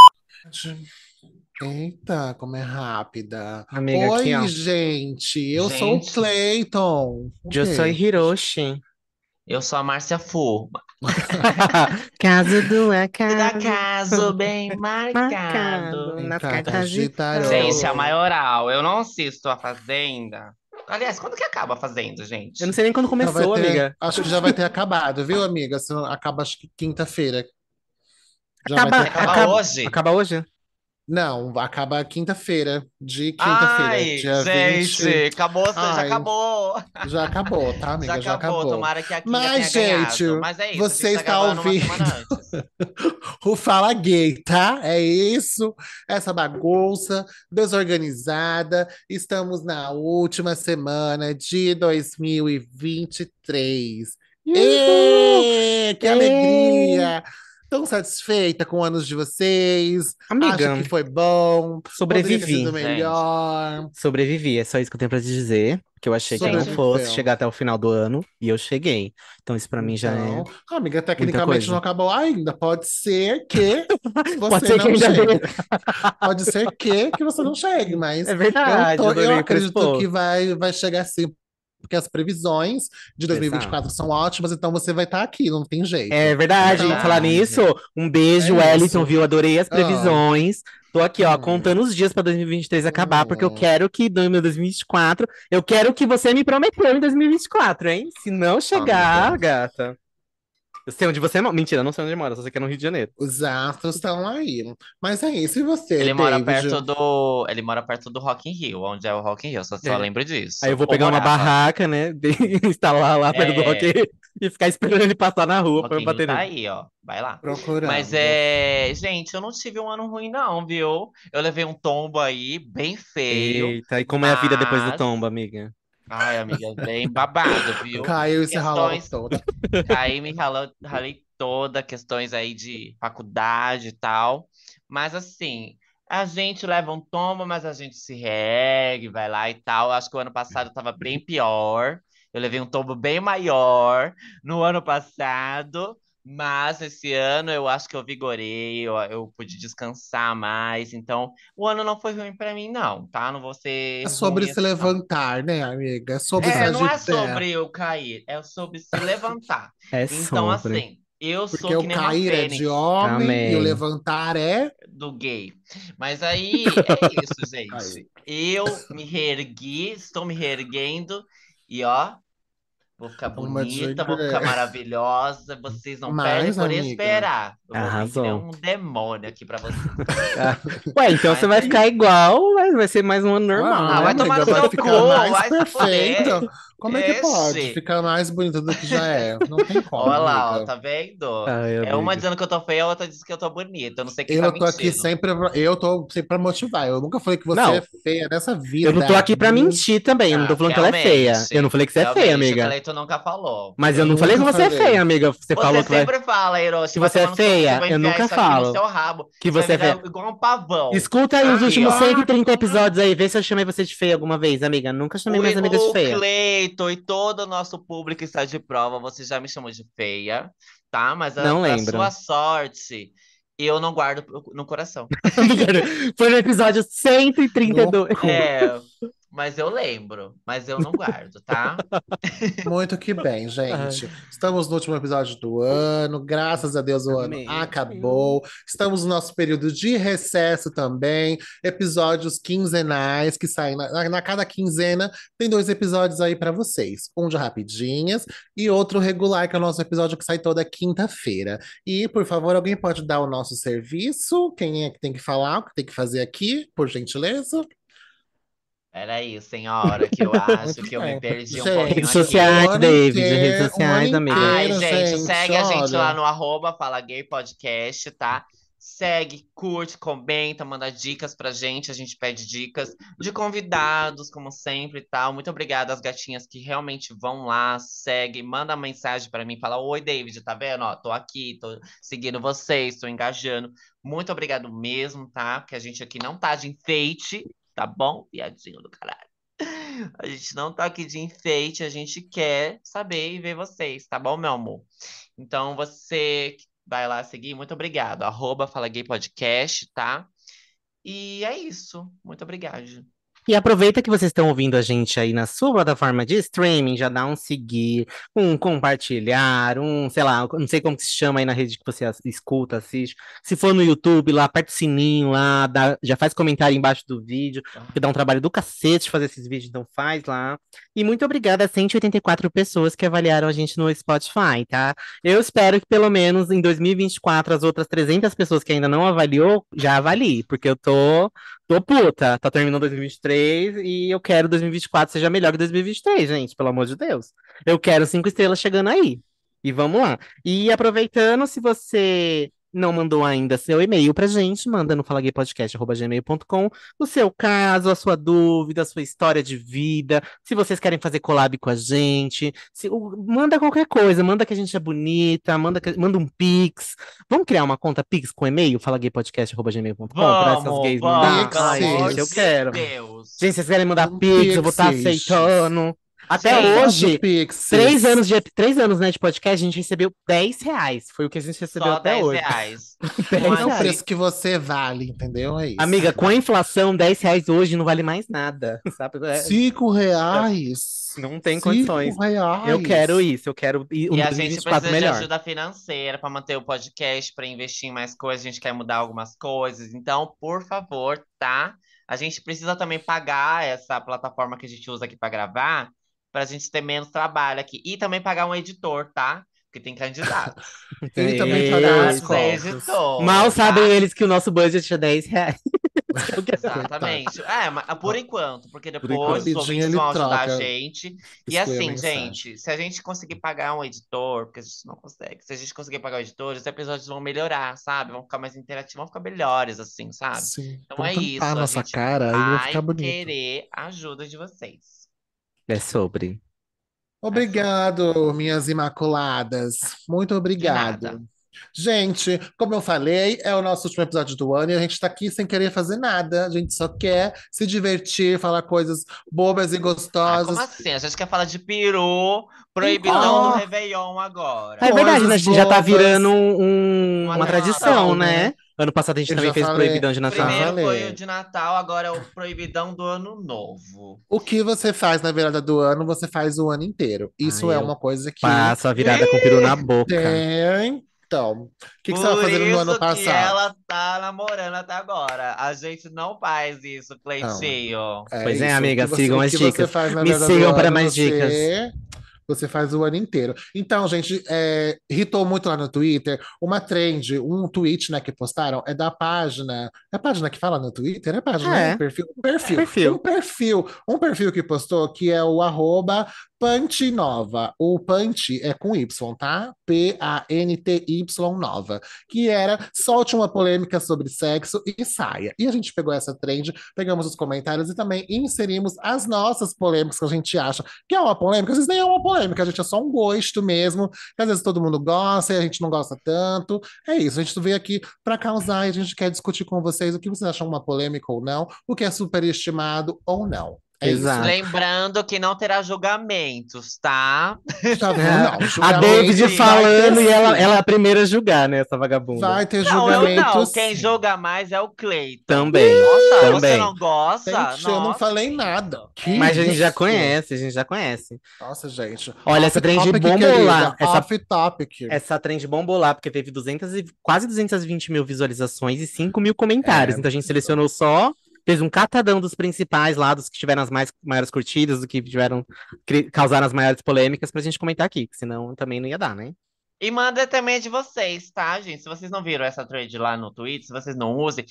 tarde. Eita, como é rápida. Amiga, Oi, aqui, ó. gente, eu sou o Gente. Clayton. O Eu sou quê? Hiroshi. Eu sou a Márcia Fu. Caso do Tudo acaso. acaso Tá bem marcado. Marcado. Nas Cartas cartas de de tarô. tarô. Gente, é a maioral. Eu não assisto a Fazenda. Aliás, quando que acaba a Fazenda, gente? Eu não sei nem quando Já vai começou, ter- amiga. Acho que já vai ter acabado, viu, amiga? Se não- Acaba acho que quinta-feira. Já Acaba- vai ter Acaba acabado. acaba- hoje? Acaba hoje? Não, acaba quinta-feira, de quinta-feira, Ai, dia 20. gente, acabou, já Ai, acabou. Já acabou, tá, amiga? Já Já acabou, acabou. tomara que a Kinga Mas, tenha gente, ganhado. Mas é isso, a gente você tá está gravando uma ouvindo. semana antes. O Fala Gay, tá? É isso, essa bagunça desorganizada. Estamos na última semana de 2023. Ê, que Ê! alegria! Tão satisfeita com o anos de vocês? Amiga, Acho que foi bom. Poderia ter sobrevivi. sido melhor. Sobrevivi, é só isso que eu tenho pra te dizer. Que eu achei que eu não Sobreviveu. fosse chegar até o final do ano. E eu cheguei. Então isso pra mim já é... Então, amiga, tecnicamente coisa. não acabou ainda. Pode ser que Pode você ser que não ainda chegue. tenha- Pode ser que, que você não chegue, mas É verdade, eu, tô- eu adorei o acredito Crespo. que vai, vai chegar assim, porque as previsões de 2024 são ótimas, então você vai estar aqui, não tem jeito. É verdade, Então- falar nisso, um beijo, É Wellington, isso. viu? Adorei as previsões. Tô aqui, ó, Hum. contando os dias pra 2023 acabar, porque eu Hum. quero que no meu 2024, eu quero que você me prometeu em 2024, hein? Se Ah, não chegar, Amiga. gata. Eu sei onde você mora. Mentira, eu não sei onde mora, só sei que é no Rio de Janeiro. Os astros estão aí. Mas é isso, e você, Ele mora David? perto do, ele mora perto do Rock in Rio, onde é o Rock in Rio, só, só É. lembro disso. Aí eu vou Ou pegar uma morava. barraca, né? de- Instalar lá perto do É. rock e ficar esperando ele passar na rua pra Rock eu in Rio bater tá nele. aí, ó. Vai lá. Procurando. Mas é, gente, eu não tive um ano ruim não, viu? Eu levei um tombo aí, bem feio. Eita, e como é a vida depois do mas- tombo, amiga? Ai, amiga, bem babado, viu? Caiu e se ralou Questões. todo. Aí me ralou- ralei toda, questões aí de faculdade e tal. Mas assim, a gente leva um tombo, mas a gente se reergue, vai lá e tal. Acho que o ano passado tava bem pior. Eu levei um tombo bem maior no ano passado. Mas esse ano eu acho que eu vigorei, eu, eu pude descansar mais. Então, o ano não foi ruim pra mim, não, tá? Não vou ser É sobre ruim se assim, não. levantar, né, amiga? É sobre se É, não é agitar. sobre eu cair, é sobre se levantar. É Então, sobre. assim, eu Porque sou que o nem uma cair é fênix de homem e Amém. o levantar é. do gay. Mas aí é isso, gente. Aí. Eu me reergui, estou me reerguendo e ó, vou ficar Uma bonita, vou gigante. ficar maravilhosa. Vocês não Mas, perdem por né? amiga, esperar. Eu vou vir que nem arrasou. um demônio aqui pra vocês. Ah, Ué, então Mas você vai é ficar igual, mas vai ser mais um ano normal. Ah, vai né? tomar amiga, no vai seu ficar cu, mais vai se perfeita. fuder. Como é que pode Esse. ficar mais bonita do que já é? Não tem como, Olha lá, ó, amiga. tá vendo? Ai, É uma amiga. dizendo que eu tô feia, a outra diz que eu tô bonita. Eu não sei quem tá Eu tô aqui mentindo. sempre, eu tô sempre pra motivar. Eu nunca falei que você Não. é feia nessa vida. Eu não tô aqui pra mentir também. Eu não tô Ah, falando que ela é feia. realmente. Eu não falei que você é Realmente, feia, O amiga. Cleiton nunca falou. Mas eu Eu não falei que nunca você é falei. feia, amiga. Você falou Você que, vai- sempre fala, Hiroshi, que vai você é tomar no seu cu, feia. vai Eu enfiar nunca isso aqui no falo. seu rabo. que Vai você é virar feia. igual um pavão. Escuta aí os Aqui, últimos ó. 130 episódios aí, vê se eu chamei você de feia alguma vez, amiga. Nunca chamei minhas amigas de O, o feia. Cleiton e todo o nosso público está de prova. Você já me chamou de feia, tá? Mas a, Não pra lembro. sua sorte, eu não guardo no coração. Foi no episódio 132. É, mas eu lembro. Mas eu não guardo, tá? Muito que bem, gente. Estamos no último episódio do ano. Graças a Deus o ano Amém. acabou. Estamos no nosso período de recesso também. Episódios quinzenais que saem na, na- na cada quinzena. Tem dois episódios aí pra vocês. Um de rapidinhas e outro regular, que é o nosso episódio que sai toda quinta-feira. E, por favor, alguém pode dar o nosso serviço? Quem é que tem que falar? O que tem que fazer aqui, por gentileza? Peraí, senhora, que eu acho que eu me É. bem. perdi Gente, um pouquinho Redes aqui. sociais, O ano David. Redes inteiro- o sociais, ano amiga. Ai, Inteiro, gente, gente, segue a gente olha. lá no arroba Fala Gay Podcast, tá? Segue, curte, comenta, manda dicas pra gente. A gente pede dicas de convidados, como sempre, e tal. Muito obrigada às gatinhas que realmente vão lá, segue, manda mensagem pra mim, fala: Oi, David, tá vendo? Ó, tô aqui, tô seguindo vocês, tô engajando. Muito obrigado mesmo, tá? Porque a gente aqui não tá de enfeite, tá bom? Viadinho do caralho. A gente não tá aqui de enfeite, a gente quer saber e ver vocês, tá bom, meu amor? Então você que vai lá seguir, muito obrigado. Arroba Fala Gay Podcast, tá? E é isso. Muito obrigada. E aproveita que vocês estão ouvindo a gente aí na sua plataforma de streaming, já dá um seguir, um compartilhar, um, sei lá, não sei como que se chama aí na rede que você as- escuta, assiste. Se for no YouTube, lá aperta o sininho lá, dá- já faz comentário embaixo do vídeo, porque dá um trabalho do cacete fazer esses vídeos, então faz lá. E muito obrigada a 184 pessoas que avaliaram a gente no Spotify, tá? Eu espero que pelo menos em 2024 as outras 300 pessoas que ainda não avaliou, já avalie, porque eu tô Tô puta, tá terminando 2023 e eu quero 2024 seja melhor que 2023, gente, pelo amor de Deus. Eu quero cinco estrelas chegando aí. E vamos lá. E aproveitando, se você não mandou ainda seu e-mail pra gente, manda no falagaypodcast.gmail.com o seu caso, a sua dúvida, a sua história de vida, se vocês querem fazer collab com a gente, se, o- manda qualquer coisa, manda que a gente é bonita, manda, que- manda um pix. Vamos criar uma conta pix com e-mail, falagaypodcast.gmail.com, pra essas gays mandar? pelo Ai, amor Ah, gente, eu de quero. Deus. Gente, vocês querem mandar Um pix, eu vou estar pix. aceitando. Até Gente, hoje, Pix. três anos, de, três anos né, de podcast, a gente recebeu 10 reais. Foi o que a gente recebeu Só até 10 hoje. reais. 10 Não É o é Ai. reais. preço que você vale, entendeu? É isso. Amiga, com a inflação, 10 reais hoje não vale mais nada. Sabe? É, Cinco reais. não tem Cinco condições. reais. Eu quero isso, eu quero ir um e a gente 2024 precisa de melhor. ajuda financeira para manter o podcast, para investir em mais coisas. A gente quer mudar algumas coisas. Então, por favor, tá? A gente precisa também pagar essa plataforma que a gente usa aqui para gravar, para a gente ter menos trabalho aqui. E também pagar um editor, tá? Porque tem candidato. Ele também Ei, tá dando as Candidato é costas. editor. Mal tá? sabem eles que o nosso budget é 10 reais. Exatamente. É, mas por enquanto, porque enquanto. depois os Rapidinho ouvintes ele vão ajudar troca. a gente. E Isso foi a assim, mensagem. gente, se a gente conseguir pagar um editor, porque a gente não consegue, se a gente conseguir pagar o editor, os episódios vão melhorar, sabe? Vão ficar mais interativos, vão ficar melhores, assim, sabe? Sim. Então Vamos é tampar isso, a a nossa gente cara aí vai ficar Vai bonito. querer a ajuda de vocês. É sobre. Obrigado, minhas imaculadas. Muito nada. obrigado. Gente, como eu falei, é o nosso último episódio do ano e a gente tá aqui sem querer fazer nada. A gente só quer se divertir, falar coisas bobas e Ah, como gostosas. assim? A gente quer falar de peru, proibidão Ah. do Réveillon agora. É verdade, né? A Coisas gente já tá bobas. virando um- Uma uma, tradição, tradição, né? né? Ano passado a gente Eu também já fez o falei. proibidão de Natal. Primeiro Tá foi Valeu. o de Natal, agora é o proibidão do Ano Novo. O que você faz na virada do ano, você faz o ano inteiro. Isso Ah, é eu uma coisa que Passo a virada com o peru na É, boca. tem. Então, o que, que você Por vai fazer no isso ano que passado? ela tá namorando até agora. A gente não faz isso, Cleitinho. Pois é, isso, o amiga, que você- sigam o as que dicas. Você faz na Me virada sigam do para ano, mais você- dicas. Você faz o ano inteiro. Então, gente, é, irritou muito lá no Twitter uma trend, um tweet, né, que postaram é da página. É a página que fala no Twitter? É a página, É. né? Perfil, perfil, Perfil. Um perfil. Um perfil que postou que é o arroba Pantinova. O Panti é com Y, tá? P-A-N-T-Y nova. Que era solte uma polêmica sobre sexo e saia. E a gente pegou essa trend, pegamos os comentários e também inserimos as nossas polêmicas que a gente acha que é uma polêmica, às vezes nem é uma polêmica, a gente é só um gosto mesmo, que às vezes todo mundo gosta e a gente não gosta tanto. É isso, a gente veio aqui para causar e a gente quer discutir com vocês o que vocês acham uma polêmica ou não, o que é superestimado ou não. É Exato. Lembrando que não terá julgamentos, tá? isso. Tá bom, É. não, A David julgamento falando vai e ter ela, sim. ela é a primeira a julgar, né? Essa vagabunda. Vai ter Não, eu julgamento. não. sim. Quem julga mais é o Cleiton. Também. Nossa, você também. não gosta? Gente, eu não Nossa, falei que nada. isso. Que Mas a gente já isso? conhece, a gente já conhece. Nossa, gente. Olha, essa trend Off-topic, bombou querida, lá, essa- É Off-topic. Essa trend bombou lá, porque teve 200 e- quase 220 mil visualizações e 5 mil comentários. É. Então a gente selecionou só, fez um catadão dos principais lá, dos que tiveram as mais, maiores curtidas, do que tiveram, cri- causaram as maiores polêmicas, pra gente comentar aqui, que senão também não ia dar, né? E manda também a de vocês, tá, gente? Se vocês não viram essa thread lá no Twitter, se vocês não usem,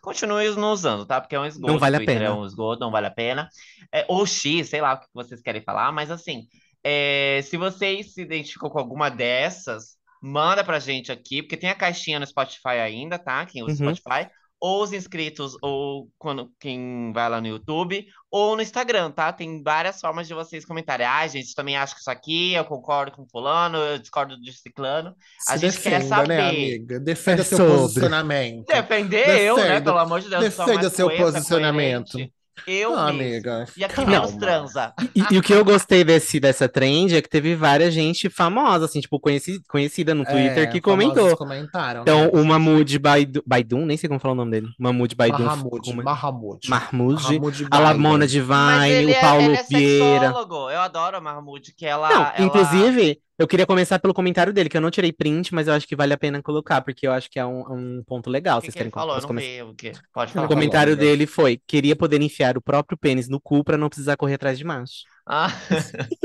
continuem não usando, tá? Porque é um esgoto. Não vale a Twitter pena. É um esgoto, não vale a pena. É, ou X, sei lá o que vocês querem falar, mas assim, é, se vocês se identificou com alguma dessas, manda pra gente aqui, porque tem a caixinha no Spotify ainda, tá? Quem usa o Uhum. Spotify. Ou os inscritos, ou quando quem vai lá no YouTube, ou no Instagram, tá? Tem várias formas de vocês comentarem. Ah, gente, também acho que isso aqui, eu concordo com fulano, eu discordo de ciclano. Se a gente quer defenda, né, saber. amiga? Defenda É seu sobre. posicionamento. Defender eu, né? Defenda- Pelo amor de Deus. eu sou a defenda mais seu coesa, posicionamento. coerente. Eu Ah, mesmo. amiga. E aqui menos calma. transa. E, e o que eu gostei desse, dessa trend é que teve várias gente famosa, assim, tipo, conheci- conhecida no Twitter É, que famosos comentou. comentaram. Então, né? o Mahmoud Baidu, Baidun, nem sei como falar o nome dele. Mahmoud Baidun. Mahamud, como é? Mahamud. Mahmoud. Mahamud A Lamona Mas Divine, ele o é, Paulo ele é Vieira. sexólogo. Eu adoro a Mahmoud, que ela. Não, ela- inclusive, eu queria começar pelo comentário dele, que eu não tirei print, mas eu acho que vale a pena colocar, porque eu acho que é um, um ponto legal. O que, Vocês que querem ele com- falou? Eu posso não começar? vi o que. Pode Ele O falar. comentou- comentário amiga. dele foi: queria poder enfiar o próprio pênis no cu pra não precisar correr atrás de macho. Ah,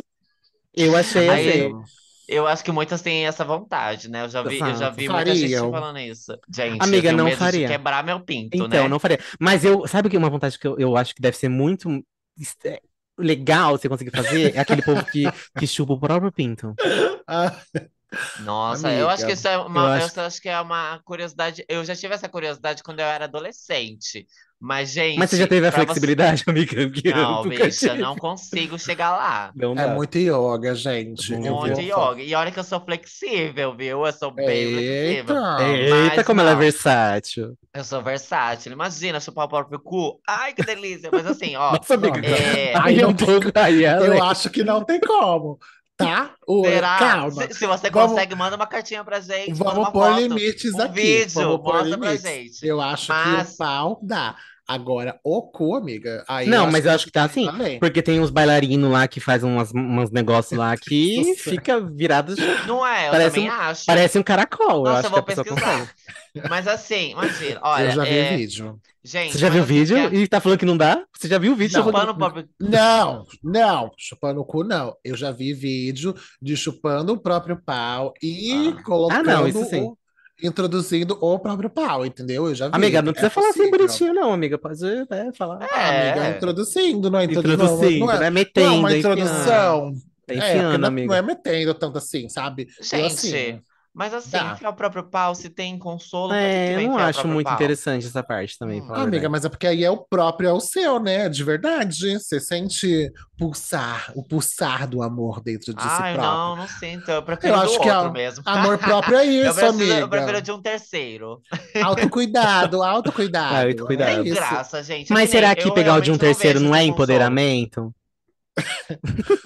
Eu achei Aí, é assim. eu acho que muitas têm essa vontade, né? Eu já vi, eu já vi Faria. muita gente falando isso. Gente, eu Amiga, tenho não medo de faria. quebrar meu pinto, Então, né? não faria. Mas eu, sabe que é uma vontade que eu, eu acho que deve ser muito es- é, legal você conseguir fazer? É aquele povo que, que chupa o próprio pinto. Ah, Nossa, eu Amiga, acho que isso é eu uma, eu acho acho... que é uma curiosidade. Eu já tive essa curiosidade quando eu era adolescente. Mas, gente, Mas você já teve a pra você- flexibilidade, amiga? Porque eu Não, nunca bicha, tive. não consigo chegar lá. Não dá. é muito yoga, gente. Um Eu monte vou Onde yoga. E olha que eu sou flexível, viu? Eu sou falar. bem flexível. Eita! Eita, mas como ela é não. versátil. Eu sou versátil. Imagina chupar o próprio cu. Ai, que delícia. Mas assim, ó. Nossa, amiga. não. é, Aí Ai, é não um pouco. Aí é Eu Alex. acho que não tem como, tá? O- será? Calma. Se, se você Vamos- consegue, manda uma cartinha pra gente. manda Vamos uma pôr foto, limites um aqui. vídeo. Vamos pôr mostra pra limites. gente. Eu acho que Mas- o pau dá. Agora, o cu, amiga. Aí Não, mas eu acho que tá assim. Também. Porque tem uns bailarinos lá que fazem umas, umas negócios lá que Nossa. fica virado. Não é? Eu Parece também um- acho. Parece um caracol. eu Nossa, acho eu vou que a pessoa pesquisar. consegue. Mas assim, imagina. Eu Olha, já vi é, o vídeo. gente. Você já viu o vídeo é? e tá falando que não dá? Você já viu o vídeo? e tá falando Chupando que o próprio. Não, não, chupando o cu, não. Eu já vi vídeo de chupando o próprio pau e Ah. colocando Ah, não, isso sim. o- introduzindo o próprio pau, entendeu? Eu já vi. Amiga, não É precisa falar assim possível. bonitinho, não, amiga. Pode é, falar. Ah, amiga, É. introduzindo, não é introduzindo. não, Introduzindo, não é, né? não é Metendo. uma enfiando. introdução. Tá É, porque enfiando, não, amiga. não é metendo tanto assim, sabe? Eu, Gente, assim, mas assim, dá. enfiar o próprio pau, se tem consolo, pra que que É, eu vai não enfiar o acho próprio muito pau? interessante essa parte também. pra Hum. falar a Amiga, verdade. mas é porque aí é o próprio, é o seu, né? De verdade. Você sente pulsar, o pulsar do amor dentro de si Ai, próprio. não, não sinto. Eu prefiro Eu do acho que é outro um- mesmo. Amor próprio é eu, isso, preciso- eu amiga. prefiro de um terceiro. Autocuidado, autocuidado. Ah, autocuidado. É Tem isso. graça, gente. Mas que será nem- que eu pegar o de um realmente terceiro vejo não é esse consolo. empoderamento?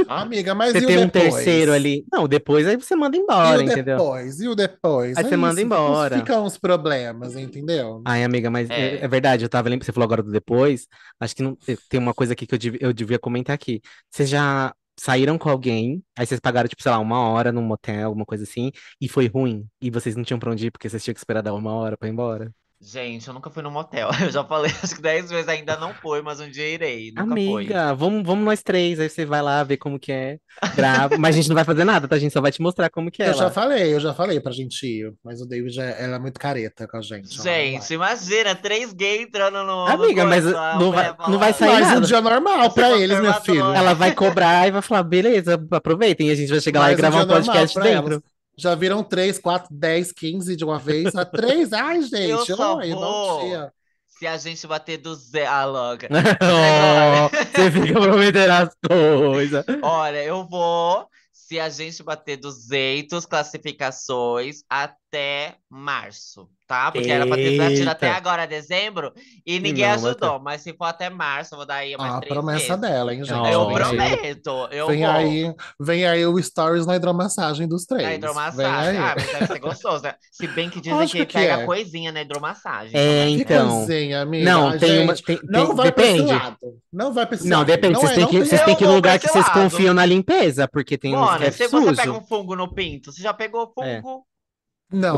Amiga, mas Você e o tem um depois? terceiro ali. Não, depois aí você manda E embora, o entendeu? depois? E o depois? É Aí você manda isso, ficam- embora. Ficam os problemas, entendeu? Ai, amiga, mas é, É. é verdade, eu tava lembrando, você falou agora do depois, acho que não, eu- tem uma coisa aqui que eu, dev- eu devia comentar aqui. Vocês já saíram com alguém, aí vocês pagaram, tipo, sei lá, uma hora num motel, alguma coisa assim, e foi ruim, e vocês não tinham pra onde ir, porque vocês tinham que esperar dar uma hora pra ir embora. Gente, eu nunca fui num motel. Eu já falei acho que 10 vezes, ainda não fui, mas um dia irei. Nunca fui. Amiga, vamos, vamos nós três, aí você vai lá ver como que é, grava, mas a gente não vai fazer nada, tá? A gente só vai te mostrar como que é Eu já lá. falei, eu já falei pra gente ir, mas o David, é- ela é muito careta com a gente. ela não vai. Gente, imagina, três gays entrando no. Amiga, no mas coisa, a não mulher vai- não vai falando. sair Mas um nada. dia normal pra Você eles, meu filho. conservadora. Ela vai cobrar e vai falar, beleza, aproveitem, e a gente vai chegar lá e Mas um gravar dia um normal podcast pra dentro. elas. Já viram 3, 4, 10, 15 de uma vez? A 3? Ai, gente, Eu só oi, vou. bom dia. Se a gente bater do zero. Ah, logo. Oh, você fica prometendo as coisas. Olha, eu vou. Se a gente bater 200 classificações até março, tá? Porque era pra ter batido Eita. até agora, dezembro, e ninguém não ajudou. Mas se for até março, eu vou dar aí mais Ah, A três promessa meses. dela, hein, gente? Não, É Eu gente. prometo, eu Vem vou. aí, vem aí o stories na hidromassagem dos três. Na Vem aí. hidromassagem. Ah, mas deve ser gostoso, né? Se bem que dizem Lógico que, que pega é. coisinha na hidromassagem. Né? É, Que então. coisinha, amiga. Não, Ai, tem uma. gente, tem- tem- Não vai pra esse depende. lado. Não vai pra esse Não, lado. depende. Não Vocês é, têm não que, tem. vocês têm que ir Eu no vou lugar pra que esse vocês lado. confiam na limpeza, porque tem uns que Mona, é se você pega sujo. um fungo no pinto, você já pegou É. fungo? Não,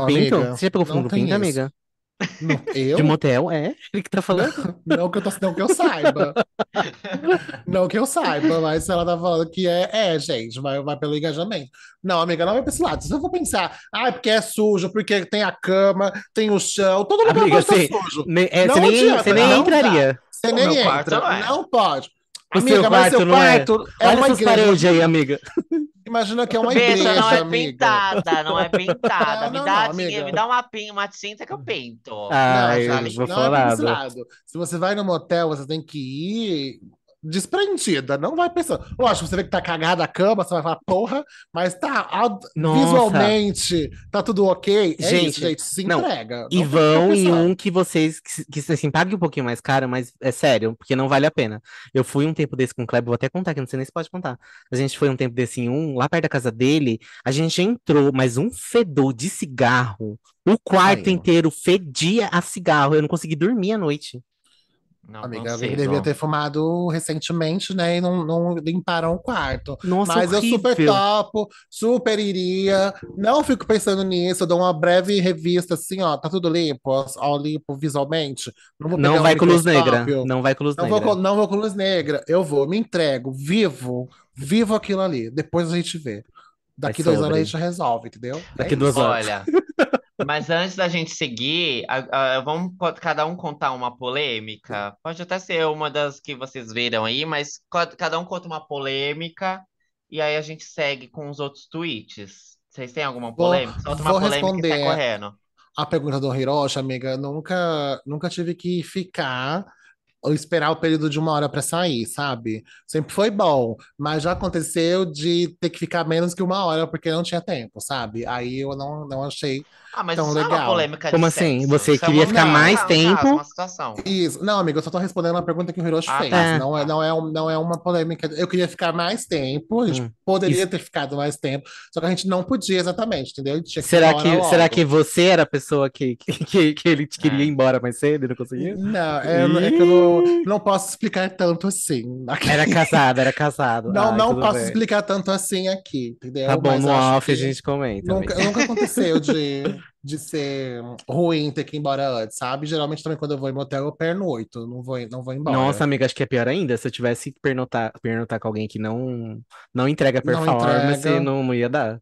O pinto? amiga. Então, Você já pegou fundo não do tem pinto, isso. amiga? Não, De eu? motel? É? Ele que tá falando? Não que eu, tô, não que eu saiba. não que eu saiba, mas ela tá falando que é, é gente, vai, vai pelo engajamento. Não, amiga, não vai pra esse lado. Se eu for pensar, ah, é porque é sujo, porque tem a cama, tem o chão, todo lugar Amiga, pode ser sim. sujo. Ne- é, Não você nem, adianta, você nem não dá. entraria. Você O nem meu quarto entra, não é. não pode. O Amiga, seu mas quarto seu não é. quarto é, Olha uma essas igreja. paredes aí, amiga. Imagina que é uma igreja, Bicha, não é amiga. pintada, não é pintada. Não, me não, dá não, dinheiro, me amiga. dá uma, pin- uma tinta que eu pinto. Ah, Não, eu sabe? vou Não é falar. pincelado. Se você vai no motel, você tem que ir desprendida, não vai pensando. Lógico, você vê que tá cagada a cama, você vai falar, porra, mas tá a- Nossa. visualmente, tá tudo ok. É Gente, isso, gente, se não. entrega. E Não vão fica em pensando. um que vocês, que, que assim, pague um pouquinho mais caro, mas é sério, porque não vale a pena. Eu fui um tempo desse com o Kleber, vou até contar, que eu não sei nem se pode contar. A gente foi um tempo desse em um, lá perto da casa dele, a gente entrou, mas um fedor de cigarro. O quarto Ai, inteiro fedia a cigarro, eu não consegui dormir à noite. Não Amiga, consigo. ele devia ter fumado recentemente, né? E não, não limparam o quarto. Nossa, Mas eu super horrível. topo, super iria. Não fico pensando nisso. Eu dou uma breve revista assim, ó. Tá tudo limpo, ó, ó, limpo visualmente. Não vou pegar Não um vai com luz negra, microscópio. não vai com luz Não vou, negra. com- não vou com luz negra. Eu vou, me entrego, vivo, vivo aquilo ali. Depois a gente vê. Daqui É dois anos a sobre. gente resolve, entendeu? Daqui É duas horas. Olha, mas antes da gente seguir, a- a- vamos co- cada um contar uma polêmica. Pode até ser uma das que vocês viram aí, mas co- cada um conta uma polêmica e aí a gente segue com os outros tweets. Vocês têm alguma polêmica? Solta uma vou polêmica e sai responder. é. correndo. A pergunta do Hiroshi, amiga, nunca, nunca tive que ficar ou esperar o período de uma hora pra sair, sabe? Sempre foi bom, mas já aconteceu de ter que ficar menos que uma hora porque não tinha tempo, sabe? Aí eu não, não achei Ah, mas Então, isso não é uma legal. polêmica de Como assim? sexo, Você isso é queria uma- ficar não, mais não, tempo? Não, uma situação. Isso. Não, amigo, eu só tô respondendo a pergunta que o Hiroshi Ah, fez. tá. Não é, não, é, um- não é uma polêmica. Eu queria ficar mais tempo, a gente Hum. poderia Isso. ter ficado mais tempo, só que a gente não podia exatamente, entendeu? A gente tinha que ir Será embora que, logo. será que você era a pessoa que, que, que ele te queria É. ir embora mais cedo e não conseguiu? Não, é, é que eu não, não posso explicar tanto assim. Era casado, era casado. Não, Ai, não tudo posso bem. explicar tanto assim aqui, entendeu? Tá bom, Mas no eu acho off a que gente comenta. Nunca, amiga. nunca aconteceu de, de ser ruim ter que ir embora antes, sabe? Geralmente também quando eu vou em motel eu pernoito, eu não vou, não vou embora. Nossa, amiga, acho que é pior ainda. Se eu tivesse que pernotar, pernotar com alguém que não, não entrega Não performance, entrega. não, não ia dar.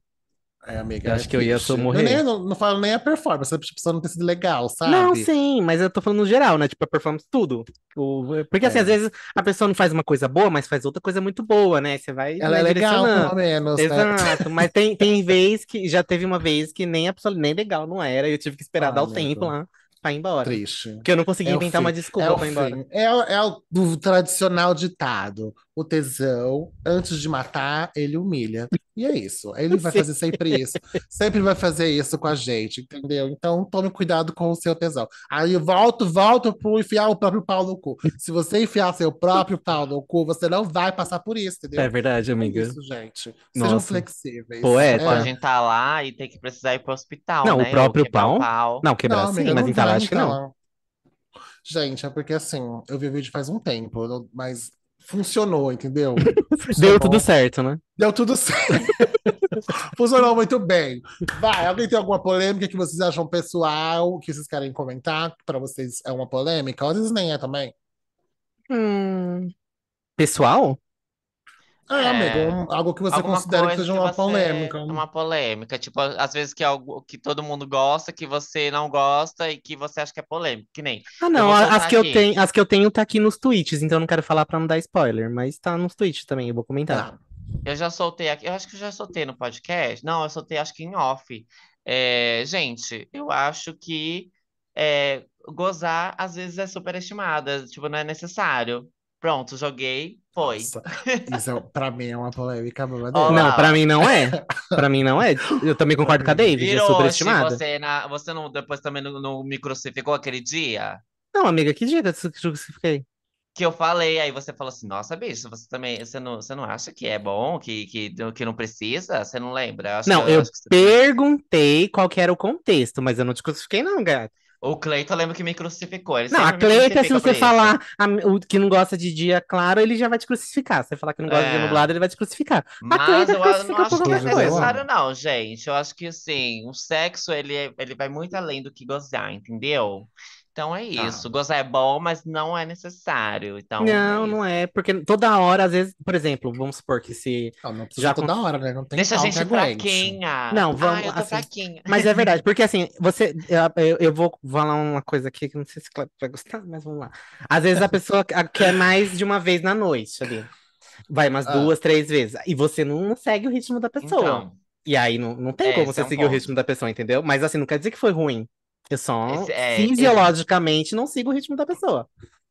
É, amiga, Eu é acho que eu ia triste. só Não, morrer. nem- não, não falo nem a performance, a pessoa não ter sido legal, sabe? Não, sim, mas eu tô falando no geral, né? Tipo, a performance, tudo. O- porque assim, É. às vezes a pessoa não faz uma coisa boa, mas faz outra coisa muito boa, né? Você vai, Ela né, é legal, direcionando. pelo menos, né? Exato, mas tem, tem vez que já teve uma vez que nem a pessoa, nem legal não era, e eu tive que esperar Ai, dar o amigo. tempo lá pra ir embora. Triste. Porque eu não consegui É o inventar uma fim, desculpa é o pra ir embora. fim. É, o- é o do tradicional ditado. O tesão, antes de matar, ele humilha. E é isso. Ele vai Sim. fazer sempre isso. Sempre vai fazer isso com a gente, entendeu? Então tome cuidado com o seu tesão. Aí eu volto, volto pro enfiar o próprio pau no cu. Se você enfiar seu próprio pau no cu, você não vai passar por isso, entendeu? É verdade, É amiga. isso, gente. Sejam Nossa. flexíveis. Poeta. É. Pode entala tá lá e ter que precisar ir pro hospital, Não, o né? Ou próprio quebrar o pau? pau. Não, quebrar não, sim, amiga, mas não entalar vai então. acho que não. entalar. Gente, é porque assim, eu vi o vídeo faz um tempo, não- mas funcionou, entendeu? Deu Funcionou. tudo certo, né? Deu tudo certo. funcionou muito bem. Vai, alguém tem alguma polêmica que vocês acham pessoal, que vocês querem comentar? Pra vocês é uma polêmica? Às vezes nem é também. Hum. Pessoal? É, É. amigo, um- algo que você Alguma considera que coisa seja que uma você- é polêmica. né? Uma polêmica. Tipo, às vezes que é algo que todo mundo gosta, que você não gosta e que você acha que é polêmico. Que nem. Ah, não, vou a- contar as que, eu aqui. tenho, as que eu tenho tá aqui nos tweets, então eu não quero falar pra não dar spoiler, mas tá nos tweets também, eu vou comentar. Tá. Eu já soltei aqui. Eu acho que eu já soltei no podcast. Não, eu soltei acho que em off. É, gente, eu acho que é, gozar às vezes é superestimada. Tipo, não é necessário. Pronto, joguei, foi. Nossa, isso é, pra mim é uma polêmica Olha verdadeira. lá, Não, pra ó. mim não é. Pra mim não é. Eu também concordo com a David, é Hiroshi, superestimada. você, na, você não, depois também não, não me crucificou aquele dia? Não, amiga, que dia que eu crucifiquei? Que eu falei, aí você falou assim, nossa, bicho, você também, você não, você não acha que é bom, que, que, que não precisa? Você não lembra? Acho Não, que, eu acho que você- perguntei qual que era o contexto, mas eu não te crucifiquei, não, gato. O Cleiton lembra que me crucificou, ele Não, a sempre me Cleita, se crucifica você por isso. falar a- o que não gosta de dia claro, ele já vai te crucificar. Se você falar que não gosta de dia É. nublado, ele vai te crucificar. A Mas Cleita eu a- não crucifica acho por que qualquer é Inclusive, eu coisa. necessário, amo. não, gente. Eu acho que, assim, o sexo, ele, é- ele vai muito além do que gozar, entendeu? Então Ah. é Tá. isso. Gozar é bom, mas não é necessário. Então é Não, isso. não é, porque toda hora, às vezes, por exemplo, vamos supor que se. Não, não precisa Já toda hora, né? Não tem Deixa a pau que gente aguente. fraquinha. Não, Ah, vamos, eu tô assim, fraquinha. Mas é verdade, porque assim, você. Eu, eu- eu vou falar uma coisa aqui que eu não sei se o Cleber vai gostar, mas vamos lá. Às vezes a pessoa a- quer mais de uma vez na noite ali. Vai umas Ah. duas, três vezes. E você não segue o ritmo da pessoa. Então, E aí não, não tem É, como esse você é um seguir o ponto. ritmo da pessoa, entendeu? Mas assim, não quer dizer que foi ruim. Eu só Esse- é, fisiologicamente não sigo o ritmo da pessoa.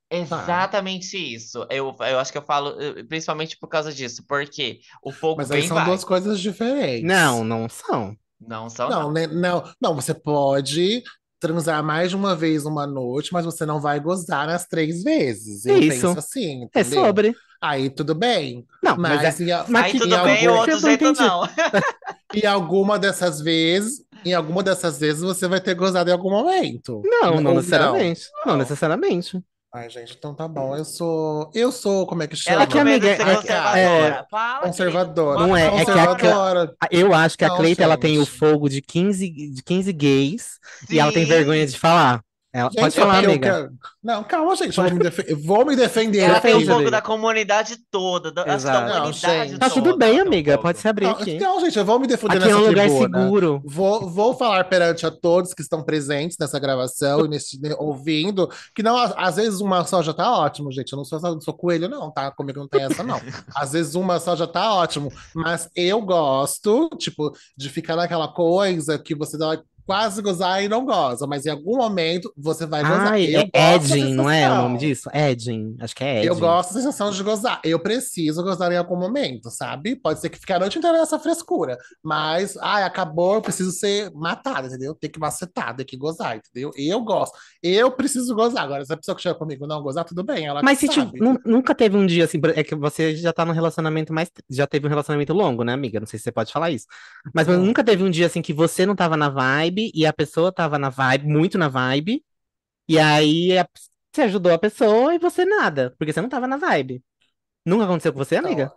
Exatamente isso. Eu, eu acho que eu falo eh, principalmente por causa disso, porque o fogo Mas aí vem e são vai. duas coisas diferentes. Não, não são. Não Então são, não. tá. Não, né, não, não, você pode transar mais de uma vez uma noite, mas você não vai gozar nas três vezes. Eu Isso. penso assim, É entendeu? sobre. Aí tudo bem. Não, mas, Mas, é- em, a- mas Aí que- tudo em bem, algum- o outro Eu não jeito entendi. não. em alguma dessas vezes, em alguma dessas vezes você vai ter gozado em algum momento. Não, não Ou necessariamente. Não, Não. necessariamente. Ai, gente, então tá bom. Eu sou. Eu sou, como é que chama? Ela É que a com medo de amiga- ser é- conservadora. é- Fala, Conservadora. Não é, é que a- Conservadora. Ah, Eu acho que a Não, Cleita ela tem o gente. fogo de 15, de 15 gays gente. e ela tem Sim. vergonha de falar. Ela, Gente, pode é falar, porque eu amiga. quero- Não, calma, gente. Eu vou me, defe- eu vou me defender Ela tem um aqui. Defende, pouco amiga. da comunidade toda. Da, acho que Exato. da Não, humanidade gente. Tá tudo toda bem, ela tem um amiga. pouco. Pode se abrir Não, aqui. Então, gente, eu vou me defender Aqui é nessa né? um lugar tribuna. seguro. Vou, vou falar perante a todos que estão presentes nessa gravação e nesse, né, ouvindo, que não, às- às vezes uma só já tá ótimo, gente. Eu não sou, não sou coelho, não, tá? Comigo não tem essa, não. Às vezes uma só já tá ótimo, mas eu gosto, tipo, de ficar naquela coisa que você dá quase gozar e não goza, mas em algum momento você vai gozar. Ai, eu é gosto da Edging, não é o sensação. nome disso? Edging, acho que é Edging. Eu gosto da sensação de gozar. Eu preciso gozar em algum momento, sabe? Pode ser que fique a noite inteira nessa frescura. Mas, ai, acabou, eu preciso ser matada, entendeu? Tem que macetar, tem que gozar, entendeu? Eu gosto. Eu preciso gozar. Agora, se a pessoa que chega comigo não gozar, tudo bem, ela Mas que se ti- sabe. né? nu- nunca teve um dia assim, por- é que você já tá num relacionamento mais, já teve um relacionamento longo, né, amiga? Não sei se você pode falar isso. Mas Hum. nunca teve um dia assim que você não tava na vibe e a pessoa tava na vibe, muito na vibe, e aí a- você ajudou a pessoa e você nada, porque você não tava na vibe. Nunca aconteceu com você, Então, amiga?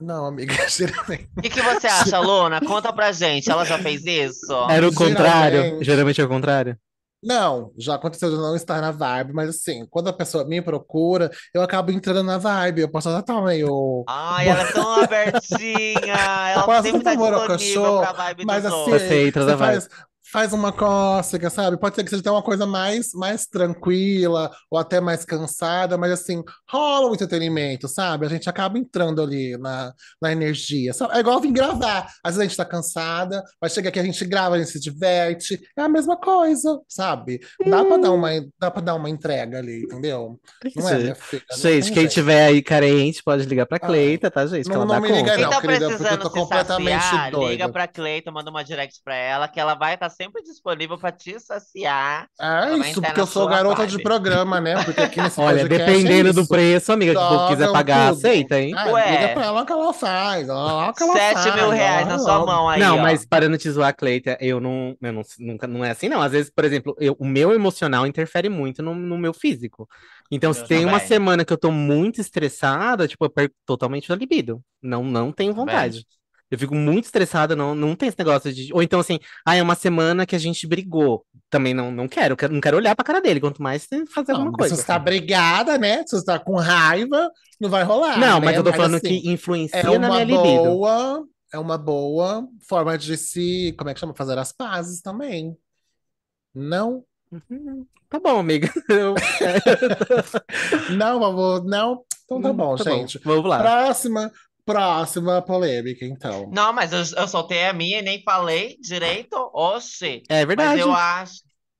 Não, amiga, geralmente. O que, que você acha, Luna? Conta pra gente. Ela já fez isso? Era o contrário. geralmente- Geralmente é o contrário. Não, já aconteceu de eu não estar na vibe, mas assim, quando a pessoa me procura, eu acabo entrando na vibe. Eu posso até estar meio. Ai, ela é tão abertinha. Ela Posso sempre tá tomar um disponível cachorro, pra vibe mas dos assim, outros. Você é entra na Você vibe. faz, faz uma cócega, sabe? Pode ser que seja até uma coisa mais, mais tranquila ou até mais cansada, mas assim, rola um entretenimento, sabe? A gente acaba entrando ali na, na energia. sabe? É igual vir gravar. Às vezes a gente tá cansada, mas chega aqui, a gente grava, a gente se diverte. É a mesma coisa, sabe? Dá pra dar uma, dá pra dar uma entrega ali, entendeu? Não é, minha filha? Não Gente, tem quem jeito. É tiver aí carente pode ligar pra Ah, Cleita, tá, gente? Que não- ela não dá me conta. liga, Quem tá É, não, querida, porque eu precisando tô se completamente saciar, liga doida. pra Cleita, manda uma direct pra ela, que ela vai estar sempre disponível pra te saciar. É Também isso, tá porque na eu sou sua garota vibe. de programa, né? Porque aqui nesse Olha, podcast é dependendo do isso. preço, amiga, que o povo quiser Jogam pagar, tudo. aceita, hein? Ah, Ué. liga pra ela que ela faz. Ela lá que ela 7 faz, mil ela reais na lá sua logo. mão aí, Não, ó. mas parando de zoar a Cleita, eu não, eu não, nunca, não é assim, não. Às vezes, por exemplo, eu- o meu emocional interfere muito no, no meu físico. Então, se Eu tem uma também. semana que eu tô muito estressada, tipo, eu perco totalmente a libido. Não, não tenho Também. vontade. Eu fico muito estressada, não, não tem esse negócio de. Ou então, assim, ah, é uma semana que a gente brigou. Também não, não quero, quero- não quero olhar pra cara dele, quanto mais fazer Não, alguma mas se coisa. você tá brigada, né? Se você tá com raiva, não vai rolar, Não, né? mas eu tô falando assim, que influencia é na uma minha libido. boa, é uma boa forma de se, como é que chama? Fazer as pazes também. Não, Uhum. Tá bom, amiga. Eu- não, amor, não. Então tá bom, Tá gente. Vamos lá. Próxima, próxima polêmica, então. Não, mas eu, eu soltei a minha e nem falei direito. Oxi. É verdade. Mas eu acho,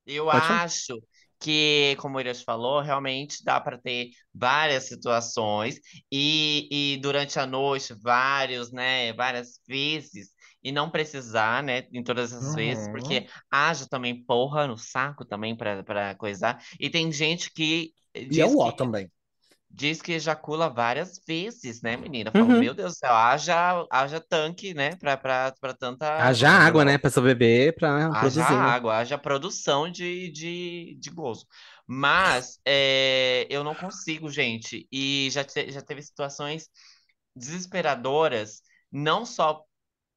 eu Pode falar. acho que, como o Irias falou, realmente dá para ter várias situações e, e durante a noite, vários, né, várias vezes. E não precisar, né, em todas as vezes, Uhum. porque haja também porra no saco também para para coisar. E tem gente que E é um diz o ó que também. Diz que ejacula várias vezes, né, menina? Eu falo, Uhum. meu Deus do céu, haja, haja tanque, né? Pra, pra, pra tanta. Haja água, né? Pra beber, pra Haja produzir, né? água, haja produção de, de, de gozo. Mas é, eu não consigo, gente. E já, te- já teve situações desesperadoras, não só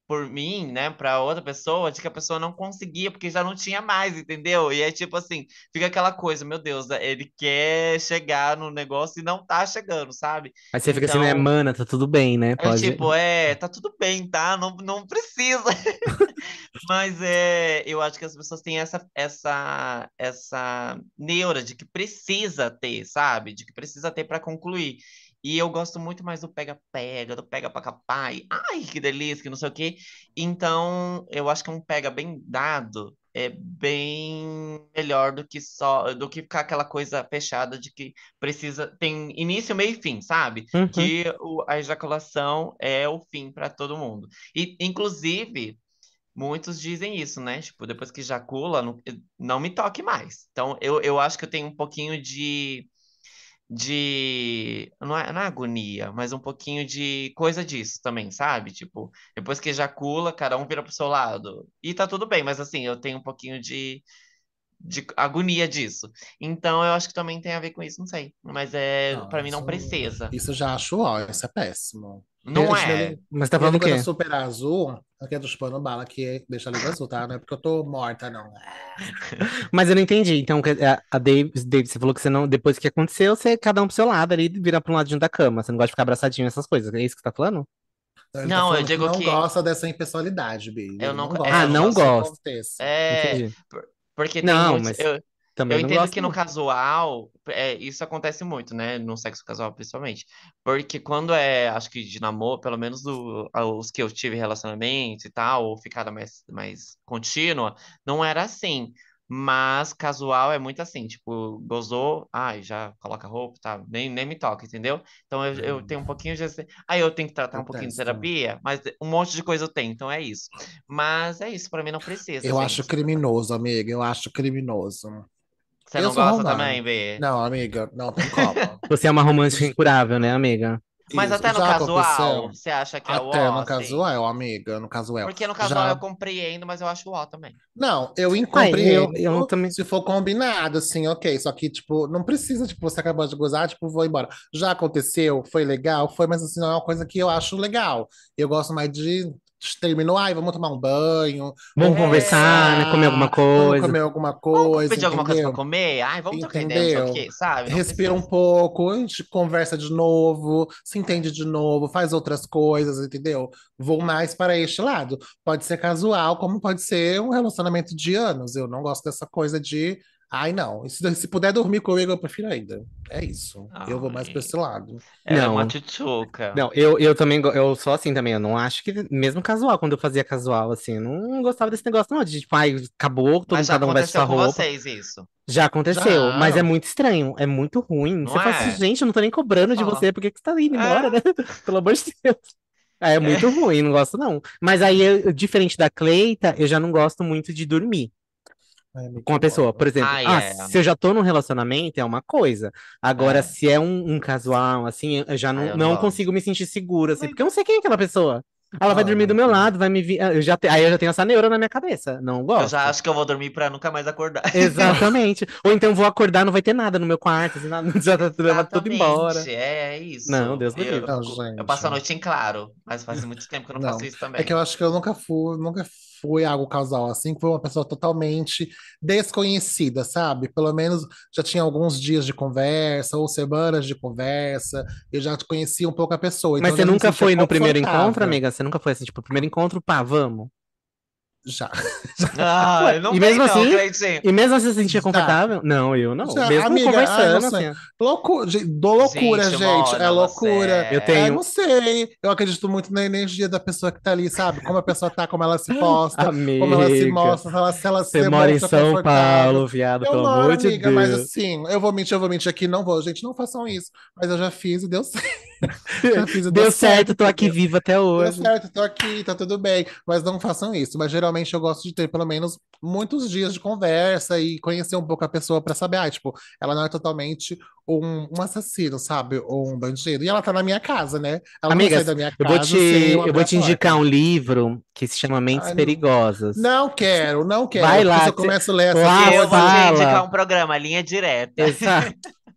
por mim, né, para outra pessoa, de que a pessoa não conseguia, porque já não tinha mais, entendeu? E é tipo assim, fica aquela coisa, meu Deus, ele quer chegar no negócio e não tá chegando, sabe? Aí você fica assim, né, Então- mana, tá tudo bem, né? É Pode. tipo, é, tá tudo bem, tá? Não, não precisa. Mas é, eu acho que as pessoas têm essa, essa, essa neura de que precisa ter, sabe? De que precisa ter para concluir. E eu gosto muito mais do pega-pega, do pega pra capai. Ai, que delícia, que não sei o quê. Então, eu acho que um pega bem dado é bem melhor do que só do que ficar aquela coisa fechada de que precisa tem início, meio e fim, sabe? Uhum. Que o- a ejaculação é o fim para todo mundo. E inclusive muitos dizem isso, né? Tipo, depois que ejacula, não, eh, não me toque mais. Então eu, eu acho que eu tenho um pouquinho de de não é, não é agonia, mas um pouquinho de coisa disso também, sabe? Tipo, depois que ejacula, cada um vira pro seu lado. E tá tudo bem, mas assim, eu tenho um pouquinho de, de agonia disso. Então eu acho que também tem a ver com isso, não sei. Mas é, Não, para mim não isso- precisa. Isso eu já acho ó, isso é péssimo. Não Gente, é. meu- Mas tá falando o minha quê? língua tá super azul, aqui eu tô chupando bala, que deixa a língua azul, tá? Não é porque eu tô morta, não. Mas eu não entendi. Então, quer- a, a Davis, Davis, você falou que você não, depois que aconteceu, você cada um pro seu lado ali vira pra um ladinho da cama. Você não gosta de ficar abraçadinho, essas coisas. É isso que você tá falando? Ele tá Não, eu falando que digo não que- gosta dessa impessoalidade, Bi. Eu Ele não- não gosta. é, Ah, eu que não isso gosto. aconteça. É. Entendi. por- Porque tem Não, muitos. mas Eu, eu também não entendo gosto. que no muito. casual, é, isso acontece muito, né? No sexo casual, principalmente. Porque quando é, acho que de namoro, pelo menos o- os que eu tive relacionamento e tal, ou ficada mais, mais contínua, não era assim. Mas casual é muito assim, tipo, gozou, ai, já coloca roupa, tá? Nem, nem me toca, entendeu? Então eu, eu tenho um pouquinho de. Aí eu tenho que tratar um pouquinho de Detesto. terapia, mas um monte de coisa eu tenho, então é isso. Mas é isso, pra mim não precisa, Eu acho gente. criminoso, amiga. Eu acho criminoso. Você eu não sou gosta romana. também, Bê? Não, amiga, não tem como. Você é uma romântica incurável, né, amiga? Mas Isso. até no Já casual, aconteceu? você acha que é o Até ó, no assim? casual, amiga, no casual. Porque no casual Já eu compreendo, mas eu acho o ó também. Não, eu Ah, eu, incompreendo eu também. se for combinado, assim, ok. Só que, tipo, não precisa, tipo, você acabou de gozar, tipo, vou embora. Já aconteceu, foi legal, foi, mas assim, não é uma coisa que eu acho legal. Eu gosto mais de terminou, ai, vamos tomar um banho, Vamos vamos conversar, né? Comer É. alguma conversar, vamos coisa. comer alguma Vamos coisa, pedir alguma coisa pra entendeu? comer? Ai, vamos trocar ideia, não sei o Entendeu? quê, sabe? Não Respira um precisa. pouco, a gente conversa de novo, se entende de novo, faz outras coisas, entendeu? Vou mais para este lado. Pode ser casual, como pode ser um relacionamento de anos. Eu não gosto dessa coisa de, ai, não. Se, se puder dormir comigo, eu prefiro ainda. É isso. Eu vou mais para Ai, esse lado. ela é uma Não. tchutchuca. Não, eu, eu também, go- eu sou assim também, eu não acho que, mesmo casual, quando eu fazia casual, assim, eu não gostava desse negócio não, de tipo, ai, acabou, todo, Mas já cada um veste sua aconteceu com roupa, vocês isso, já aconteceu, mas é Já. muito estranho, é muito ruim, não você fala assim, é? gente, eu não tô nem cobrando de Fala. você, por que que você tá indo embora, É, né, pelo amor de Deus. Ah, É muito ruim, não gosto não, mas aí, eu- diferente da Cleita, eu já não gosto muito de dormir Ai, amiga, com a eu pessoa. amo. Por exemplo, Ai, ah, é. se eu já tô num relacionamento, é uma coisa. Agora, É. se é um, um casual, assim, eu já Ai, não, eu não não gosto. consigo me sentir segura, assim, Mas- porque eu não sei quem é aquela pessoa. Ela vai Ai, dormir do meu amiga. lado, vai me vir. ah, Eu já te- Aí eu já tenho essa neura na minha cabeça. Não Eu já gosto. acho que eu vou dormir pra nunca mais acordar. Exatamente. Ou então vou acordar, não vai ter nada no meu quarto, assim, nada, já tá tudo levado tudo embora. Exatamente, é Não, isso. Deus me Eu, eu livre. Não, fico, eu passo a gente. noite em claro, mas faz muito tempo que eu não faço Não, é isso que também. eu acho que eu nunca fui, nunca fui algo casal assim, que foi uma pessoa totalmente desconhecida, sabe? Pelo menos já tinha alguns dias de conversa ou semanas de conversa, eu já conhecia um pouco a pessoa, Mas então eu você já me nunca sentia foi no primeiro encontro, confortável amiga? Você nunca foi assim, tipo, primeiro encontro, pá, vamos. já. Ah, Ué, não e vem mesmo não, assim, Cleitinho. e mesmo assim você se sentia Já. confortável? Não, eu não. Já, Mesmo amiga, ai, não conversando, sei. assim. Loucura, gente, do loucura, Gente, gente. É Mona, você loucura. Eu é... É, tenho. não sei. Eu acredito muito na energia da pessoa que tá ali, sabe? Como a pessoa tá, como ela se posta, como ela se assim. Amiga, mostra, se ela se, ela você se mora em mostra São confortável. Paulo, viado, Eu pelo moro, amor de amiga, mas Deus. assim, eu vou mentir, eu vou mentir aqui, não vou. Gente, não façam isso. Mas eu já fiz e deu certo. Já fiz e deu Deu certo, certo, tô aqui entendeu? viva até Deu hoje. certo, tô aqui, tá tudo bem. Mas não façam isso. Mas geralmente eu gosto de ter pelo menos muitos dias de conversa e conhecer um pouco a pessoa pra saber, ah, tipo, ela não é totalmente um, um assassino, sabe? Ou um bandido. E ela tá na minha casa, né? Ela não vai sair Amigas, da minha eu vou te, casa sem eu eu abrir vou a te indicar porta. um livro que se chama Mentes Ai, não. Perigosas. Não quero, não Vai quero. Porque se lá, eu cê- começo a ler essas lá Eu vou coisas. te indicar fala. um programa, Linha Direta. Exato.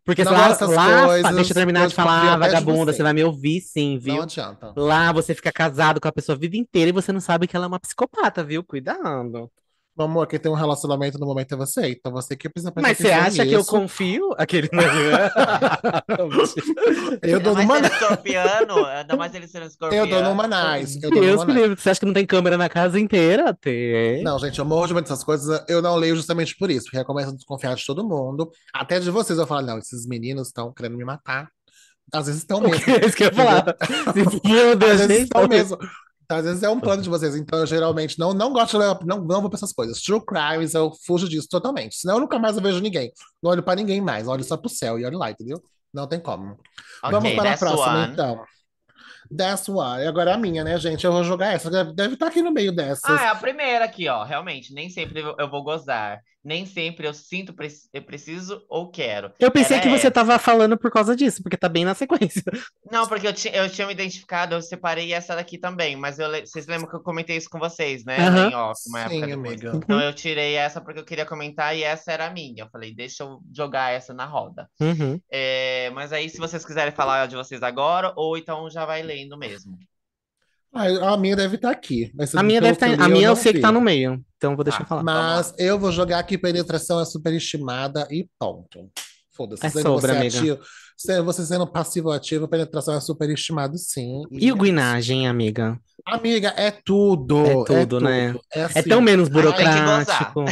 Porque Não lá, gosto dessas lá, fa- deixa eu coisas, terminar eu de falar, desconfio até de vagabunda, você vocês. vai me ouvir sim, Não viu? adianta. Lá você fica casado com a pessoa a vida inteira e você não sabe que ela é uma psicopata, viu? Cuidado. Meu amor, quem tem um relacionamento no momento é você, então você que precisa prestar Mas você atenção acha que eu nisso. confio? Aquele. não. né? Eu Ainda dou mais numa, sendo escorpiano, ainda mais ele sendo eu dou numa escorpiano. nice, eu dou Deus numa me nice. livre. Você acha que não tem câmera na casa inteira? Tem. Não, gente, eu morro de medo dessas coisas, eu não leio justamente por isso, porque eu começo a desconfiar de todo mundo, até de vocês. Eu falo, não, esses meninos estão querendo me matar, Às vezes estão O mesmo. que é isso que eu ia falar? é Se for da Às vezes gente, estão mesmo. Às vezes é um plano de vocês. Então, eu geralmente não, não gosto de ler, não, não vou pra essas coisas. True crimes, eu fujo disso totalmente. Senão eu nunca mais eu vejo ninguém. Não olho pra ninguém mais. Olho só pro céu e olho lá, entendeu? Não tem como. Vamos Ok, para a that's próxima, one. então. That's one. E agora é a minha, né, gente? Eu vou jogar essa. Deve deve estar aqui no meio dessas. Ah, é a primeira aqui, ó. Realmente, nem sempre eu eu vou gozar. Nem sempre eu sinto, pre- eu preciso ou quero. Eu pensei que Era você essa. tava falando por causa disso, porque tá bem na sequência. Não, porque eu, ti- eu tinha me identificado, eu separei essa daqui também. Mas eu le- vocês lembram que eu comentei isso com vocês, né? Aham. Em off, uma época Sim, depois. amiga. Uhum. Então eu tirei essa porque eu queria comentar e essa era a minha. Eu falei, deixa eu jogar essa na roda. Uhum. É, mas aí, se vocês quiserem falar de vocês agora, ou então já vai lendo mesmo. Ah, A minha deve estar aqui. Mas A minha pelo deve tá, que li, a minha eu não sei que vi. tá no meio, então eu vou deixar Ah, falar. Mas eu vou jogar que penetração é superestimada e ponto. Foda-se. É sendo sobre, você amiga. ativo- se- você sendo passivo ou ativo, penetração é superestimado, sim. E o guinagem, amiga? Amiga, é tudo. É tudo, né? É, É assim, tão menos gozar. burocrático.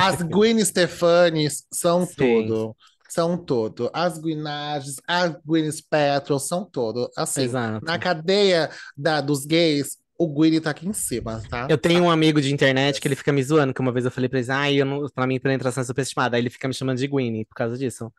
As Gwen Stefanis são Sim. tudo. São tudo. As Guinages, as Gwen Petrol são tudo. Assim, Exato. na cadeia da, dos gays, o Gwyn tá aqui em cima, tá? Eu tenho um amigo de internet que ele fica me zoando, que uma vez eu falei pra ele, ai, eu não, pra mim penetração é superestimada. Aí ele fica me chamando de Gwynne por causa disso.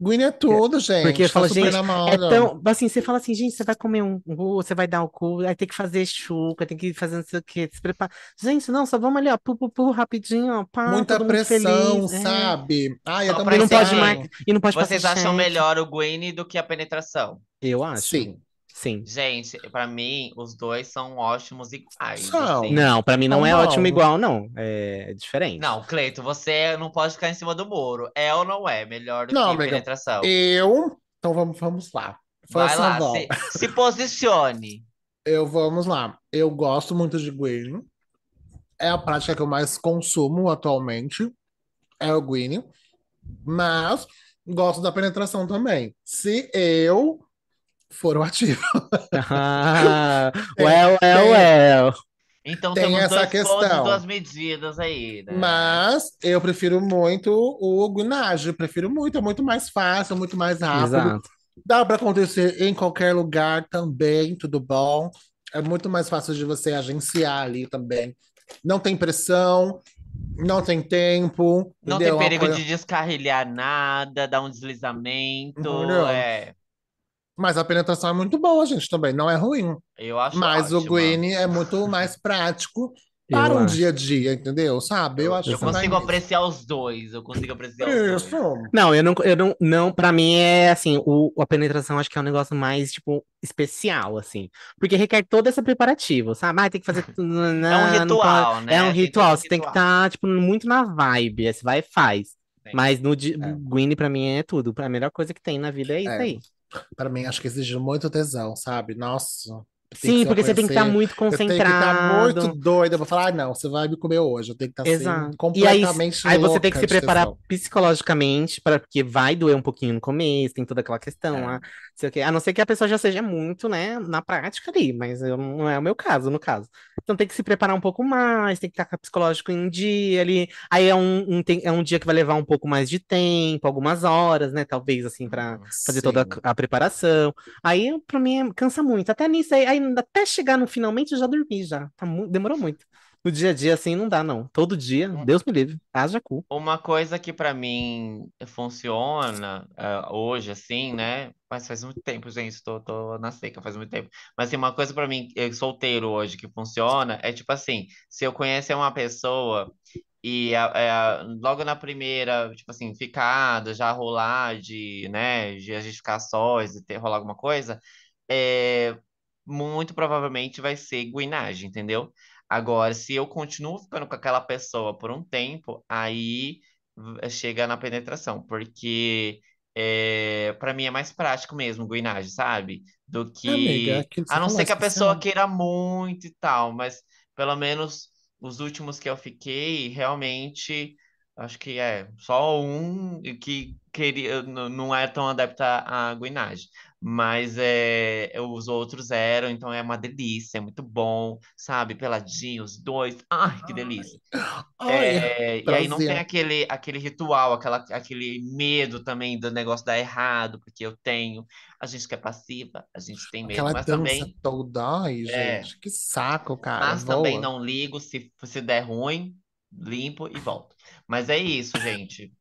Gwyn é tudo, gente. Porque eu tá falo, super gente, na É moda. tão, assim, você fala assim, gente, você vai comer um, cu, você vai dar o cu, aí tem que fazer chuca, tem que fazer não sei o quê, se preparar. Gente, não, só vamos ali, ó, pu, pu, pu, rapidinho, ó, pá, Muita Ah, todo mundo pressão, feliz, é. sabe? Ai, é Só tão pra E não pode Sim. bizarro. marcar, e não pode Vocês passar acham cheque. melhor o Gwynne do que a penetração? Eu acho. Sim. Sim. Gente, pra mim, os dois são ótimos iguais. São. assim. Não, pra mim não Então é ótimo vamos. igual, não. É diferente. Não, Cleito, você não pode ficar em cima do muro. É ou não é? Melhor do Não, que amiga. penetração. Eu. Então vamos, vamos lá. Vai First lá, of all. se, se posicione. Eu vamos lá. Eu gosto muito de Gwyn. É a prática que eu mais consumo atualmente. É o Gwyn. Mas gosto da penetração também. Se eu for o ativo. Ah, Tem- well, well, tem- well. Então Tem temos essa dois questão. pontos, duas medidas aí, né? Mas eu prefiro muito o Gunage. Prefiro muito. É muito mais fácil, muito mais rápido. Exato. Dá para acontecer em qualquer lugar também, tudo bom. É muito mais fácil de você agenciar ali também. Não tem pressão, não tem tempo. entendeu? Não É tem Uma perigo coisa- de descarrilhar nada, dar um deslizamento. Entendeu? É, Mas a penetração é muito boa, gente, também. Não é ruim. eu acho Mas ótima. o Green é muito mais prático Eu para um acho. dia a dia, entendeu? Sabe? Eu acho Eu que vai consigo nisso. apreciar os dois. Eu consigo apreciar os Isso. dois. Não, eu não, eu não, não, pra mim é assim, o, a penetração acho que é um negócio mais, tipo, especial, assim. Porque requer todo esse preparativo, sabe? Ah, tem que fazer. tudo, É um não pode- ritual, né? É um Tem todo ritual, você tem que ritual. estar, tipo, muito na vibe, aí você vai e faz. Sim. Mas no di- É. Gwynne, pra mim, é tudo. A melhor coisa que tem na vida é isso É. aí. Para mim, acho que exige muito tesão, sabe? Nossa. tem que Sim, se porque você tem que tá estar conhecer. muito Eu tenho que estar concentrado. muito doida. Eu vou falar, ah, não, você vai me comer hoje. Eu tenho que estar assim, Exato. E aí- completamente Aí você tem louca que se de preparar tesão. psicologicamente, para porque vai doer um pouquinho no começo, tem toda aquela questão, É. ah, sei o quê. A não ser que a pessoa já seja muito, né, na prática ali, mas eu- não é o meu caso, no caso. Então tem que se preparar um pouco mais, tem que estar com o psicológico em dia ali. Aí é um, um tem- é um dia que vai levar um pouco mais de tempo, algumas horas, né, talvez assim, para fazer toda Sim. a, a preparação. Aí, pra mim, é- cansa muito. Até nisso aí, aí até chegar no finalmente, eu já dormi já. Tá mu- demorou muito. No dia a dia, assim, não dá, não. Todo dia, Hum. Deus me livre. Haja cu. Uma coisa que pra mim funciona ah, hoje, assim, né? Mas faz muito tempo, gente, tô, tô na seca, faz muito tempo. Mas assim, uma coisa pra mim, eh, solteiro hoje, que funciona, é tipo assim, se eu conhecer uma pessoa e a- é, a- logo na primeira, tipo assim, ficada, já rolar de, né, de a gente ficar sós e ter, rolar alguma coisa, é, muito provavelmente vai ser guinagem, entendeu? Agora, se eu continuo ficando com aquela pessoa por um tempo, aí v- chega na penetração, porque é, para mim é mais prático mesmo, guinagem, sabe? Do que. Amiga, é aquilo que a você não falou, assim? ser que a pessoa especial. queira muito e tal, mas pelo menos os últimos que eu fiquei, realmente Acho que é só um que queria, n- não é tão adepta à guinagem, mas é, os outros eram, então é uma delícia, é muito bom, sabe? Peladinho, os dois, ai, que delícia. Ai, É, e aí não tem prazer. aquele, aquele ritual, aquela, aquele medo também do negócio dar errado, porque eu tenho, a gente que é passiva, a gente tem medo, aquela mas dança também, toda. Ai, É. gente, que saco, cara. mas também voa. não ligo, se, se der ruim, limpo e volto. Mas é isso, gente.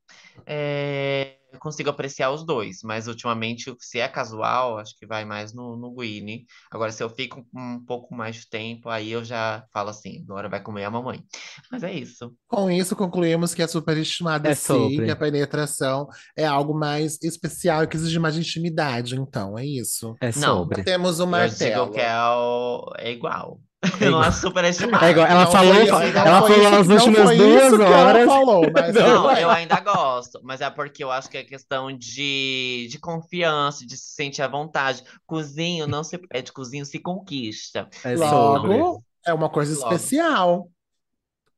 É, eu consigo apreciar os dois, mas ultimamente, se é casual, acho que vai mais no, no Guine. Agora, se eu fico um pouco mais de tempo, aí eu já falo assim, agora vai comer a mamãe. Mas é isso. Com isso, concluímos que a superestimada É sim, que sobre. a penetração é algo mais especial e que exige mais intimidade. Então, é isso. É Não, sobre. Temos o Eu digo martelo. que é, o- é igual. É Não é igual. superestimado. É igual, ela Não falou, foi isso, não ela foi falou isso nas que- não últimas foi duas isso que ela horas. falou, mas Não. tudo Não, bem. eu ainda gosto, mas é porque eu acho que é questão de, de confiança, de se sentir à vontade. Cozinho não se é de cozinho se conquista. É sobre. Logo, é uma coisa Logo. especial.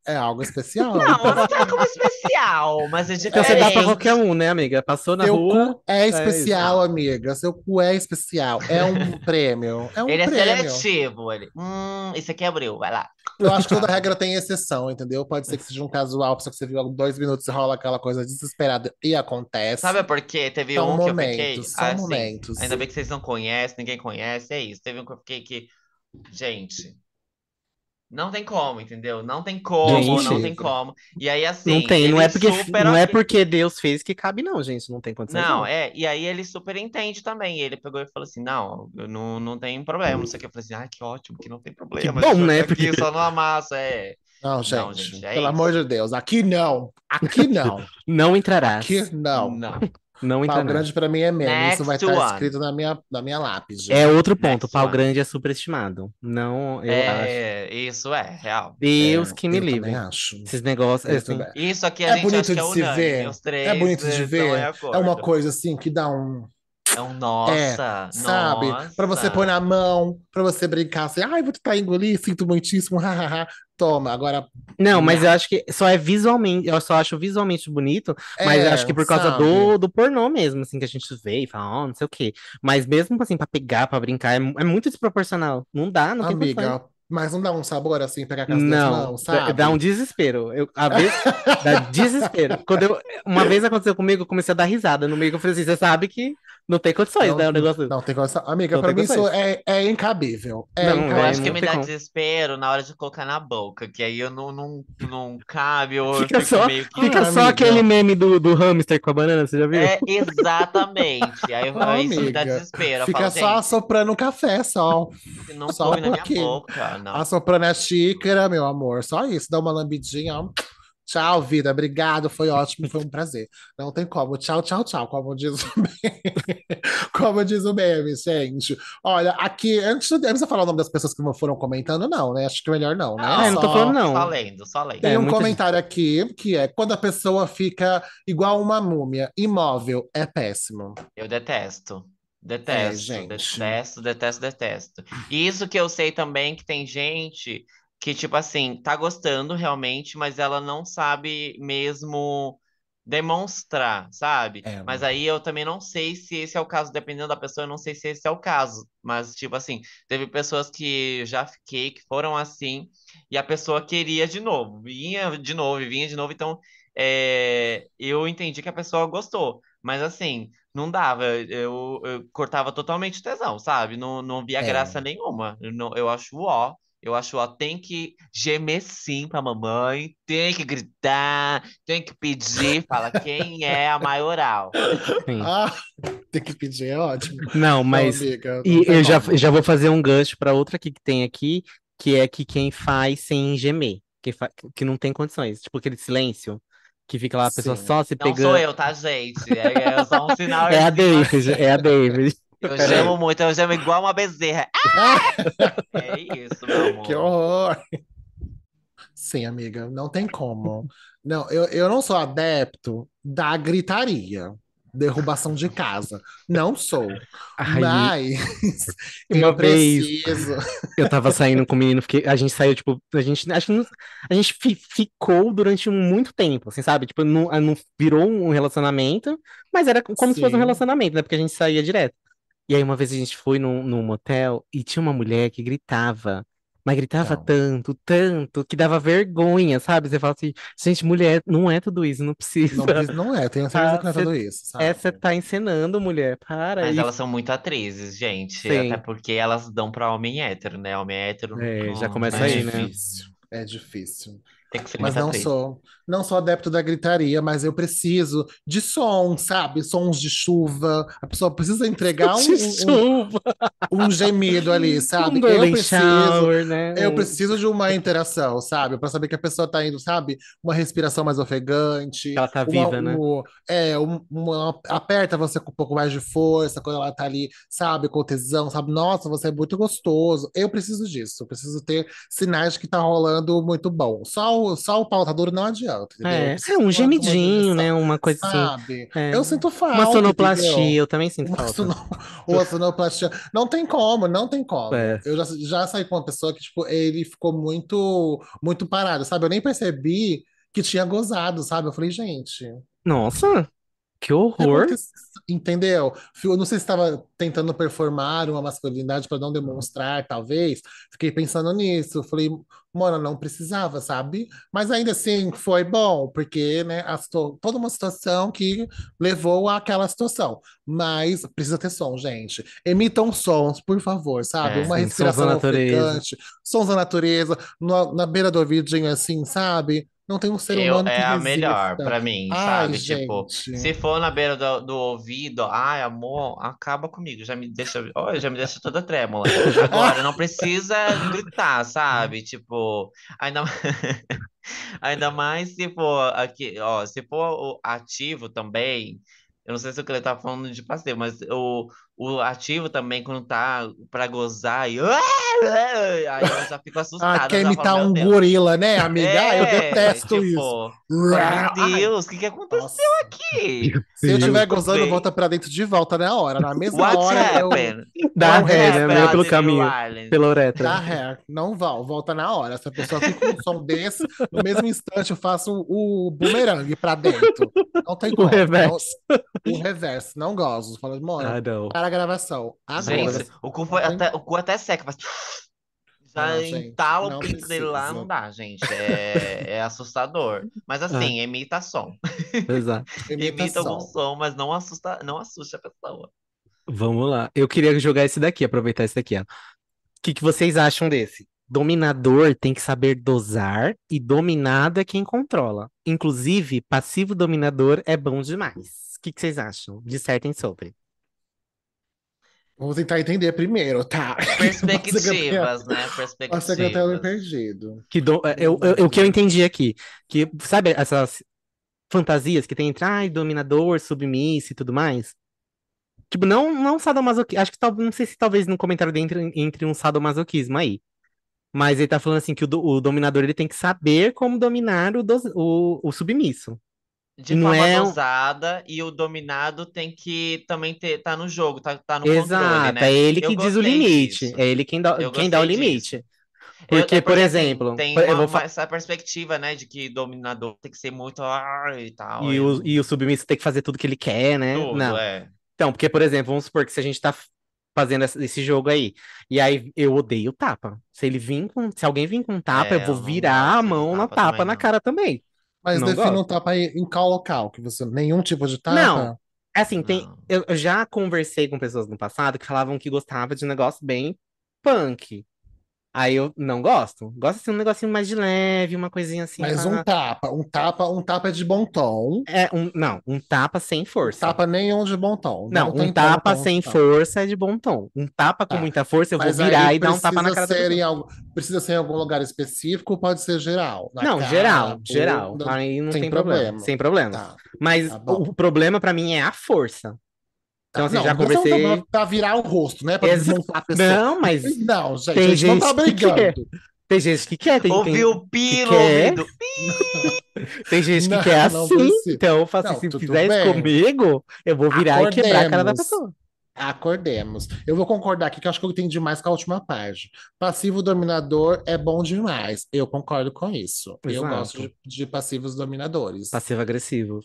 É algo especial. Não, não tá como especial, mas é Então você dá pra diferente. qualquer um, né, amiga? Passou na Seu rua. cu é especial, amiga. Seu cu é especial. É um prêmio. É um Ele é prêmio. seletivo, ele. Hum, esse aqui abriu, vai lá. Eu acho que toda regra tem exceção, entendeu? Pode ser que seja um casual, só que você viu dois minutos e rola aquela coisa desesperada e acontece. Sabe por quê? Teve São um que eu fiquei. momentos, são assim, momentos. Ainda bem que vocês não conhecem, ninguém conhece, é isso. Teve um que eu fiquei que. Gente, não tem como, entendeu? Não tem como, não Gente. tem como. E aí, assim. Não tem, não ele é porque super não é ok- porque Deus fez que cabe, não, gente. Não tem condição. Não, é, e aí ele super entende também. Ele pegou e falou assim: não, eu não, não tem problema, não sei o que. Eu falei assim: ah, que ótimo, que não tem problema. a bom, gente vai né? ficar aqui Porque- só não amassa, é. Não, gente, Não, gente, é pelo isso. amor de Deus, aqui não, aqui não, Não entrarás. aqui não. Não. Não Pau entrarás. grande pra mim é meme, Next isso vai one. estar escrito na minha, na minha lápide. É outro ponto. Next Pau one. grande é superestimado. Não, eu acho. é, isso é, real. Deus É, que me eu também livre. acho. Esses negócios. Eu assim, também. Isso aqui a É gente bonito acha que é de se unânime. ver. Os três É bonito de eh, ver. estão em É uma acordo. coisa assim que dá um, É um nossa, sabe? Pra você nossa. pôr na mão, pra você brincar assim, ai, vou tentar engolir, sinto muitíssimo, hahaha. Toma, agora. Não, mas Não. eu acho que só é visualmente. Eu só acho visualmente bonito. Mas é, eu acho que por causa sabe? do, do pornô mesmo, assim, que a gente vê e fala, ó, não sei o quê. Mas mesmo assim, pra pegar, pra brincar, é, mu- é muito desproporcional. Não dá, não tem condições. Amiga, é mas não dá um sabor assim, pegar com as duas Não, mãos, dá- sabe? dá um desespero. Eu, a vez, dá desespero. Quando eu, uma vez aconteceu comigo, eu comecei a dar risada no meio que eu falei assim: você sabe que não tem condições, Não, né? O negócio. Não, tem coisa. Amiga, Não pra tem mim isso condições. é, é incabível. É Não, Eu é, acho incabível. que não me tem dá como. desespero na hora de colocar na boca, que aí eu não, não, não cabe, eu Fica fico só, meio que. fica Ah, só amiga. aquele meme do, do hamster com a banana, você já viu? É, exatamente. Aí, eu- Ah, aí isso me dá amiga, desespero. Eu Fica falo, só gente, assoprando o café, só. se não só um põe na minha pouquinho. boca, não. Assoprando a xícara, é né, meu amor. Só isso, dá uma lambidinha, ó. Tchau, vida. Obrigado, foi ótimo, foi um prazer. Não tem como. Tchau, tchau, tchau. Como diz o meme. Como diz o meme, gente. Olha, aqui, antes, antes de eu falar o nome das pessoas que não foram comentando, não, né? Acho que melhor não, né? Não, Ah, não tô Só- falando, não. Só lendo, só lendo. Tem É, um muita comentário aqui que é: quando a pessoa fica igual uma múmia, imóvel, é péssimo. Eu detesto. Detesto, É, gente. detesto, detesto, detesto. E isso que eu sei também que tem gente que, tipo assim, tá gostando realmente, mas ela não sabe mesmo demonstrar, sabe? É. Mas aí eu também não sei se esse é o caso, dependendo da pessoa, eu não sei se esse é o caso. Mas, tipo assim, teve pessoas que já fiquei, que foram assim, e a pessoa queria de novo, vinha de novo, e vinha de novo, então é, eu entendi que a pessoa gostou. Mas assim, não dava, eu, eu cortava totalmente o tesão, sabe? Não, não via É. graça nenhuma. Eu, não, eu acho ó. Eu acho ó, tem que gemer sim pra mamãe, tem que gritar, tem que pedir, fala quem é a maioral. Sim. Ah, tem que pedir, é ótimo. Não, Hum. mas. Não, amiga, não E tem eu já, como. já vou fazer um gancho para outra aqui que tem aqui, que é que quem faz sem gemer, que, fa- que não tem condições, tipo aquele silêncio, que fica lá a pessoa Sim. só se Não sou pegando. eu, tá, gente? É, é só um sinal. É a assim, David, é a David. Eu gemo muito, eu gemo igual uma bezerra. É isso, meu amor. Que horror! Sim, amiga, não tem como. Não, eu, eu não sou adepto da gritaria. derrubação de casa. Não sou. Ai, Mas Uma eu vez. preciso. Eu tava saindo com o menino, fiquei, a gente saiu, tipo, a gente, acho que não- a gente fi- ficou durante um- muito tempo, assim, sabe? Tipo, não, ah, não virou um relacionamento, mas era como se fosse um Sim. relacionamento, né? Porque a gente saía direto. E aí, uma vez a gente foi num, num motel e tinha uma mulher que gritava, mas gritava Então. tanto, tanto, que dava vergonha, sabe? Você fala assim, gente, mulher, não é tudo isso, não precisa. Não, preciso- não é, tenho certeza que não é Ah, cê- tudo isso, sabe? É Essa tá encenando, mulher, para. Mas E- elas são muito atrizes, gente. Sim. Até porque elas dão pra homem hétero, né? Homem hétero. É, já hum, começa é aí, né? difícil. É difícil. Tem que ser Mas muito não atriz. sou, não sou adepto da gritaria, mas eu preciso de som, sabe? Sons de chuva. A pessoa precisa entregar um, um, Desculpa, um gemido ali, um sabe? Eu golden preciso, shower, né? Eu Um- preciso de uma interação, sabe? Pra saber que a pessoa tá indo, sabe? Uma respiração mais ofegante. Que ela tá uma- viva, né? um- é, um- uma- aperta você com um pouco mais de força quando ela tá ali, sabe? Com tesão, sabe? Nossa, você é muito gostoso. Eu preciso disso. Eu preciso ter sinais de que tá rolando muito bom. Só o, só o pau tá duro não adianta, entendeu? Eu É, preciso é um de uma- de uma gemidinho, né? Uma direção, coisa assim. Sabe? É. Eu sinto falta, Uma sonoplastia, entendeu? eu também sinto Uma, falta. sono... uma sonoplastia. Não tem como, não tem como. É. Eu já, já saí com uma pessoa que, tipo, ele ficou muito, muito parado, sabe? Eu nem percebi que tinha gozado, sabe? Eu falei, gente, o Nossa, que que horror. aconte- É entendeu? Eu não sei se estava tentando performar uma masculinidade para não demonstrar, talvez. Fiquei pensando nisso. Eu Falei, mano, não precisava, sabe? Mas ainda assim foi bom, porque, né, a situ- toda uma situação que levou àquela situação. Mas precisa ter som, gente. Emitam sons, por favor, sabe? É, Uma sim, respiração sons da natureza. ofegante, sons da natureza, no- na beira do ouvidinho, assim, sabe? Não tem um ser Eu, humano que é a melhor resista. pra mim, Ai, sabe? Tipo, gente. se for na beira do, do ouvido, ai, amor, acaba comigo, já me deixa, ó, já me deixa toda trêmula. Agora, não precisa gritar, sabe? Tipo, ainda, ainda mais se for aqui, ó, se for o ativo também, eu não sei se o Cleiton tá falando de passeio, mas o, o ativo também, quando tá pra gozar, e, aí né? eu já fico assustada, Ah, quer já falo, imitar meu um Deus. gorila, né, amiga? Ai, eu detesto tipo, isso. Meu Ai, Deus, o que que aconteceu nossa. aqui? Se eu estiver Tudo gozando, bem. volta pra dentro de volta na hora. Na mesma What hora, eu... happened? Dá What ré, né? happened Meio pelo on the caminho, island? pela uretra. Da hair, Tá, é, não val, volta na hora. Se a pessoa fica com um som desse, no mesmo instante eu faço o bumerangue pra dentro. Não tem O como. reverso. Não- o reverso, não gosto. Fala, Ah, mano, não. para a gravação. Agora. Gente, o cu, foi Não tem- até, o cu até seca, mas... Já Não, gente, entala o não pinto dele lá, precisa. não dá, gente. É, é assustador. Ah. Mas assim, imita som. Exato. Imita algum Imitação. som, mas não assusta, não assusta a pessoa. Vamos lá. Eu queria jogar esse daqui, aproveitar esse daqui, ó. O que que vocês acham desse? Dominador tem que saber dosar e dominado é quem controla. Inclusive, passivo dominador é bom demais. O que que vocês acham? Dissertem sobre. Vou tentar entender primeiro, tá? Perspectivas, né? Nossa, secretária eu me Perspectivas. perdido. Que do- é, eu- eu- o que eu entendi aqui, que sabe essas fantasias que tem entre ai, dominador, submisso e tudo mais? Tipo, não, não sadomasoquismo. Acho que tal- não sei se talvez no comentário dentro entre um sadomasoquismo aí. Mas ele tá falando assim que o, do- o dominador ele tem que saber como dominar o, dos- o, o submisso. De Não forma é um- dosada, e o dominado tem que também ter, tá no jogo, tá, tá no controle, Exato, né? é ele Eu que diz o gostei limite. disso. É ele quem dá, Eu quem dá o gostei limite. Eu- Porque, é por assim, exemplo, tem por- eu uma- vou uma- fa- essa perspectiva, né, de que dominador tem que ser muito "Ai", e tal, e eu o, não- e o submisso tem que fazer tudo que ele quer, né? tudo, Não. é. Então, porque, por exemplo, vamos supor que se a gente tá f- fazendo essa- esse jogo aí, e aí eu odeio tapa. Se ele vir com, se alguém vir com tapa, eu É, vou eu não virar a gosto de mão na tapa tapa também, na não. cara também. Mas Não defina gosto. um tapa aí em qual local? Que você. Nenhum tipo de tapa? Não. Assim, tem, Não. eu, eu já conversei com pessoas no passado que falavam que gostava de um negócio bem punk. Aí eu não gosto. Gosto assim, um negocinho mais de leve, uma coisinha assim. Mas pá. um tapa, um tapa, um tapa de bom tom. É um, não, um tapa sem força. Tapa nenhum de bom tom. Não, tem um tom, tapa tom, sem tom. força é de bom tom. Um tapa com Tá. muita força, eu vou Mas virar aí e dar um tapa na precisa cara da ser pessoa. em algum, precisa ser em algum lugar específico, ou pode ser geral. Na Não, cara, geral, na geral. bunda. Aí não sem tem problema, problema. sem problema. Tá, Mas tá o bom. o problema pra mim é a força. Então, assim, não, já não precisa ser um conversei. tapa pra virar o rosto, né? Pra Exa- desmontar a pessoa. Não, mas Não, gente, tem a gente não tá gente que quer. brigando. Tem gente que quer, tem, tem, Ouviu o pilo, quer? ouvido. tem gente que Não, quer não assim. precisa. então eu faço Não, assim, se tudo fizer bem. isso comigo, eu vou virar e quebrar a cara da Acordemos. pessoa. Acordemos. Eu vou concordar aqui que eu acho que eu entendi mais com a última parte. Passivo dominador é bom demais. Eu concordo com isso. Eu Exato. gosto de, de passivos dominadores. Passivo-agressivo.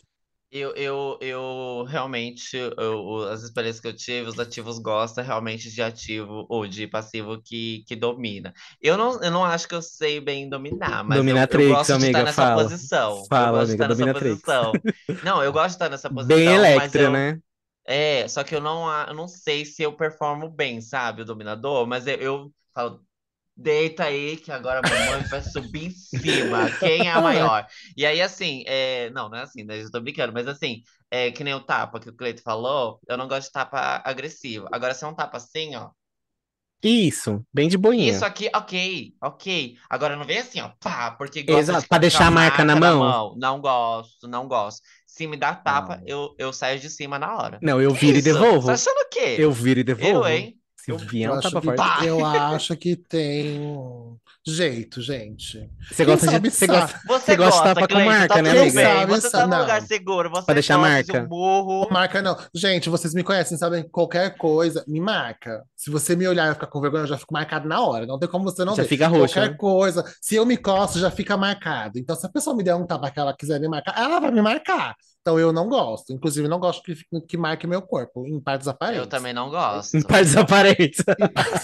Eu, eu, eu realmente, eu- eu- as experiências que eu tive, os ativos gostam realmente de ativo ou de passivo que, que domina. Eu não, eu não acho que eu sei bem dominar, mas eu, eu Dominatrix, gosto de estar amiga, nessa fala. posição. Eu Fala, gosto de amiga, estar nessa dominatrix. posição. Não, eu gosto de estar nessa posição, Bem mas Electra, eu, né? é, só que eu não, a- eu não sei se eu performo bem, sabe, o dominador, mas eu, eu falo, deita aí que agora a mamãe vai subir em cima, quem é a maior? E aí, assim, é, não, não é assim, né, eu tô brincando, mas assim, é que nem o tapa que o Cleito falou, eu não gosto de tapa agressivo. Agora, se é um tapa assim, ó, Isso, bem de boinha. isso é aqui, ok, ok. Agora não vem assim, ó, pá, porque gosta Exato, de pra ficar deixar com a marca na mão. Não gosto, não gosto. Se me dá tapa, Não. eu, eu saio de cima na hora. Não, Ah. eu Que viro e isso? devolvo. Tá achando o quê? Eu viro e devolvo. Eu, hein? Se Eu- vier Eu um acho tapa que- forte. Pá! eu acho que tem um jeito, gente. Você gosta tá. sabe de. Você sabe. gosta... Você gosta de gosta, tapa com Cleide, marca, tá né, tudo amiga? bem. Sabe, Você tá sabe, num lugar não. seguro, você Pra deixar gosta de um marca. burro. Marca não. Gente, vocês me conhecem, sabem qualquer coisa, me marca. Se você me olhar e ficar com vergonha, eu já fico marcado na hora. Não tem como você não Já ver. fica roxa, Qualquer né? coisa, se eu me coço, já fica marcado. Então, se a pessoa me der um tapa que ela quiser me marcar, ela vai me marcar. Então, eu não gosto. Inclusive, não gosto que, que marque meu corpo, em partes aparentes. Eu também não gosto. Em partes aparentes. Em partes,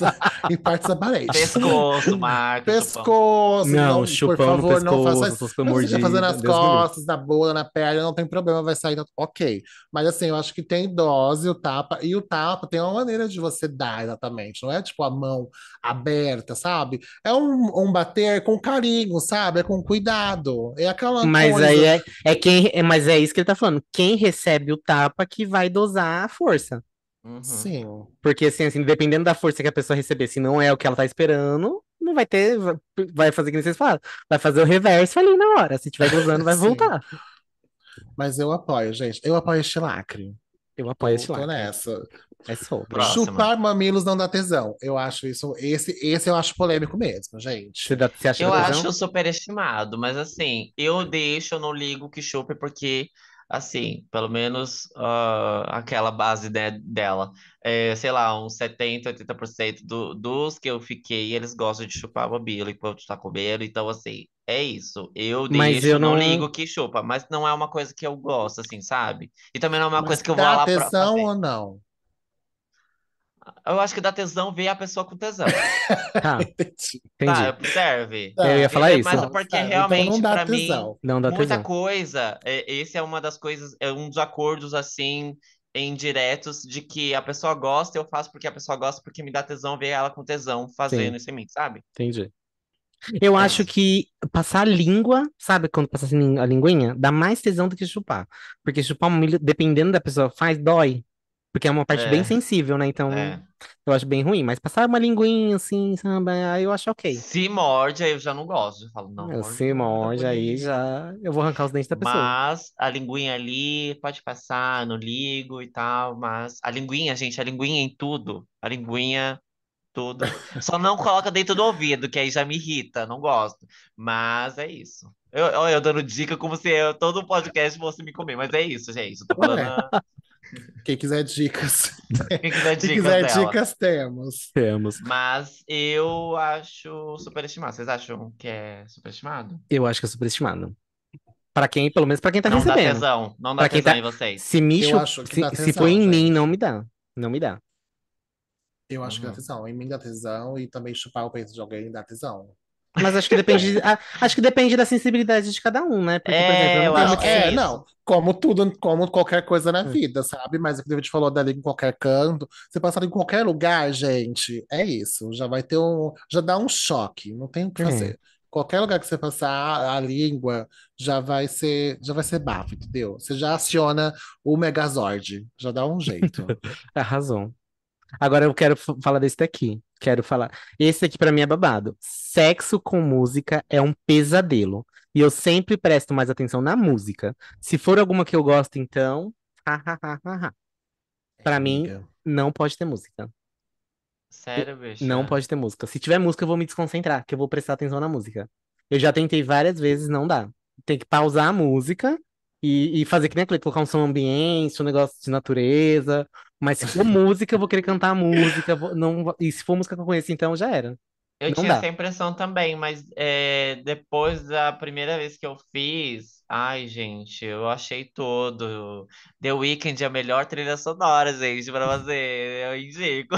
em partes aparentes. Pescoço, marca. chupão. Pescoço, Não, por chupando favor, o não faça pescoço, essas Não coisas precisa fazer nas mordidas, é Deus me livre. costas, na bola, na perna, não tem problema, vai sair. tá Ok. Mas assim, eu acho que tem dose o tapa. E o tapa tem uma maneira de você dar exatamente. Não é tipo a mão aberta, sabe? É um, um bater com carinho, sabe? É com cuidado. É aquela Mas coisa. aí é, é quem. é- mas é isso que ele tá falando. Quem recebe o tapa que vai dosar a força. Uhum. Sim. Porque assim, assim, dependendo da força que a pessoa receber, se não é o que ela tá esperando, não vai ter. vai- Vai fazer o que vocês falaram. Vai fazer o reverso ali na hora. Se tiver dosando, vai Sim. voltar. Mas eu apoio, gente. Eu apoio este lacre. Eu apoio esse Tô- tô lado. nessa. É sobre. Próxima. Chupar mamilos não dá tesão. Eu acho isso. Esse, esse eu acho polêmico mesmo, gente. Você, dá, você acha Eu tesão? acho superestimado, mas assim, eu deixo, eu não ligo que chupe, porque, assim, pelo menos ah, aquela base né, dela, é, sei lá, uns 70, 80% do, dos que eu fiquei, eles gostam de chupar o mamilo enquanto tá comendo, então, assim, é isso. Eu Mas deixo, eu não... não- ligo que chupa, mas não é uma coisa que eu gosto, assim, sabe? E também não é uma Mas coisa que eu vou dá lá pra tesão fazer. ou não? Eu acho que dá tesão ver a pessoa com tesão, Tá, Entendi. entendi. tá? Serve. Eu ia falar É, isso. mas- porque tá. realmente, pra mim, Não dá Muita tesão. coisa. É, Esse é uma das coisas, é um dos acordos assim indiretos de que a pessoa gosta, eu faço porque a pessoa gosta, porque me dá tesão ver ela com tesão fazendo isso em mim, sabe? Entendi. Eu É acho isso. que passar a língua, sabe quando passa assim a linguinha? Dá mais tesão do que chupar. Porque chupar um milho, dependendo da pessoa, faz, dói. Porque é uma parte É. bem sensível, né? Então, É. eu acho bem ruim. Mas passar uma linguinha assim, sabe? Aí eu acho ok. Se morde, aí eu já não gosto. Eu falo, não, Eu morde, É, se não, tá morde, aí bonito. já eu vou arrancar os dentes da pessoa. Mas a linguinha ali, pode passar, não ligo e tal, mas a linguinha, gente, a linguinha em tudo. A linguinha, tudo. Só não coloca dentro do ouvido, que aí já me irrita, não gosto. Mas é isso. Eu, eu, eu dando dica como se eu, todo podcast fosse me comer, mas é isso, gente. Eu tô falando. a- Quem quiser dicas. É. Quem quiser Quem dicas quiser dela. dicas, temos. Temos. Mas eu acho superestimado. Vocês acham que é superestimado? Eu acho que é superestimado. Pra quem, pelo menos pra quem tá não dá recebendo. tesão, não dá Pra quem tesão tá- em vocês. Se me Eu chu- acho que se, dá se for em tesão, mim, gente. não me dá. Não me dá. Eu acho que dá Uhum. tesão. Em mim dá tesão e também chupar o peito de alguém dá tesão. Mas acho que depende, de- a- acho que depende da sensibilidade de cada um, né? Porque, por exemplo, É, eu não eu tenho acho muito que é, isso. não. Como tudo, como qualquer coisa Hum. na vida, sabe? Mas o que o David falou dali em qualquer canto, você passar em qualquer lugar, gente, é isso. Já vai ter um. Já dá um choque, não tem o que É. fazer. Qualquer lugar que você passar a língua já vai ser, já vai ser bafo, entendeu? Você já aciona o Megazord, já dá um jeito. Arrasou. Tá, Agora eu quero f- falar desse daqui. Quero falar. Esse aqui pra mim é babado. Sexo com música é um pesadelo. E eu sempre presto mais atenção na música. Se for alguma que eu gosto, então. ha, ha, ha, ha, ha. Pra mim, É, Amiga. não pode ter música. Sério, bicho? Não pode ter música. Se tiver música, eu vou me desconcentrar, que eu vou prestar atenção na música. Eu já tentei várias vezes, não dá. Tem que pausar a música e, e fazer que nem aquele, colocar um som ambiente, um negócio de natureza. Mas se for música, eu vou querer cantar a música. vou- não, vou- e se for música que eu conheço, então já era. Eu Não tinha dá. essa impressão também, mas é, depois da primeira vez que eu fiz, ai, gente, eu achei todo. The Weeknd é a melhor trilha sonora, gente, pra fazer. Eu indico.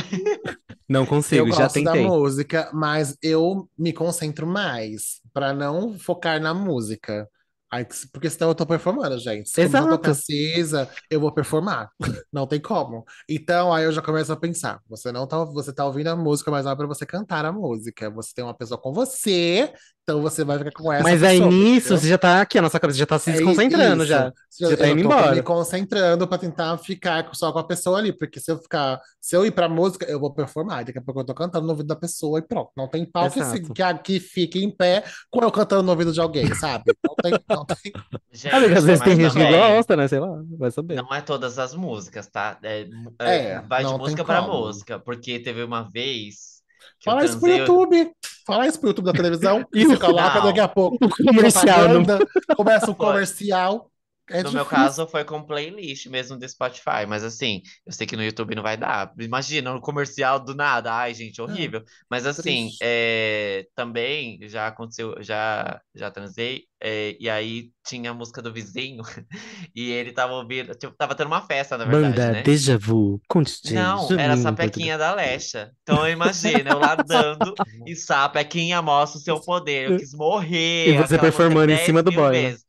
Não Eu consigo, já gosto da tentei. música, mas eu me concentro mais pra não focar na música. Aí, porque senão eu tô performando, gente. Se eu não tô Exato. precisa, eu vou performar. Não tem como. Então aí eu já começo a pensar. Você não tá, você tá ouvindo a música, mas não é pra você cantar a música. Você tem uma pessoa com você, então você vai ficar com essa Mas aí pessoa, nisso, entendeu? você já tá aqui, a nossa cabeça já tá se É desconcentrando isso. já. Já, Já tá eu indo tô embora. me concentrando pra tentar ficar com- só com a pessoa ali, porque se eu ficar, se eu ir pra música, eu vou performar. Daqui a pouco eu tô cantando no ouvido da pessoa e pronto. Não tem pau que, se, Exato. que aqui fique em pé com eu cantando no ouvido de alguém, sabe? Não tem, não tem. Amiga, às Gente, vezes tem É mas gente que também, gosta, né? Sei lá, vai saber. Não é todas as músicas, tá? É, mu- É, é, vai de não tem música pra como. música, porque teve uma vez que eu Fala isso pro transei. YouTube. Fala isso pro YouTube da televisão. E se o- coloca daqui a pouco. O né? comercial não. propaganda, Começa um Foi. comercial. É No meu difícil. caso, foi com playlist mesmo do Spotify, mas assim, eu sei que no YouTube não vai dar. Imagina, um comercial do nada. Ai, gente, horrível. Mas assim, Ah, triste. é, também já aconteceu, já, já transei, é, e aí tinha a música do vizinho, e ele tava ouvindo, tipo, tava tendo uma festa, na verdade, Banda né? Deja Vu com DJ Não, era Juninho Portugal. sapequinha da Lesha. Então imagina, eu lá dando Tá e sapequinha mostra o seu poder. Eu quis morrer. E você aquela música performando em 10 cima do mil boy, né? vezes.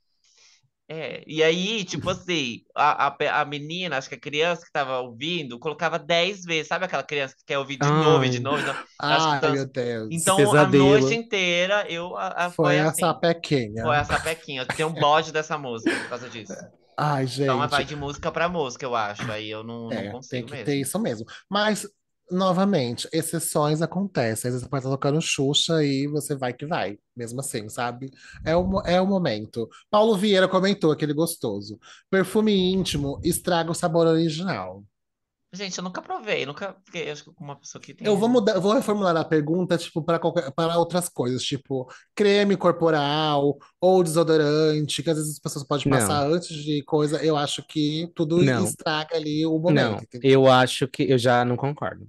É, e aí, tipo assim, a, a, pe- a menina, acho que a criança que tava ouvindo, colocava 10 vezes. Sabe aquela criança que quer ouvir de novo e de Ai. novo? e de novo? Acho que Ai, tanto- meu Deus. Então a Ah, Pesadelo. noite inteira eu a- a- Foi foi essa assim. pequinha. Foi a sapequinha. Eu tenho um bode dessa música por causa disso. É, Ai, Então mas gente. vai de música pra música, eu acho. Aí eu não, não É, tem consigo que mesmo. ter isso mesmo. Mas, novamente, exceções acontecem. Às vezes você pode estar tocando Xuxa e você vai que vai. Mesmo assim, sabe? É o, mo- é o momento. Paulo Vieira comentou aquele gostoso. Perfume íntimo estraga o sabor original. Gente, eu nunca provei, nunca fiquei, acho que com uma pessoa que tem. Eu vou mudar, eu vou reformular a pergunta, tipo, para qualquer, para outras coisas, tipo, creme corporal ou desodorante, que às vezes as pessoas podem Não. passar antes de coisa. Eu acho que tudo Não. estraga ali o Não, momento, entendeu? eu acho que eu já não concordo.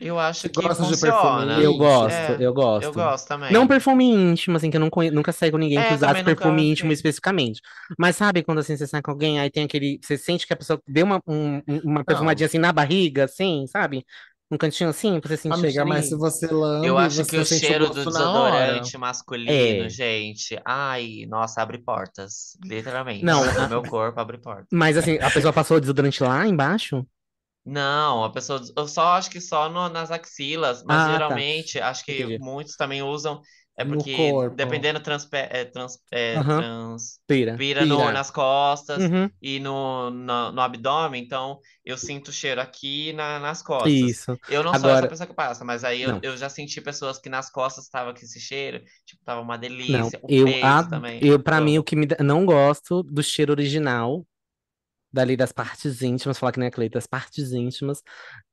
Eu acho Você que gosta de funciona. perfume né? Eu gosto, É, eu gosto. eu gosto também. Não perfume íntimo, assim, que eu não conhe- nunca saí com ninguém É, que usasse também nunca perfume íntimo fiquei. especificamente. Mas sabe quando assim, você sai com alguém, aí tem aquele. Você sente que a pessoa deu uma, um- um- uma perfumadinha assim na barriga, assim, sabe? Um cantinho assim, pra você sentir Amiga, mas se ali. você lambe, Eu acho que você o sente cheiro o do gosto na hora. desodorante masculino, É. gente. Ai, nossa, abre portas. Literalmente. Não, O a- meu corpo abre portas. Mas assim, a pessoa passou o desodorante lá embaixo? Não, a pessoa. Eu só acho que só no- nas axilas, mas Ah, tá. geralmente acho que Entendi. muitos também usam. É No porque corpo. dependendo, transpe, é, trans, é, Aham. trans- Pira. vira no- Pira. nas costas Uhum. e no, no, no abdômen, então eu sinto o cheiro aqui na- nas costas. Isso. Eu não sou essa Agora- pessoa que passa, mas aí eu, Não. eu já senti pessoas que nas costas tava com esse cheiro, tipo, tava uma Não, delícia. O eu, peito a, também. eu para mim amo. o que me dá- não gosto do cheiro original dali das partes íntimas, falar que nem a Cleita, das partes íntimas,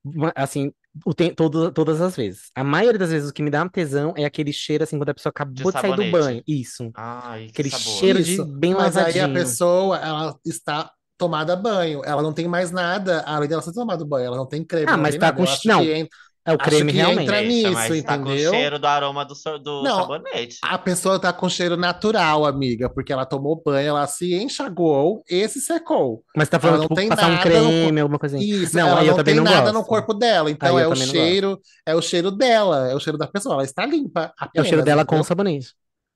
ma- assim, o tem, todo, todas as vezes. A maioria das vezes o que me dá tesão é aquele cheiro assim quando a pessoa acabou de sair do sabonete. banho. Isso. Ai, que Aquele sabor. cheiro de Isso. bem Mas aí a lavadinho. pessoa, ela está tomada banho. Ela não tem mais nada além dela ter tomado banho. Ela não tem creme, Ah, não mas tem tá nada. com Eu che- acho não. que entra... É o acho creme que realmente. entra Deixa, nisso, mas tá com o entendeu? cheiro do aroma do, so- do Não, sabonete. A pessoa tá com cheiro natural, amiga, porque ela tomou banho, ela se enxagou e se secou. Mas tá Ela falando não tipo tem passar um nada no creme, alguma coisa assim. Isso, Não, ela aí eu não também tem não nada no gosto. corpo dela, então Aí eu é o também não gosto. cheiro, é o cheiro dela, é o cheiro da pessoa, ela está limpa É o apenas, cheiro dela com entendeu? sabonete.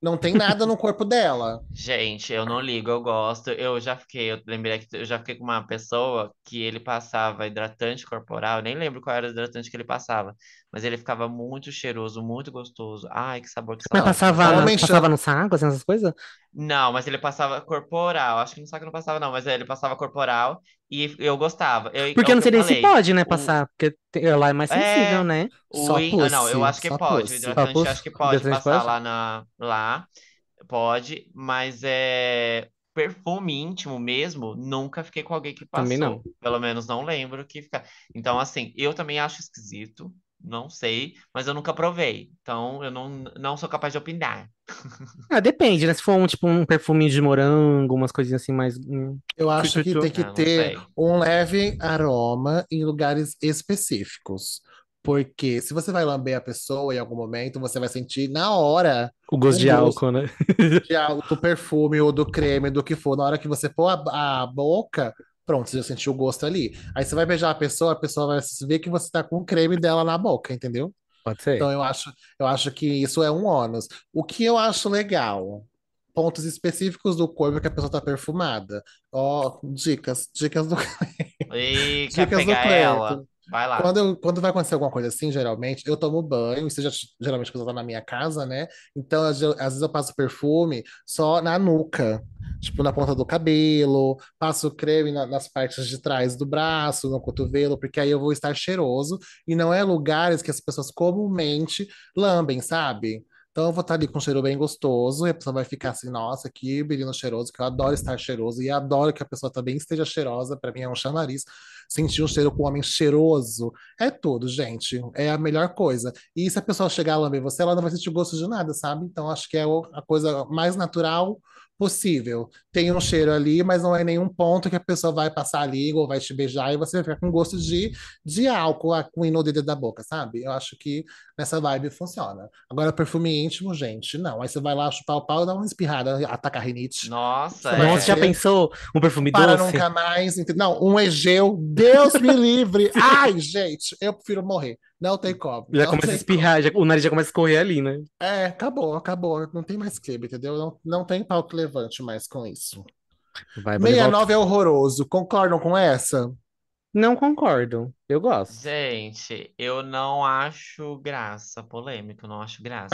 Não tem nada no corpo dela. Gente, eu não ligo, eu gosto. Eu já fiquei, eu lembrei que eu já fiquei com uma pessoa que ele passava hidratante corporal, eu nem lembro qual era o hidratante que ele passava, mas ele ficava muito cheiroso, muito gostoso. Ai, que sabor, que Mas sabor. Não, passava, na- homem passava chama. no saco, assim, essas coisas? Então, Não, mas ele passava corporal. Acho que não sabe que não passava, não, mas ele passava corporal e eu gostava. Eu, é Porque o eu não que sei eu nem se falei. pode, né, O- passar, porque te- lá é mais sensível, É, né? O Só in- ah, não, eu pussy, acho que só pode. O pussy. Só hidratante pus- acho que pode hidratante passar pode? lá na lá, pode, mas é perfume íntimo mesmo, nunca fiquei com alguém que Também não. passou. Pelo menos não lembro que fica. Então assim, eu também acho esquisito. Não sei, mas eu nunca provei. Então eu não, não sou capaz de opinar. Ah, depende, né? Se for um, tipo, um perfume de morango, umas coisinhas assim mais. hum. Eu acho que Chuchu. tem que Ah, não ter sei. um leve aroma em lugares específicos. Porque se você vai lamber a pessoa em algum momento, você vai sentir na hora O gosto O de gosto. álcool, né? de algo do perfume ou do creme, do que for. Na hora que você pôr a, a boca, pronto, você já sentiu o gosto ali. Aí você vai beijar a pessoa, a pessoa vai ver que você tá com o creme dela na boca, entendeu? Pode ser. Então eu acho, eu acho que isso é um ônus. O que eu acho legal, pontos específicos do corpo que a pessoa tá perfumada. Ó, dicas, dicas do, E quer dicas do pegar ela? Cleiton. Vai lá. Quando, eu- quando vai acontecer alguma coisa assim, geralmente, eu tomo banho, isso já, geralmente quando eu tô na minha casa, né? Então, às às vezes eu passo perfume só na nuca, tipo na ponta do cabelo, passo creme na- nas partes de trás do braço, no cotovelo, porque aí eu vou estar cheiroso e não é lugares que as pessoas comumente lambem, sabe? Então eu vou estar ali com um cheiro bem gostoso, e a pessoa vai ficar assim, nossa, que menino cheiroso, que eu adoro estar cheiroso, e adoro que a pessoa também esteja cheirosa, pra mim é um chamariz. Sentir um cheiro com um homem cheiroso, é tudo, gente. É a melhor coisa. E se a pessoa chegar a lamber você, ela não vai sentir gosto de nada, sabe? Então acho que é o- a coisa mais natural possível. Tem um cheiro ali, mas não é nenhum ponto que a pessoa vai passar a língua ou vai te beijar e você vai ficar com gosto de, de álcool a- com no dedo da boca, sabe? Eu acho que nessa vibe funciona. Agora, perfume íntimo, gente, não. Aí você vai lá chupar o pau e dá uma espirrada, ataca a rinite. Nossa, Não, Nossa, é. já pensou um perfume Para doce? nunca mais, entendeu? Não, um Egeu, Deus me livre. Ai, gente, eu prefiro morrer. Não tem como. Já não começa a tem espirrar, já- o nariz já começa a escorrer ali, né? como. É, acabou, acabou. Não tem mais clima, entendeu? Não, não tem pau que levante mais com isso. Vai, vou levar o- 69 é horroroso. Concordam com essa? Não concordo. Eu gosto. Gente, eu não acho graça. Polêmico, não acho graça.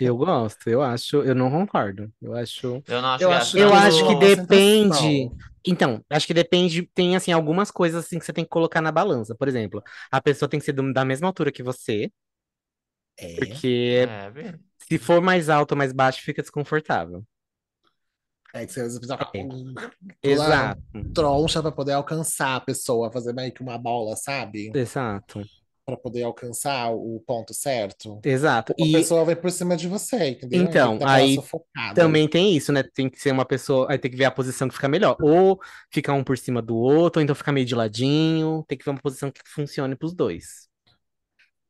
Eu gosto, eu acho, eu não concordo. Eu acho. Eu não acho Eu graça. acho não. Eu que é acho que rolou uma depende. ostentação. Então, acho que depende, tem assim algumas coisas assim que você tem que colocar na balança. Por exemplo, a pessoa tem que ser do- da mesma altura que você, É, porque É, bem. se for mais alto ou mais baixo, fica desconfortável. é que você precisa ficar É. com Exato, troncha pra poder alcançar a pessoa, fazer meio que uma bola, sabe? exato, Pra poder alcançar o ponto certo. exato. Uma E pessoa vai por cima de você, entendeu? Aí Então, tem que dar aquela aí sufocada. também tem isso, né? Tem que ser uma pessoa, aí tem que ver a posição que fica melhor. Ou ficar um por cima do outro, ou então ficar meio de ladinho. Tem que ver uma posição que funcione pros dois.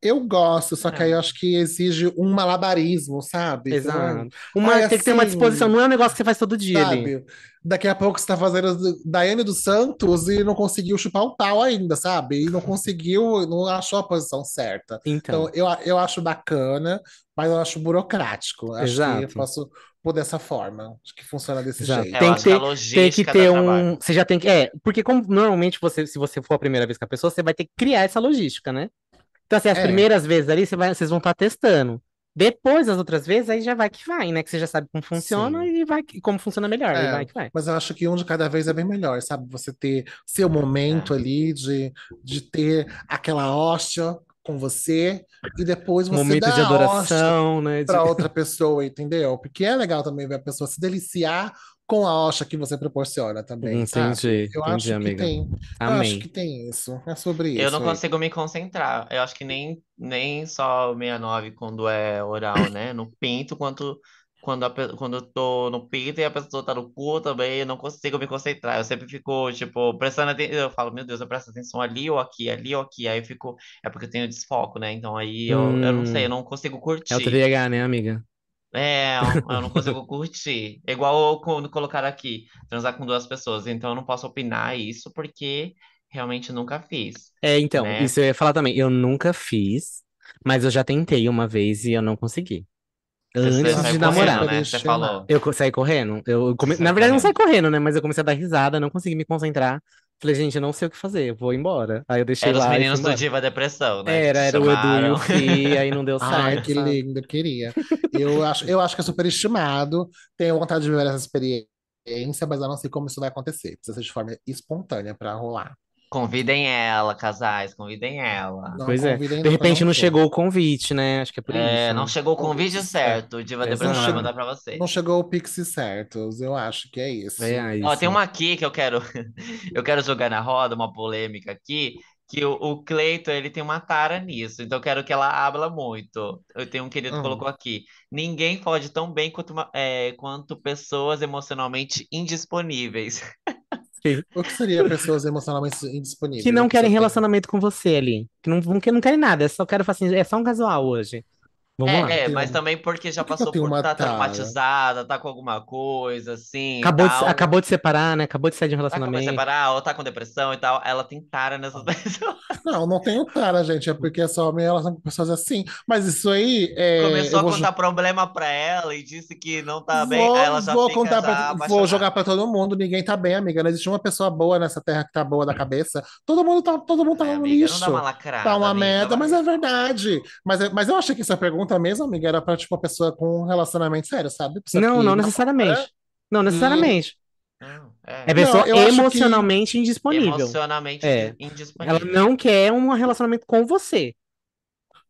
Eu gosto, só que É. aí eu acho que exige um malabarismo, sabe? Você não é- Exato. Uma, Ai, tem que ter uma assim, disposição, não é um negócio que você faz todo dia ali. Sabe? Daqui a pouco você tá fazendo do- Daiane dos Santos e não conseguiu chupar um pau ainda, sabe? E não conseguiu, não achou a posição certa. Então, Então, eu, a- eu acho bacana, mas eu acho burocrático. Acho que eu Exato. posso pôr dessa forma. Acho que funciona desse Exato. jeito. É, eu Tem que acho que ter- a tem tem que logística ter dá trabalho. um. Você já tem que. É, porque como normalmente você, se você for a primeira vez com a pessoa, você vai ter que criar essa logística, né? Então, assim, as É. primeiras vezes ali, você vai, vocês vão estar testando. Depois, as outras vezes, aí já vai que vai, né? Que você já sabe como funciona Sim. e vai que- como funciona melhor, e É, vai que vai. Mas eu acho que um de cada vez é bem melhor, sabe? Você ter seu É. momento ali de, de ter aquela hóstia com você e depois você Momento dar de a hóstia adoração, né? de- para outra pessoa, entendeu? Porque é legal também ver a pessoa se deliciar com a hóstia que você proporciona também, sabe? Tipo, Entendi, Eu entendi, acho que amiga. tem. Eu acho Amém. que tem isso. É sobre Eu não isso aí. consigo me concentrar. Eu acho que nem, nem só 69 quando é oral, né? No pinto, quanto quando, a pe- quando eu tô no pinto e a pessoa tá no cu também, eu não consigo me concentrar. Eu sempre fico, tipo, prestando atenção. Eu falo, meu Deus, eu presto atenção ali ou aqui, ali ou aqui. Aí eu fico. É porque eu tenho desfoco, né? Então aí eu, eu não sei, Hum. eu não consigo É o curtir. TDAH, né, amiga? É, eu não consigo curtir. É igual eu quando colocar aqui, transar com duas pessoas. Então eu não posso opinar isso porque realmente nunca fiz, É, então, né? isso eu ia falar também. Eu nunca fiz, mas eu já tentei uma vez e eu não consegui. Você Antes saiu de Nossa, namorar. correndo, né? Você superestimado. falou. Eu co- saí correndo. Eu come- Saiu Na verdade, eu não saí correndo. correndo, né? Mas eu comecei a dar risada, não consegui me concentrar. Falei, gente, eu não sei o que fazer, eu vou embora. Aí eu deixei Era os lá e fui meninos do embora. Diva Depressão, né? Que Era, te era o Edu e o chamaram. Fi, aí não deu Ai, certo, que sabe? lindo, queria. Eu acho, eu acho que é superestimado. Tenho vontade de viver essa experiência, mas eu não sei como isso vai acontecer. Precisa ser de forma espontânea para rolar. Convidem ela, casais, convidem ela. Não Pois é. convidem De nunca, repente não não vou. chegou o conite, né? Acho que é por É, não isso. É, chegou o Convite convite certo. certo. O Diva Não, Depressão vai chegou, Exato. mandar pra você. não chegou o Pix certos, eu acho que É é isso. ah, Ó, isso. tem uma aqui que eu quero, eu quero jogar na roda, uma polêmica aqui, que o, o Cleiton, ele tem uma tara nisso, então eu quero que ela abra muito. Eu tenho um querido que Hum. colocou aqui. Ninguém pode tão bem quanto, uma- é, quanto pessoas emocionalmente indisponíveis. O que seria pessoas emocionalmente indisponíveis? Que não querem relacionamento relacionamento. com você ali. Que não, que não querem nada. É só quero falar assim, é só um casual hoje. Vamos É, lá. é, Tem mas um- também porque já Por que que eu passou tenho por, uma tá tara? traumatizada, tá com alguma coisa, assim, e Acabou de, tal. acabou de separar, né? Acabou de sair de um Acabou de relacionamento. separar, ou tá com depressão e tal. Ela tem tara nessas pessoas. Não, não tenho cara, gente. É porque é só minha relação com pessoas assim. Mas isso aí é. Começou eu a vou contar problema pra ela e disse que não tá jo- bem. vou, Aí ela já vou fica contar já pra- vou apaixonada. jogar pra todo mundo. Ninguém tá bem, amiga. Não existe uma pessoa boa nessa terra que tá boa da cabeça. Todo mundo tá, todo mundo tá Ai, um É, amiga, não dá lixo. uma lacrada, Tá uma amiga, merda, vai. mas é verdade. Mas, é- mas eu achei que essa pergunta mesmo, amiga, era pra tipo, uma pessoa com um relacionamento sério, sabe? Pessoa Não, que não namora. necessariamente. Não necessariamente. Não, é. É pessoa eu acho que- emocionalmente indisponível. Emocionalmente É. indisponível. Ela não quer um relacionamento com você.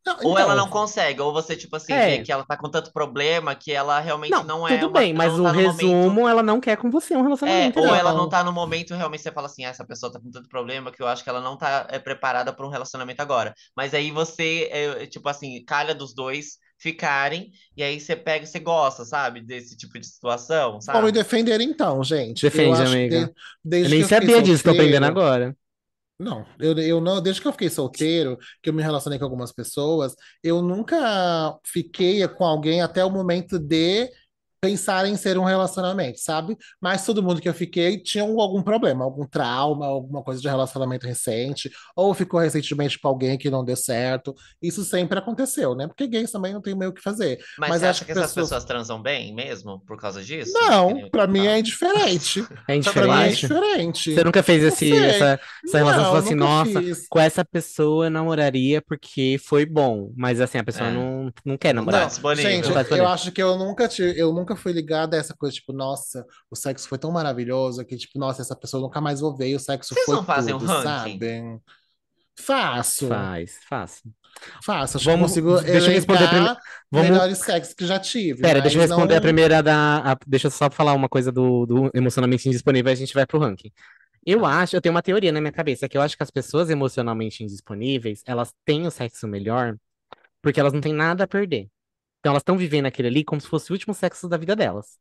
Não, Ou ela então, não consegue, ou você, tipo assim, É. vê que ela tá com tanto problema que ela realmente Não, não, é tudo uma- bem, mas não o tá no resumo, momento. ela não quer com você um É, relacionamento. ou não. ela não tá no momento, realmente você fala assim, ah, essa pessoa tá com tanto problema que eu acho que ela não tá é, preparada pra um relacionamento agora. Mas aí você, é, tipo assim, calha dos dois ficarem, e aí você pega, você gosta, sabe, desse tipo de situação, Vou me sabe? defender então, gente. Defende, eu acho amiga. Que desde Eu que nem eu fiquei sabia disso, tô aprendendo solteiro- agora. Não, eu, eu não, desde que eu fiquei solteiro, que eu me relacionei com algumas pessoas, eu nunca fiquei com alguém até o momento de pensar em ser um relacionamento, sabe? Mas todo mundo que eu fiquei tinha um- algum problema, algum trauma, alguma coisa de relacionamento recente, ou ficou recentemente com alguém que não deu certo. Isso sempre aconteceu, né? Porque gays também não tem meio o que fazer. Mas, Mas você acho que acha que essas pessoas- pessoas transam bem mesmo, por causa disso? Que nem Não, eu pra mim tá. falo. é indiferente. É Pra mim é indiferente. indiferente. Você nunca fez Não esse, sei. essa, essa relação? Você Não, falou assim, nunca nossa, fiz. com essa pessoa eu namoraria porque foi bom. Mas assim, a pessoa É. não, não quer Não namorar. tá disponível. Gente, Não tá eu disponível. acho que eu nunca tive, eu nunca fui ligada a essa coisa, tipo, nossa, o sexo foi tão maravilhoso que, tipo, nossa, essa pessoa eu nunca mais vou ver, o sexo Vocês foi não fazem um tudo, ranking? sabe? Faço, Faz, faz. faço, acho Vamos- que eu consigo deixa eu responder elencar Vamos. melhores sexos que já tive, Pera, deixa eu mas responder não... é a primeira da. a- deixa eu só falar uma coisa do, do emocionalmente indisponível e a gente vai pro ranking. Eu acho, eu tenho uma teoria na minha cabeça, que eu acho que as pessoas emocionalmente indisponíveis, elas têm o sexo melhor porque elas não têm nada a perder. Então elas estão vivendo aquele ali como se fosse o último sexo da vida delas.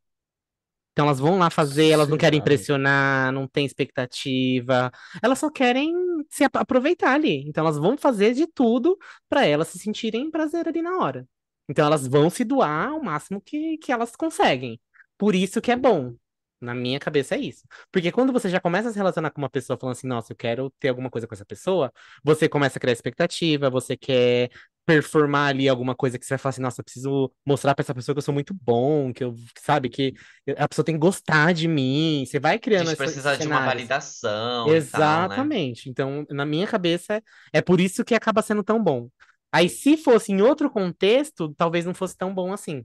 Então elas vão lá fazer, elas não querem Será? impressionar, não tem expectativa, elas só querem se ap- aproveitar ali. Então elas vão fazer de tudo para elas se sentirem prazer ali na hora. Então elas vão se doar ao máximo que, que elas conseguem. Por isso que é bom. Na minha cabeça é isso. Porque quando você já começa a se relacionar com uma pessoa falando assim, nossa, eu quero ter alguma coisa com essa pessoa, você começa a criar expectativa, você quer performar ali alguma coisa que você vai falar assim, nossa, eu preciso mostrar pra essa pessoa que eu sou muito bom, que eu, sabe, que a pessoa tem que gostar de mim. Você vai A criando gente essa- esses precisa de uma cenários. validação e tal, né? Exatamente. Então, na minha cabeça, é por isso que acaba sendo tão bom. Aí, se fosse em outro contexto, talvez não fosse tão bom assim.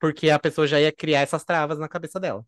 Porque a pessoa já ia criar essas travas na cabeça dela.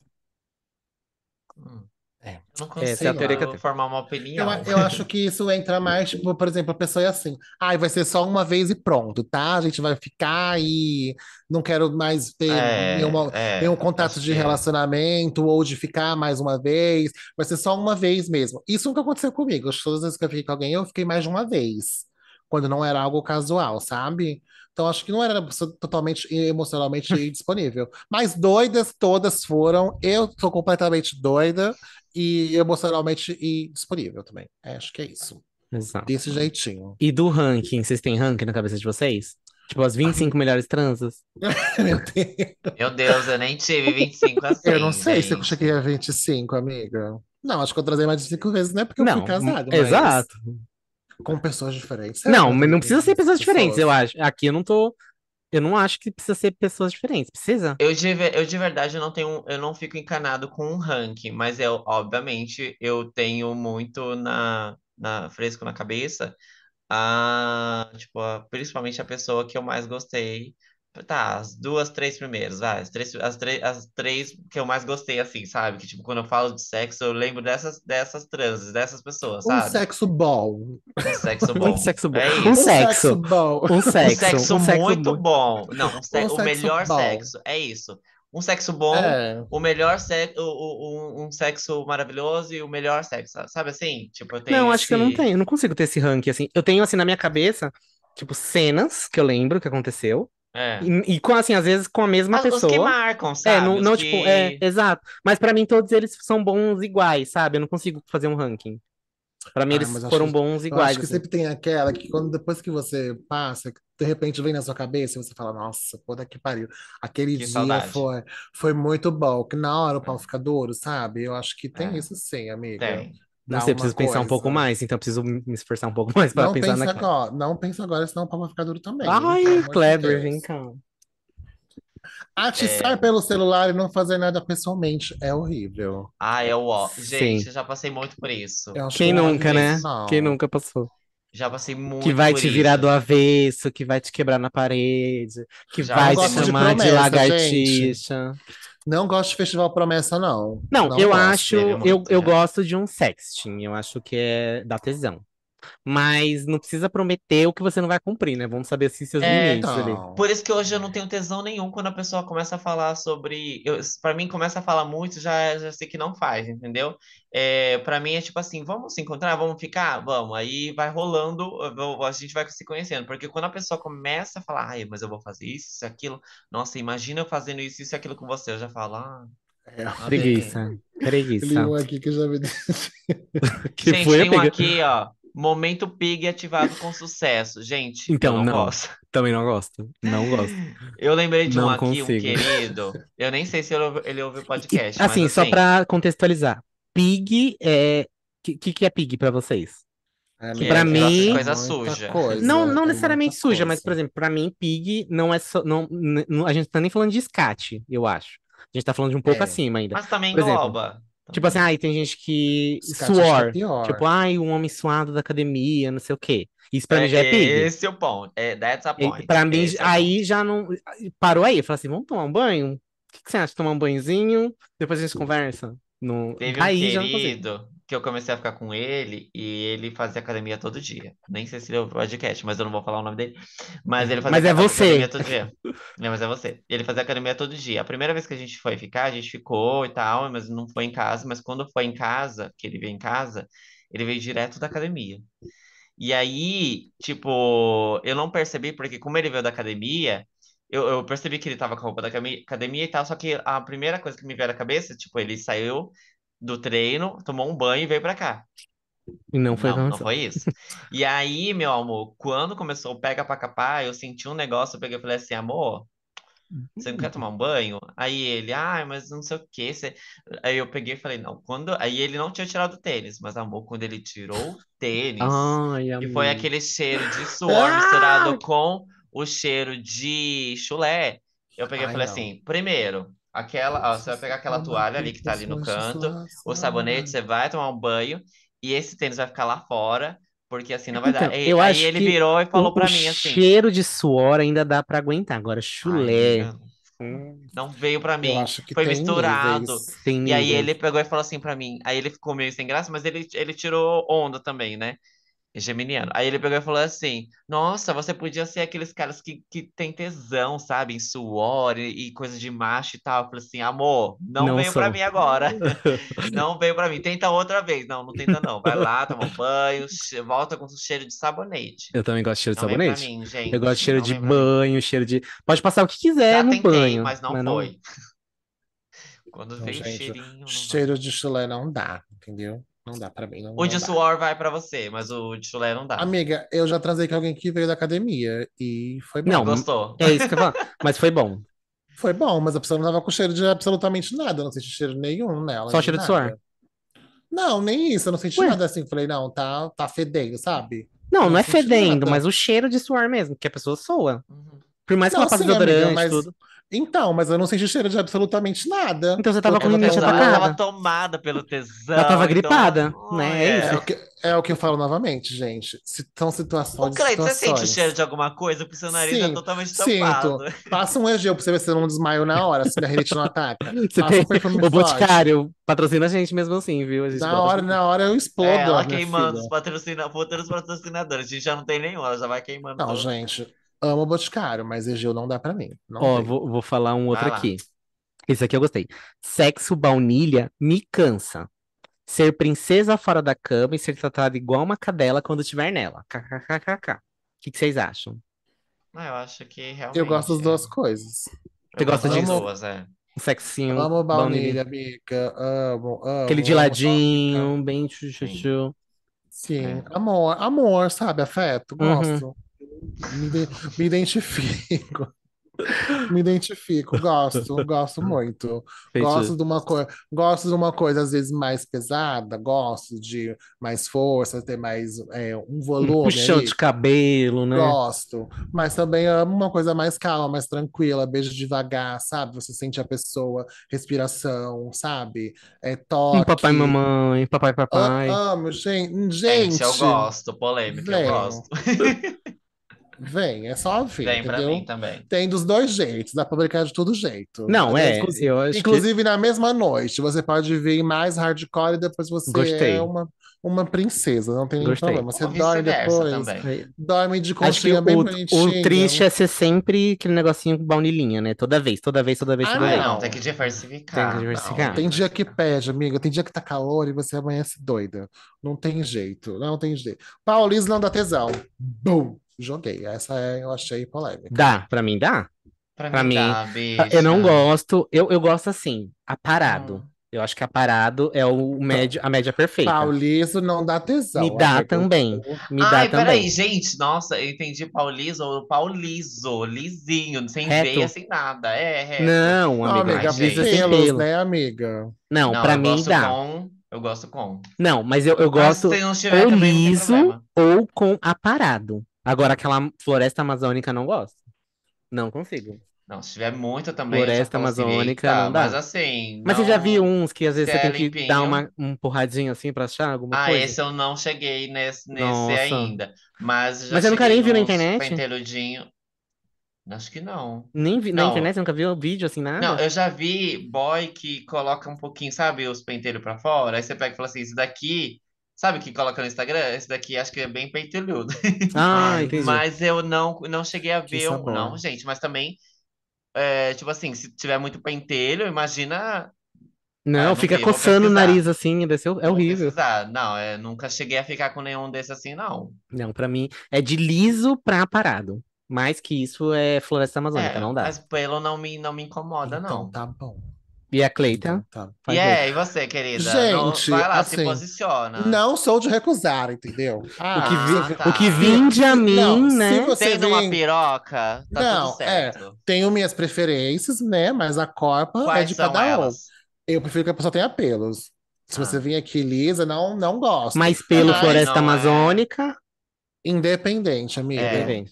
Hum. É. Eu não Essa é a consigo teoria que eu tenho. formar uma Eu, opinião. a- eu acho que isso entra mais, tipo, por exemplo, a pessoa é assim, ai, vai ser só uma vez e pronto, tá? A gente vai ficar e não quero mais ter É, nenhuma, é, nenhum contato acho um de que é. relacionamento ou de ficar mais uma vez, vai ser só uma vez mesmo. Isso nunca aconteceu comigo. Acho que Todas as vezes que eu fiquei com alguém, eu fiquei mais de uma vez, quando não era algo casual, sabe? Então acho que não era uma pessoa totalmente emocionalmente disponível. Mas doidas todas foram. Eu sou completamente doida e emocionalmente e disponível também. É, acho que é isso. Exato. Desse jeitinho. E do ranking, vocês têm ranking na cabeça de vocês? Tipo, as 25 melhores transas? Meu Deus. Meu Deus, eu nem tive 25 assim, Eu não sei se eu gente. cheguei a 25, amiga. Não, acho que eu trazei mais de cinco vezes, né? Porque eu fui Não, casado, mas exato. com pessoas diferentes. Será que Não, eu mas não tenho precisa ser pessoas 25 diferentes, eu pessoas? acho. Aqui eu não tô. Eu não acho que precisa ser pessoas diferentes. Precisa? Eu de, ve- eu de verdade eu não tenho, eu não fico encanado com um ranking, mas eu, obviamente, eu tenho muito na, na fresco na cabeça, a, tipo, a- principalmente a pessoa que eu mais gostei. Tá, as duas, três primeiras, vai, as três, as três, as três que eu mais gostei, assim, sabe? Que, tipo, quando eu falo de sexo, eu lembro dessas, dessas transes, dessas pessoas, Um sabe? sexo bom. Um sexo Um bom. sexo bom. É Um Um isso. sexo. sexo bom. Um Um sexo. sexo Um sexo muito bom. bom. Não, um se- Um o sexo melhor bom. sexo. É isso. Um sexo bom, É. o melhor sexo, o, o- um- um sexo maravilhoso e o melhor sexo, sabe assim? Tipo, eu tenho Não, acho que eu não esse- tenho, eu não consigo ter esse ranking assim. Eu tenho assim na minha cabeça, tipo, cenas que eu lembro que aconteceu. É. E, e com assim, às vezes com a mesma As- Os que pessoa. marcam, É, sabe? não, Os não, que... tipo, é, exato. Mas pra mim todos eles são bons iguais, sabe? Eu não consigo fazer um ranking. Pra mim Ah, eles mas acho foram que- bons Eu iguais. acho que assim. sempre tem aquela que quando depois que você passa, que de repente vem na sua cabeça e você fala, nossa, puta que pariu. Aquele Que dia saudade. foi, foi muito bom, que na hora o pau fica duro, sabe? Eu acho que tem É. isso sim, amiga. Tem. Não Dá sei, uma preciso pensar um pouco coisa. mais, então eu preciso me me esforçar um pouco mais pra Não pensar pensa na. agora, não pensa agora, senão o pau vai ficar duro também. pelo amor Ai, de clever, Deus. vem cá. Atiçar É. pelo celular e não fazer nada pessoalmente é horrível. Ah, eu, ó. Sim. Gente, eu já passei muito por isso. Eu acho Quem que é nunca, né? horrível. Quem nunca passou? Já passei muito Que vai por te virar isso. do avesso, que vai te quebrar na parede, que Já vai não te gosto de chamar de promessa, lagartixa. Não gosto de festival promessa, não. Não, é eu gosto. acho, dele eu, muito, eu já. gosto de um sexting, eu acho que é da tesão. Mas não precisa prometer o que você não vai cumprir, né? Vamos saber assim seus É, limites ali. Então. Por isso que hoje eu não tenho tesão nenhum quando a pessoa começa a falar sobre. Eu, pra mim, começa a falar muito, já, já sei que não faz, entendeu? É, pra mim é tipo assim: vamos se encontrar, vamos ficar? Vamos. Aí vai rolando, eu vou- a gente vai se conhecendo. Porque quando a pessoa começa a falar, ai, mas eu vou fazer isso, isso, aquilo. Nossa, imagina eu fazendo isso, isso, aquilo com você. Eu já falo, ah. É, ah, Preguiça, li preguiça. um aqui que já me é Que Gente, foi a tem um pega- aqui, ó. Momento pig ativado com sucesso. Gente, eu Então, não não. gosto. Também não gosto, É. não gosto. Eu lembrei de um Não aqui, um consigo. querido. Eu nem sei se ele ouve, ele ouve o E, podcast, mas assim, assim, só pra contextualizar, pig é. O que, que é pig pra vocês? É, Que pra amiga, mim- coisa muita suja. coisa, Não, não é muita necessariamente suja, mas, por coisa. exemplo, pra mim, pig não é só. Não, n- n- a gente não tá nem falando de escate, eu acho. A gente tá falando de um pouco É. acima ainda. mas também Por exemplo, engloba. Tipo assim, ai, tem gente que. Escate acho que é suor. pior. Tipo, ai, um homem suado da academia, não sei o quê. Isso pra É- mim já é pig. Esse é o ponto. É, that's a E point. Pra mim, Esse é o aí já não. Parou aí. Fala assim, vamos tomar um banho? O que, que você acha? Tomar um banhozinho, depois a gente conversa. No... ponto. Teve um Aí já não consigo. querido que eu comecei a ficar com ele e ele fazia academia todo dia. Nem sei se ele ouve o podcast, mas eu não vou falar o nome dele. Mas ele fazia Mas é aca- você. academia todo dia. Não, mas é você. Ele fazia academia todo dia. A primeira vez que a gente foi ficar, a gente ficou e tal, mas não foi em casa. Mas quando foi em casa, que ele veio em casa, ele veio direto da academia. E aí, tipo, eu não percebi, porque como ele veio da academia, eu, eu percebi que ele tava com a roupa da academia, academia e tal, só que a primeira coisa que me veio na cabeça, tipo, ele saiu do treino, tomou um banho e veio pra cá. E não foi Não, não avançado. foi isso. E aí, meu amor, quando começou o pega pra capar, eu senti um negócio, eu peguei e falei assim, amor, você Hum. não quer tomar um banho? Aí ele, ai, mas não sei o que. Você... Aí eu peguei e falei, não, quando. Aí ele não tinha tirado o tênis, mas amor, quando ele tirou o tênis. Ai, Que foi amigo. aquele cheiro de suor Ah! misturado com o cheiro de chulé. Eu peguei e Ai, falei não. assim: primeiro, aquela, ó, você vai pegar aquela toalha ali que tá ali no canto, o sabonete, Ah. você vai tomar um banho e esse tênis vai ficar lá fora, porque assim não vai dar. Então, E- eu aí acho ele que virou e falou o, pra o mim assim: cheiro de suor ainda dá pra aguentar. Agora, "Ai, chulé. amiga, hum, não veio pra Eu mim. acho que Foi tem misturado. níveis. Tem E aí níveis. ele pegou e falou assim pra mim. Aí ele ficou meio sem graça, mas ele, ele tirou onda também, né? Geminiano. Aí ele pegou e falou assim: Nossa, você podia ser aqueles caras que, que tem tesão, sabe? Em suor e, e coisa de macho e tal. Eu falei assim: Amor, não, Não veio pra sou. mim agora. Não veio pra mim. Tenta outra vez. Não, não tenta não. Vai lá, toma um banho, che- volta com cheiro de sabonete. Eu também gosto de cheiro de Não vem pra sabonete. mim, gente. Eu gosto de cheiro não de vem pra mim. banho, cheiro de. Pode passar o que quiser Já no tentei, banho. mas não foi. Quando Então, Não, veio o gente, cheirinho, não vai. Cheiro de chulé não dá, entendeu? Não dá pra mim, não, O não de dá. suor vai pra você, mas o de chulé Ah, não dá. Amiga, eu já transei com alguém que veio da academia e foi bom. Não. Gostou? É isso que eu falo. Mas foi bom. Foi bom, mas a pessoa não tava com cheiro de absolutamente nada. Eu não senti cheiro nenhum nela. Só cheiro de suor? nada. Não, nem isso. Eu não senti Ué? nada assim. Falei, não, tá, tá fedendo, sabe? Não, Não tá. não é senti fedendo, nada. mas o cheiro de suor mesmo, que a pessoa soa. Uhum. Por mais que Não, ela passe sim, amiga, desodorante, mas- tudo. Então, mas eu não senti cheiro de absolutamente nada. Então você tava "Ah, Porque tá com eu limite tô Tesão, tentando- ela tava atacada. tomada pelo tesão. Ela tava então gripada, ela- né? É Ai, isso. É o, que, é o que eu falo novamente, gente. Se- São situações. Ô, Cleide, você sente o situações. cheiro de alguma coisa? Porque seu nariz é Sim, totalmente Sinto. tampado. Passa um EG pra você ver se eu não desmaio na hora, se minha rinite não ataca. Você Passa um tem perfume o forte. Boticário, patrocina a gente mesmo assim, viu? A gente Na gosta hora, de- na hora eu explodo, É, ela minha queimando os filha. patrocina... futuros patrocinadores. A gente já não tem nenhum, ela já vai queimando. Não, todo. gente, amo o Boticário, mas EG não dá pra mim. Não Ó, tem. vou, vou falar um outro Vai lá. aqui. Isso aqui eu gostei. Sexo baunilha me cansa. Ser princesa fora da cama e ser tratada igual uma cadela quando estiver nela. KKKKK. O que, que vocês acham? Ah, eu acho que realmente. Eu gosto das é. duas coisas. Eu Você gosta gosto das disso? duas, é. Um sexinho. Amo baunilha, amiga. Amo, amo. Aquele de amo ladinho, bem chuchuchu. Sim, É. amor, amor, sabe? Afeto, Uhum. gosto. Me, ide- me identifico. Me identifico, gosto, gosto muito. Feito. Gosto de uma coisa, gosto de uma coisa às vezes mais pesada, gosto de mais força, ter mais é, um Um volume puxão ali. de cabelo, né? Gosto, mas também amo uma coisa mais calma, mais tranquila, beijo devagar, sabe? Você sente a pessoa, respiração, sabe? É toque. Um papai, mamãe, papai, papai. A- Amo, gente. Gente, Gente, É, eu gosto. Polêmica, eu velho. gosto. Vem, é só vir, Vem pra entendeu? mim também. Tem dos dois jeitos, dá pra brincar de todo jeito. Não, é, Inclusive, eu acho que- inclusive na mesma noite, você pode vir mais hardcore e depois você Gostei. é uma, uma princesa, não tem nenhum Gostei. problema. Você Ou dorme vice-versa depois, também. dorme de Acho que é conchinha o, bem o bonitinha. triste é ser sempre aquele negocinho com baunilhinha, né? Toda vez, toda vez, toda vez, Ah, toda Ah, vez. não, não. tem que diversificar. Tem que diversificar. Não, Tem dia que pede, amiga. Tem dia que tá calor e você amanhece doida. Não tem jeito, não tem jeito. Paulis não dá tesão. Bum! Joguei. Essa é, eu achei polêmica. Dá, pra mim dá. Pra pra mim, mim, dá, Eu não bicha. gosto, eu, eu gosto assim, aparado. Hum. Ah. Eu acho que aparado é o Tá. médio, a média perfeita. Pauliso não dá tesão. Me dá amiga. também. Me dá Ai, também. peraí, gente, nossa, eu entendi pauliso, ou pauliso, lisinho, sem Reto. veia, sem nada, é reto. Não, Não, amiga, amiga, mas lisa sem pelos, pelo. né, amiga? Não, Não, pra eu mim gosto dá. com, eu gosto com. Não, mas eu, eu gosto Mas se não tiver ou também, não tem liso, problema. ou com aparado. Agora, aquela floresta amazônica eu não gosto. Não consigo. Não, se tiver muito também, Floresta eu já consigo amazônica, evitar, não dá. Mas assim, Mas você não- já viu uns que às vezes se você é tem que dar limpinho. uma um empurradinha assim pra achar alguma Ah, coisa? esse eu não cheguei nesse, nesse Nossa. ainda. Mas já Mas eu nunca cheguei nem vi na nos internet? penteludinho. Acho que não. Nem vi, na Não. internet, nunca viu vídeo assim, Ah, nada? Não, eu já vi boy que coloca um pouquinho, sabe, os pentelhos pra fora. Aí você pega e fala assim, esse daqui, sabe o que coloca no Instagram? Esse daqui acho que é bem pentelhudo. Ah, Ai, entendi. é Mas eu não, não cheguei a Que ver um, sabor. não, gente. Mas também, é, tipo assim, se tiver muito pentelho, imagina Não, não fica vi, vou coçando o pesquisar. nariz assim, deve ser, é vou horrível. precisar. Não, eu nunca cheguei a ficar com nenhum desses assim, não. Não, pra mim é de liso pra parado. Mais que isso é floresta amazônica, É, não dá. mas pelo não me, não me incomoda, Então não. tá bom. E a Então Cleita? tá. Faz e aí. é, e você, querida? Não- Gente, vai lá, se assim, posiciona. Não sou de recusar, entendeu? O que, vi, Ah, tá. o que vinde a mim, Não, se né? você Tendo uma vem- piroca, tá Não, é, tudo certo. Tenho minhas preferências, né? Mas a corpa é Quais de são cada um. elas? Eu prefiro que a pessoa tenha pelos. Se Ah. você vir aqui lisa, não, não gosto. Mas pelo Ai, floresta não é. amazônica, Independente, amiga. É. vem.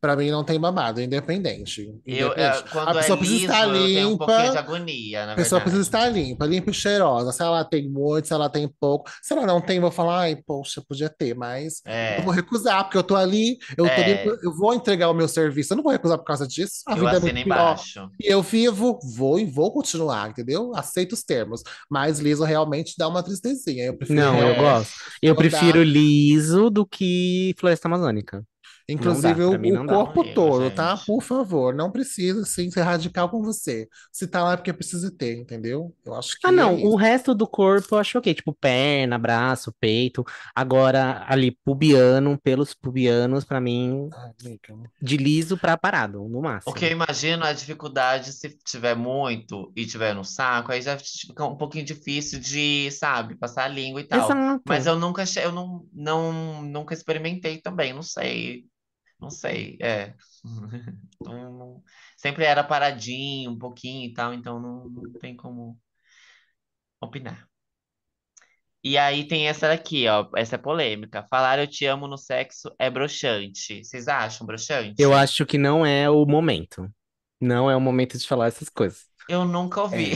Pra mim não tem babado, é independente. Eu, Independente. é, quando pessoa é precisa liso, estar eu tenho um limpa, pouquinho de agonia, na A pessoa verdade. precisa estar limpa, limpa e cheirosa. Se ela tem muito, se ela tem pouco. Se ela não tem, vou falar, ai, poxa, podia ter, mas É, eu vou recusar, porque eu tô ali, eu, tô É. limpa, eu vou entregar o meu serviço. Eu não vou recusar por causa disso. A eu vida é assino muito pior. embaixo. E eu vivo, vou e vou continuar, entendeu? Aceito os termos. Mas liso realmente dá uma tristezinha. Eu prefiro Não, eu É. realmente- gosto. Eu Não dá. prefiro liso do que floresta amazônica. Inclusive, pra o, mim o não dá. corpo Comigo, todo, gente. tá? Por favor, não precisa assim, ser radical com você. Se tá lá é porque precisa ter, entendeu? Eu acho que Ah, é não, isso. o resto do corpo eu acho ok, tipo perna, braço, peito. Agora, ali, pubiano, pelos pubianos, pra mim, Ai, amiga. de liso pra parado, no máximo. O que eu imagino é a dificuldade se tiver muito e tiver no saco, aí já fica um pouquinho difícil de, sabe, passar a língua e tal. Exato. Mas eu nunca, che- eu não, não, nunca experimentei também, não sei. Não sei, é. Não- não- sempre era paradinho, um pouquinho e tal, então não, não tem como opinar. E aí tem essa daqui, ó, essa é polêmica. Falar eu te amo no sexo é broxante. Vocês acham broxante? Eu acho que não é o momento. Não é o momento de falar essas coisas. Eu nunca É. ouvi.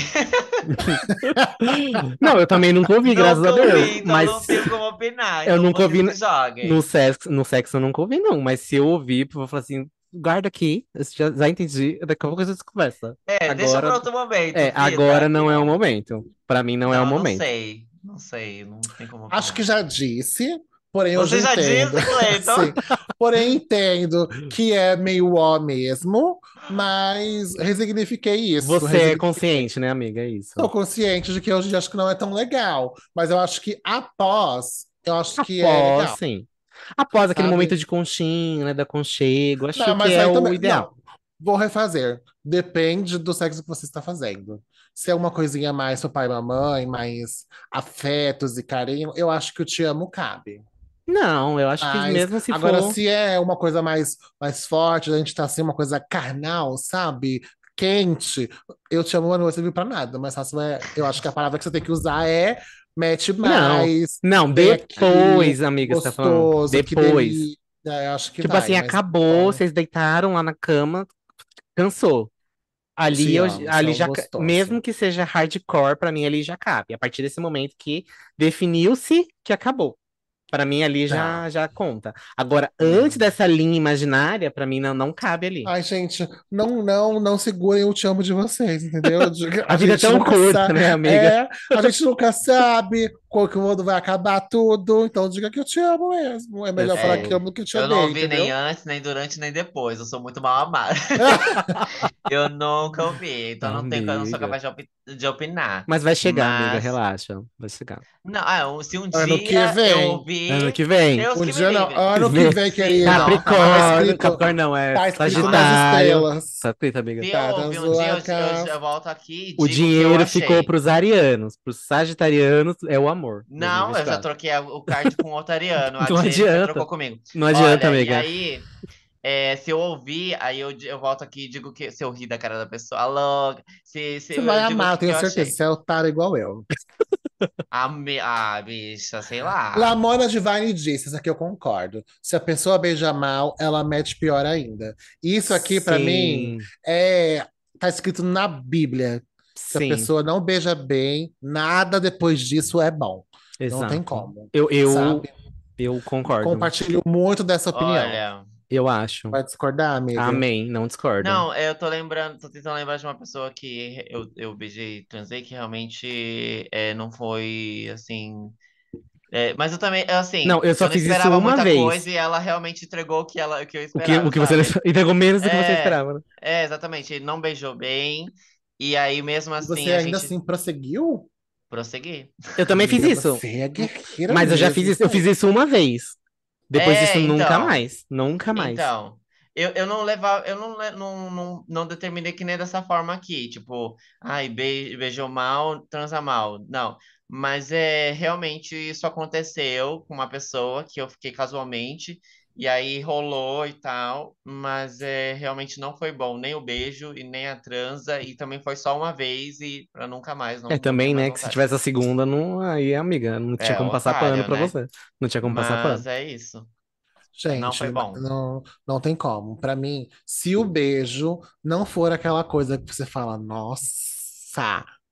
Não, eu também nunca ouvi, graças nunca a Deus. ouvi, então mas não tenho como opinar. eu então nunca ouvi vocês se joguem. no sexo, no sexo eu nunca ouvi, não. Mas se eu ouvir, eu vou falar assim, guarda aqui, eu já, já entendi, daqui a pouco a gente conversa. É, deixa agora- pra outro momento, É, vida. agora não é o momento. Pra mim não é o Não, momento. Não sei, não sei, não tem como Acho opinar. que já disse. Porém, hoje Você eu já Então, entendo. disse, né, Cleiton. Sim. Porém, entendo que é meio ó mesmo, mas resignifiquei isso. Você é Resigni- consciente, né, amiga? É isso. Estou consciente de que hoje em dia acho que não é tão legal, mas eu acho que após, eu acho que é Após, legal. sim. Após aquele Sabe? momento de conchinho, né, da conchego, acho Não, mas que aí é o também- ideal. não, vou refazer. Depende do sexo que você está fazendo. Se é uma coisinha mais pro pai e mamãe, mais afetos e carinho, eu acho que o te amo cabe. Não, eu acho que Mas, mesmo se Agora, for. se é uma coisa mais, mais forte, a gente tá assim, uma coisa carnal, sabe? Quente, eu te amo, mas não vai servir pra nada. Mas fácil é, eu acho que a palavra que você tem que usar é mete mais, Não, Vem aqui, depois, amiga, você tá falando. gostoso, que Depois. delícia. É, eu acho que Tipo vai, assim, mas- é. acabou, vocês deitaram lá na cama, cansou. Ali, Te eu, amo, ali são já, ca- gostosos. mesmo que seja hardcore, pra mim ali já cabe. A partir desse momento que definiu-se que acabou. Pra mim ali Tá. já, já conta. Agora, Uhum. antes dessa linha imaginária, pra mim não, não cabe ali. Ai, gente, não, não, não segurem o te amo de vocês, entendeu? Eu digo, A vida é gente tão nunca curta, sabe- né, amiga? É, a gente nunca sabe quando que o mundo vai acabar tudo, então diga que eu te amo mesmo. É melhor É, falar que amo do que eu te Eu não odeio, ouvi entendeu? nem antes, nem durante, nem depois. Eu sou muito mal amada. eu nunca ouvi, então não, tenho, eu não sou Amiga. capaz de, opi- de opinar. Mas vai chegar, amiga, Mas- relaxa. Vai chegar. Não, ah, um- se um Ano que dia vem. eu ouvir, Ano que vem. Deus Um que dia me não, livre. ano que vem, querido. Tá Capricórnio, escrito- Capricórnio não, é Tá escrito nas Sagitário. estrelas. Sabe que amiga? Se Tá, eu ouvir um dançou dia, a eu, eu, casa. eu volto aqui O e digo que eu dinheiro achei. ficou pros arianos, pros sagitarianos é o amor. Não, eu já 2024. troquei a- o card com outro ariano. A Não Jennifer adianta. trocou comigo. Não adianta, Olha, amiga. E aí, é, se eu ouvir, aí eu, di- eu volto aqui e digo que se eu rir da cara da pessoa logo. Se, se Você eu vai digo amar, o que tenho eu certeza. achei. Você é otário igual eu. Ame- Ah, bicha, sei lá. Lamona Divine disse, isso aqui eu concordo. Se a pessoa beija mal, ela mete pior ainda. Isso aqui, pra mim, Sim, É, tá escrito na Bíblia. Se sim, a pessoa não beija bem, nada depois disso é bom. exato. Não tem como, Eu, eu, sabe? eu concordo. Compartilho muito dessa opinião. Olha. Eu acho. Vai discordar, amiga? Amém, não discordo. Não, eu tô lembrando, tô tentando lembrar de uma pessoa que eu, eu beijei, transei, que realmente é, não foi assim. é, mas eu também, eu, assim, Não, eu só fiz isso esperava uma muita vez. coisa e ela realmente entregou o que, ela, o que eu O que, esperava. o que você sabe? entregou menos do que você É. esperava, né? É, exatamente. Ele não beijou bem. E aí, mesmo E assim, Você a ainda gente assim prosseguiu? prosseguir. Eu também fiz Amiga, isso. Você é guerreira Mas eu já mesmo, fiz isso, eu fiz isso uma vez. Depois É, disso, nunca então. mais. Nunca mais. Então, eu, eu não levava, eu não, le- não, não, não determinei que nem dessa forma aqui. Tipo, ai, be- beijou mal, transa mal. Não. Mas é realmente isso aconteceu com uma pessoa que eu fiquei casualmente. E aí rolou e tal, mas é, realmente não foi bom, nem o beijo e nem a transa, e também foi só uma vez e pra nunca mais, não, É não também, tenho mais né? Que se vontade. tivesse a segunda, não... aí, amiga, não tinha É, como passar otário, pano pra né? você. Não tinha como passar pano. Mas é isso. Gente, Não foi bom. Não, não tem como. Pra mim, se o beijo não for aquela coisa que você fala, nossa,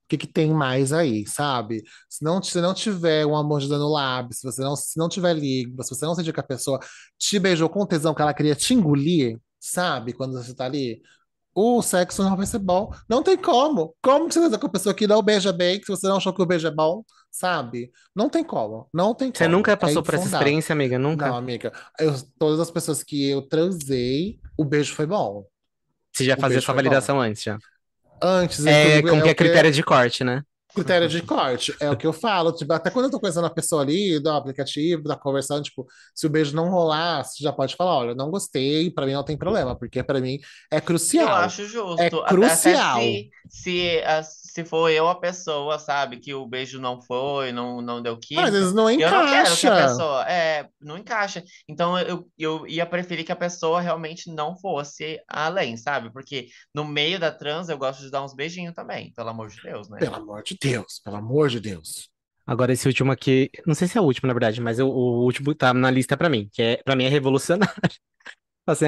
o que que tem mais aí, sabe? Se não, se não tiver um uma mordida no lábio, se você não, se não tiver língua, se você não sentir que a pessoa te beijou com tesão que ela queria te engolir, sabe? Quando você tá ali, o sexo não vai ser bom. Não tem como. Como que você tá com a pessoa que não beija bem, que você não achou que o beijo é bom, sabe? Não tem como. Não tem Você como. nunca É passou por essa infundável. experiência, amiga? Nunca? Não, amiga. Eu- todas as pessoas que eu transei, o beijo foi bom. Você já O fazia beijo sua foi bom. validação antes, já. Antes, É, inclusive, como que é o que- critério de corte, né? critério de corte. É o que eu falo. Tipo, até quando eu tô conhecendo a pessoa ali, do aplicativo, da conversando, tipo, se o beijo não rolar, você já pode falar, olha, eu não gostei, pra mim não tem problema, porque pra mim é Eu crucial. acho justo. É Até- crucial. Até se, se, a- se for eu a pessoa, sabe, que o beijo não foi, não, não Mas Ah, deu às química. vezes não Eu não quero que encaixa. a pessoa. É, não encaixa. Então eu, eu ia preferir que a pessoa realmente não fosse além, sabe? Porque no meio da transa eu gosto de dar uns beijinhos também, pelo amor de Deus, né? Pelo amor de Deus, pelo amor de Deus. Agora, esse último aqui, não sei se é o último, na verdade, mas o, o último tá na lista pra mim, que é, pra mim é revolucionário. Assim,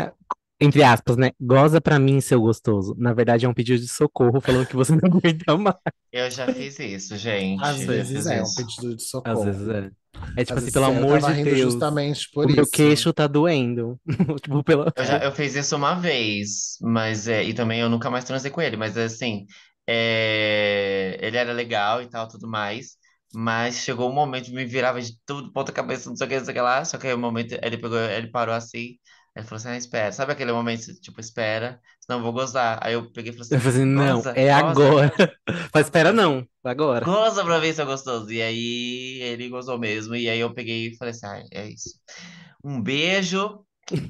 entre aspas, né? Goza pra mim, seu gostoso. Na verdade, é um pedido de socorro falando que você não aguenta mais. Eu já fiz isso, gente. Às já vezes fiz é um isso. pedido de socorro. Às vezes é. É tipo Às assim, vezes pelo eu amor tava de rindo Deus. justamente O por meu isso. né? queixo tá doendo. Tipo, pela... Eu, já, eu fiz isso uma vez, mas é, e também eu nunca mais transei com ele, mas assim, é, ele era legal e tal, tudo mais. Mas chegou um momento, me virava de tudo, ponta cabeça, não sei o que, não sei o que lá. Só que aí o momento, ele pegou, ele parou assim. Ele falou assim, ah, espera. Sabe aquele momento, tipo, espera, senão eu vou gozar. Aí eu peguei e falei Eu assim, falei assim, não, goza, é goza. agora. Mas espera não, agora. Goza pra ver se é gostoso. E aí ele gozou mesmo. E aí eu peguei e falei assim: ah, é isso. Um beijo.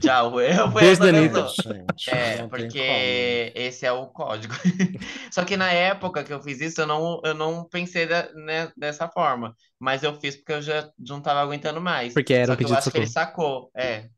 Tchau. Eu fui Beijo, essa Anitta. pessoa. Gente, não É, tem como. porque esse é o código. Só que na época que eu fiz isso, eu não, eu não pensei da- né, dessa forma. Mas eu fiz porque eu já não tava aguentando mais. Porque era Só um que eu pedido de acho que ele socorro. sacou. É,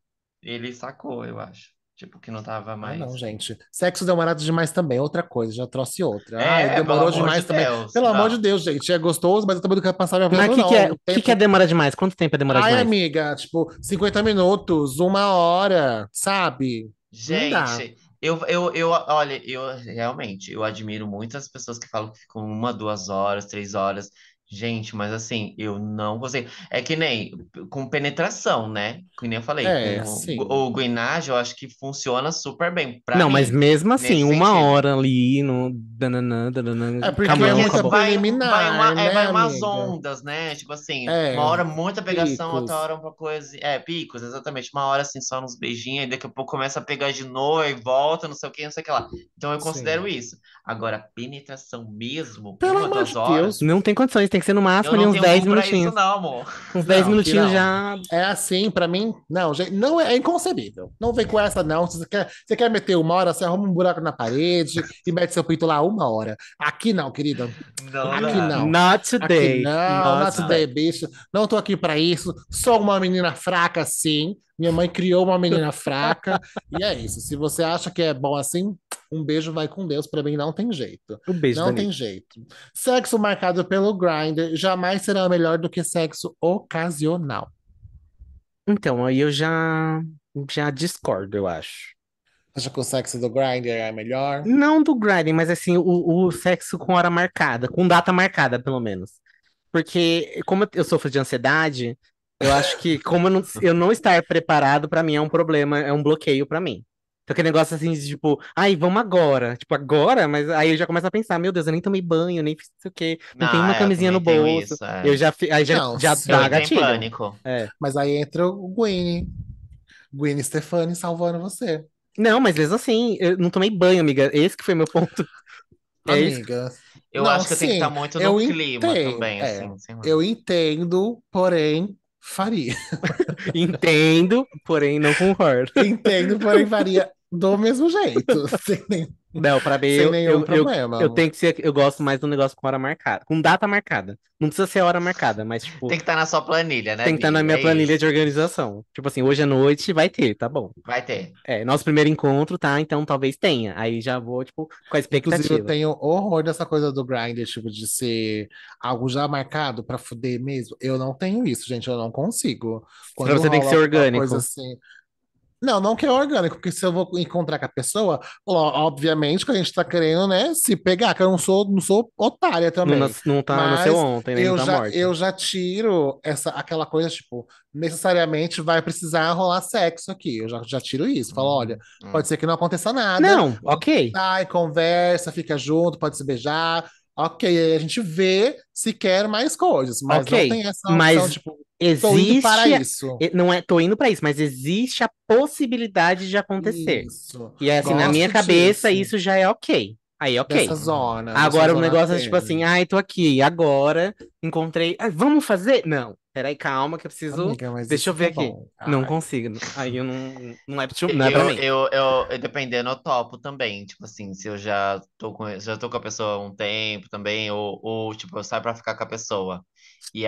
ele sacou, eu acho. Tipo, que não tava Ah, mais. não, gente. Sexo demorado demais também, é outra coisa, já trouxe outra. É, Ai, pelo Ah, demorou amor de demais também. Deus, Tá. Pelo amor não. de Deus, gente. É gostoso, mas eu também não quero passar minha vida, Mas o que, não. que é, O o tempo- que, que é demora demais? Quanto tempo é demora Ai, demais? amiga, tipo, 50 minutos, uma hora, sabe? Não dá. Gente, eu, eu, eu, olha, eu realmente, eu admiro muito as pessoas que falam que ficam uma, duas horas, três horas. Gente, mas assim, eu não consigo. É que nem com penetração, né? Que nem eu falei, É, com sim. o, o guinagem, eu acho que funciona super bem pra Não, mas mim, mesmo nesse assim, uma sentido. hora ali no dananã, dananã, É porque é camão, Porque muita acabou. vai, vai, preliminar, uma, é, né, vai umas amiga? ondas, né? Tipo assim, É, uma hora muita pegação, outra picos. hora uma coisa. É, picos, exatamente. Uma hora assim, só nos beijinhos, e daqui a pouco começa a pegar de novo, e volta, não sei o que, não sei o que lá. Então eu considero Sim. isso. Agora, penetração mesmo, Pelo uma, amor duas de Deus. horas, Não tem condições, tem que ser no eu máximo ali não uns tenho 10 cu pra isso, minutinhos. não, amor. Uns 10 Não, que minutinhos não. já. É assim, pra mim, não, gente, não é, é inconcebível. Não vem com essa, não. Se você quer, você quer meter uma hora, você arruma um buraco na parede e mete seu pinto lá uma hora. Aqui não, querida. Não Aqui dá. não. Not Aqui today. não, Not not today. today, bicho. Não tô aqui pra isso. Sou uma menina fraca, sim. Minha mãe criou uma menina fraca. E é isso. Se você acha que é bom assim, um beijo vai com Deus. Pra mim não tem jeito. Um beijo, Não tem Danilo. jeito. Sexo marcado pelo Grindr jamais será melhor do que sexo ocasional. Então, aí eu já, já discordo, eu acho. Acha que o sexo do Grindr é melhor? Não do grinding, mas assim, o, o sexo com hora marcada, com data marcada, pelo menos. Porque, como eu- eu sofro de ansiedade, eu acho que, como eu não, eu não estar preparado, pra mim é um problema, é um bloqueio pra mim. Então, aquele negócio assim de tipo, ai, vamos agora. Tipo, agora? Mas aí eu já começo a pensar, meu Deus, eu nem tomei banho, nem fiz não sei o quê, não tenho Não, uma é, eu camisinha no também tenho bolso. isso. É. Eu já, fi- aí já, Não, já sim. dá Eu tenho gatilho. pânico. É. Mas aí entra o Gwen. Gwen Stefani salvando você. Não, mas mesmo assim, eu não tomei banho, amiga. Esse que foi meu ponto. É isso. Amiga. Eu Não, acho que eu tenho que sim, estar muito no eu clima entendo. também, É, assim, sei lá. eu entendo, porém, faria. Entendo, porém não concordo. Entendo, porém, faria do mesmo jeito. Sem, nem- Não, pra mim, sem eu, nenhum eu, eu, problema. eu tenho que ser. Eu gosto mais do negócio com hora marcada, com data marcada. Não precisa ser a hora marcada, mas, tipo, Tem que estar na sua planilha, né, tem que estar na Bi? minha É planilha isso. de organização. Tipo assim, hoje à noite vai ter, tá bom. Vai ter. É, nosso primeiro encontro, tá? Então talvez tenha. Aí já vou, tipo, com a Inclusive, eu expectativa. tenho horror dessa coisa do grinder, tipo, de ser algo já marcado pra fuder mesmo. Eu não tenho isso, gente, eu não consigo. Pra Quando você tem que rola ser alguma coisa orgânico. assim. Não, não que é orgânico, porque se eu vou encontrar com a pessoa, ó, obviamente que a gente tá querendo, né, se pegar, que eu não sou, não sou otária Não, também. nas- não tá, nasceu Mas ontem, nem não eu tá já, morta. eu já tiro essa aquela coisa, tipo, necessariamente vai precisar rolar sexo aqui. Eu já, já tiro isso. Falo, olha, Hum, hum. pode ser que não aconteça nada. Não, ok. Sai, conversa, fica junto, pode se beijar. Ok, aí a gente vê se quer mais coisas, mas não Ok. tem essa opção, Mas tipo, tô indo para existe. a- isso. e- Não é, tô indo pra isso, mas existe a possibilidade de acontecer. Isso. E assim, na minha Gosto cabeça, disso. isso já é ok. Aí, ok. Dessa zona, dessa Agora o zona negócio é tipo assim, tênue. ai, tô aqui, agora encontrei. Ah, vamos fazer? Não, peraí, calma, que eu preciso. Amiga, mas Deixa isso eu ver tá aqui. bom. Não Ai. consigo. Aí eu não. Não é, pra- não é pra Eu, mim. eu, eu, eu, dependendo, eu topo também. Tipo assim, se eu já tô com, já tô com a pessoa há um tempo também, ou, ou tipo, eu saio pra ficar com a pessoa. E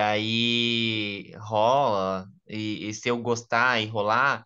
aí rola, e, e se eu gostar e rolar,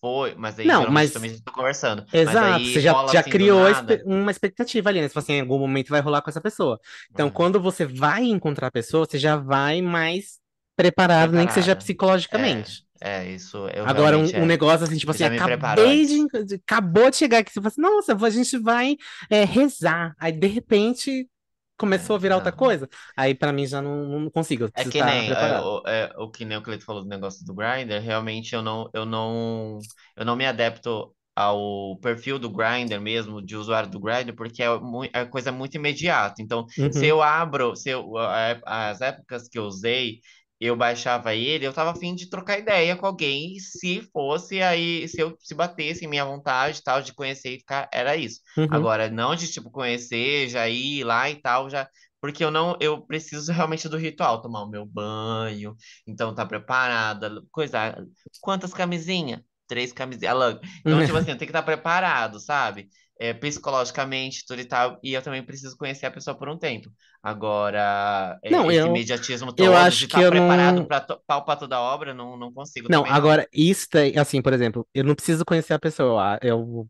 foi. Mas aí Não, geralmente mas. também já tô conversando. Mas Exato, aí você já, rola já assim do criou a nada. espe- uma expectativa ali, né? Você fala assim, em algum momento vai rolar com essa pessoa. Então, hum, quando você vai encontrar a pessoa, você já vai mais preparado, nem que seja preparada. É, psicologicamente. é, isso eu Agora, um, realmente um é. negócio assim, tipo Eu assim, já me preparo acabei de, antes. enco- de- acabou de chegar aqui, você fala assim, nossa, vou- a gente vai é, rezar. Aí, de repente, começou a É, virar outra não. coisa. Aí, pra mim, já não, não consigo, eu É preciso que estar nem é, tá preparado. o, é, o que nem o Cleiton falou do negócio do Grindr, realmente eu não, eu não, eu não me adepto ao perfil do Grindr mesmo, de usuário do Grindr, porque é, mu- é coisa muito imediata. Então, Uhum. se eu abro, se eu, a- a- as épocas que eu usei, eu baixava ele, eu tava afim de trocar ideia com alguém, e se fosse aí, se eu se batesse em minha vontade e tal, de conhecer e ficar, era isso. Uhum. Agora, não de tipo conhecer, já ir lá e tal, já. Porque eu não, eu preciso realmente do ritual, tomar o meu banho, então tá preparada, coisa. Quantas camisinhas? Três camisinhas. ela- Uhum. Então, tipo assim, eu tenho que estar preparado, sabe? É, psicologicamente, tudo e tal. E eu também preciso conhecer a pessoa por um tempo. Agora, é, Não, esse eu- imediatismo todo, eu de acho estar que eu não- preparado para pra to- pau pra toda obra, não, não consigo Não, também, agora, isso daí, assim, por exemplo, eu não preciso conhecer a pessoa. ah, Eu,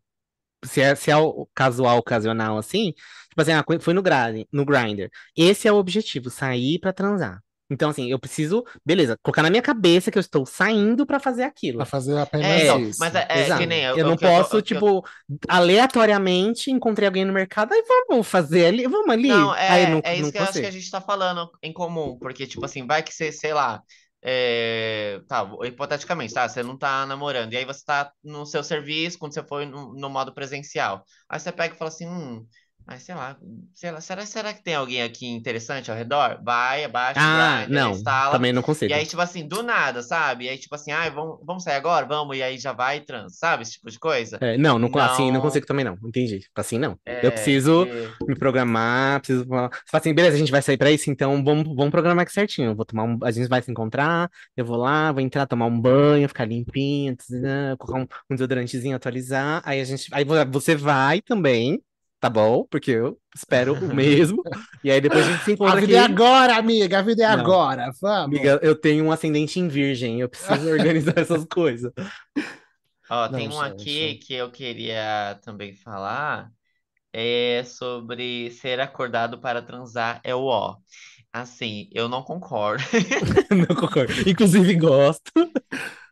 se é, se é o casual, ocasional, assim, tipo assim, ah, co- fui no, grind, no Grindr. Esse é o objetivo, sair pra transar. Então, assim, eu preciso, beleza, colocar na minha cabeça que eu estou saindo pra fazer aquilo. Pra fazer apenas É, então, isso. mas é, é Exato. que nem eu, o não que eu tô- posso, o que eu- tipo, aleatoriamente encontrei alguém no mercado, aí vamos fazer ali, vamos ali. Não, Aí eu é, não, é isso não que eu acho que consigo. a gente tá falando em comum, porque, tipo assim, vai que você, sei lá, é, tá, hipoteticamente, tá, você não tá namorando, e aí você tá no seu serviço, quando você foi no, no modo presencial, aí você pega e fala assim, hum, aí sei lá, sei lá, será, será que tem alguém aqui interessante ao redor? Vai, abaixa o Ah, Grindr, não, instala, também não consigo. e aí, tipo assim, do nada, sabe? E aí, tipo assim, ai, vamos, vamos sair agora? Vamos, e aí já vai e trans, sabe? Esse tipo de coisa. É, não, não, assim, não Não. consigo também não, entendi. Assim, não. É, Eu preciso e- me programar, preciso falar você fala assim, beleza, a gente vai sair pra isso, então vamos, vamos programar aqui certinho. Eu vou tomar um, a gente vai se encontrar, eu vou lá, vou entrar, tomar um banho, ficar limpinho, tzzz, colocar um, um deodorantezinho, atualizar. Aí a gente, aí vo- você vai também, tá bom? Porque eu espero o mesmo. E aí depois a gente se A encontra vida é aqui. agora, amiga. A vida é Não. agora. Vamos. Amiga, eu tenho um ascendente em virgem, eu preciso organizar essas coisas. Ó, Não, tem um aqui gente. que eu queria também falar, é sobre ser acordado para transar é o ó. Assim, eu não concordo. Não concordo. Inclusive, gosto.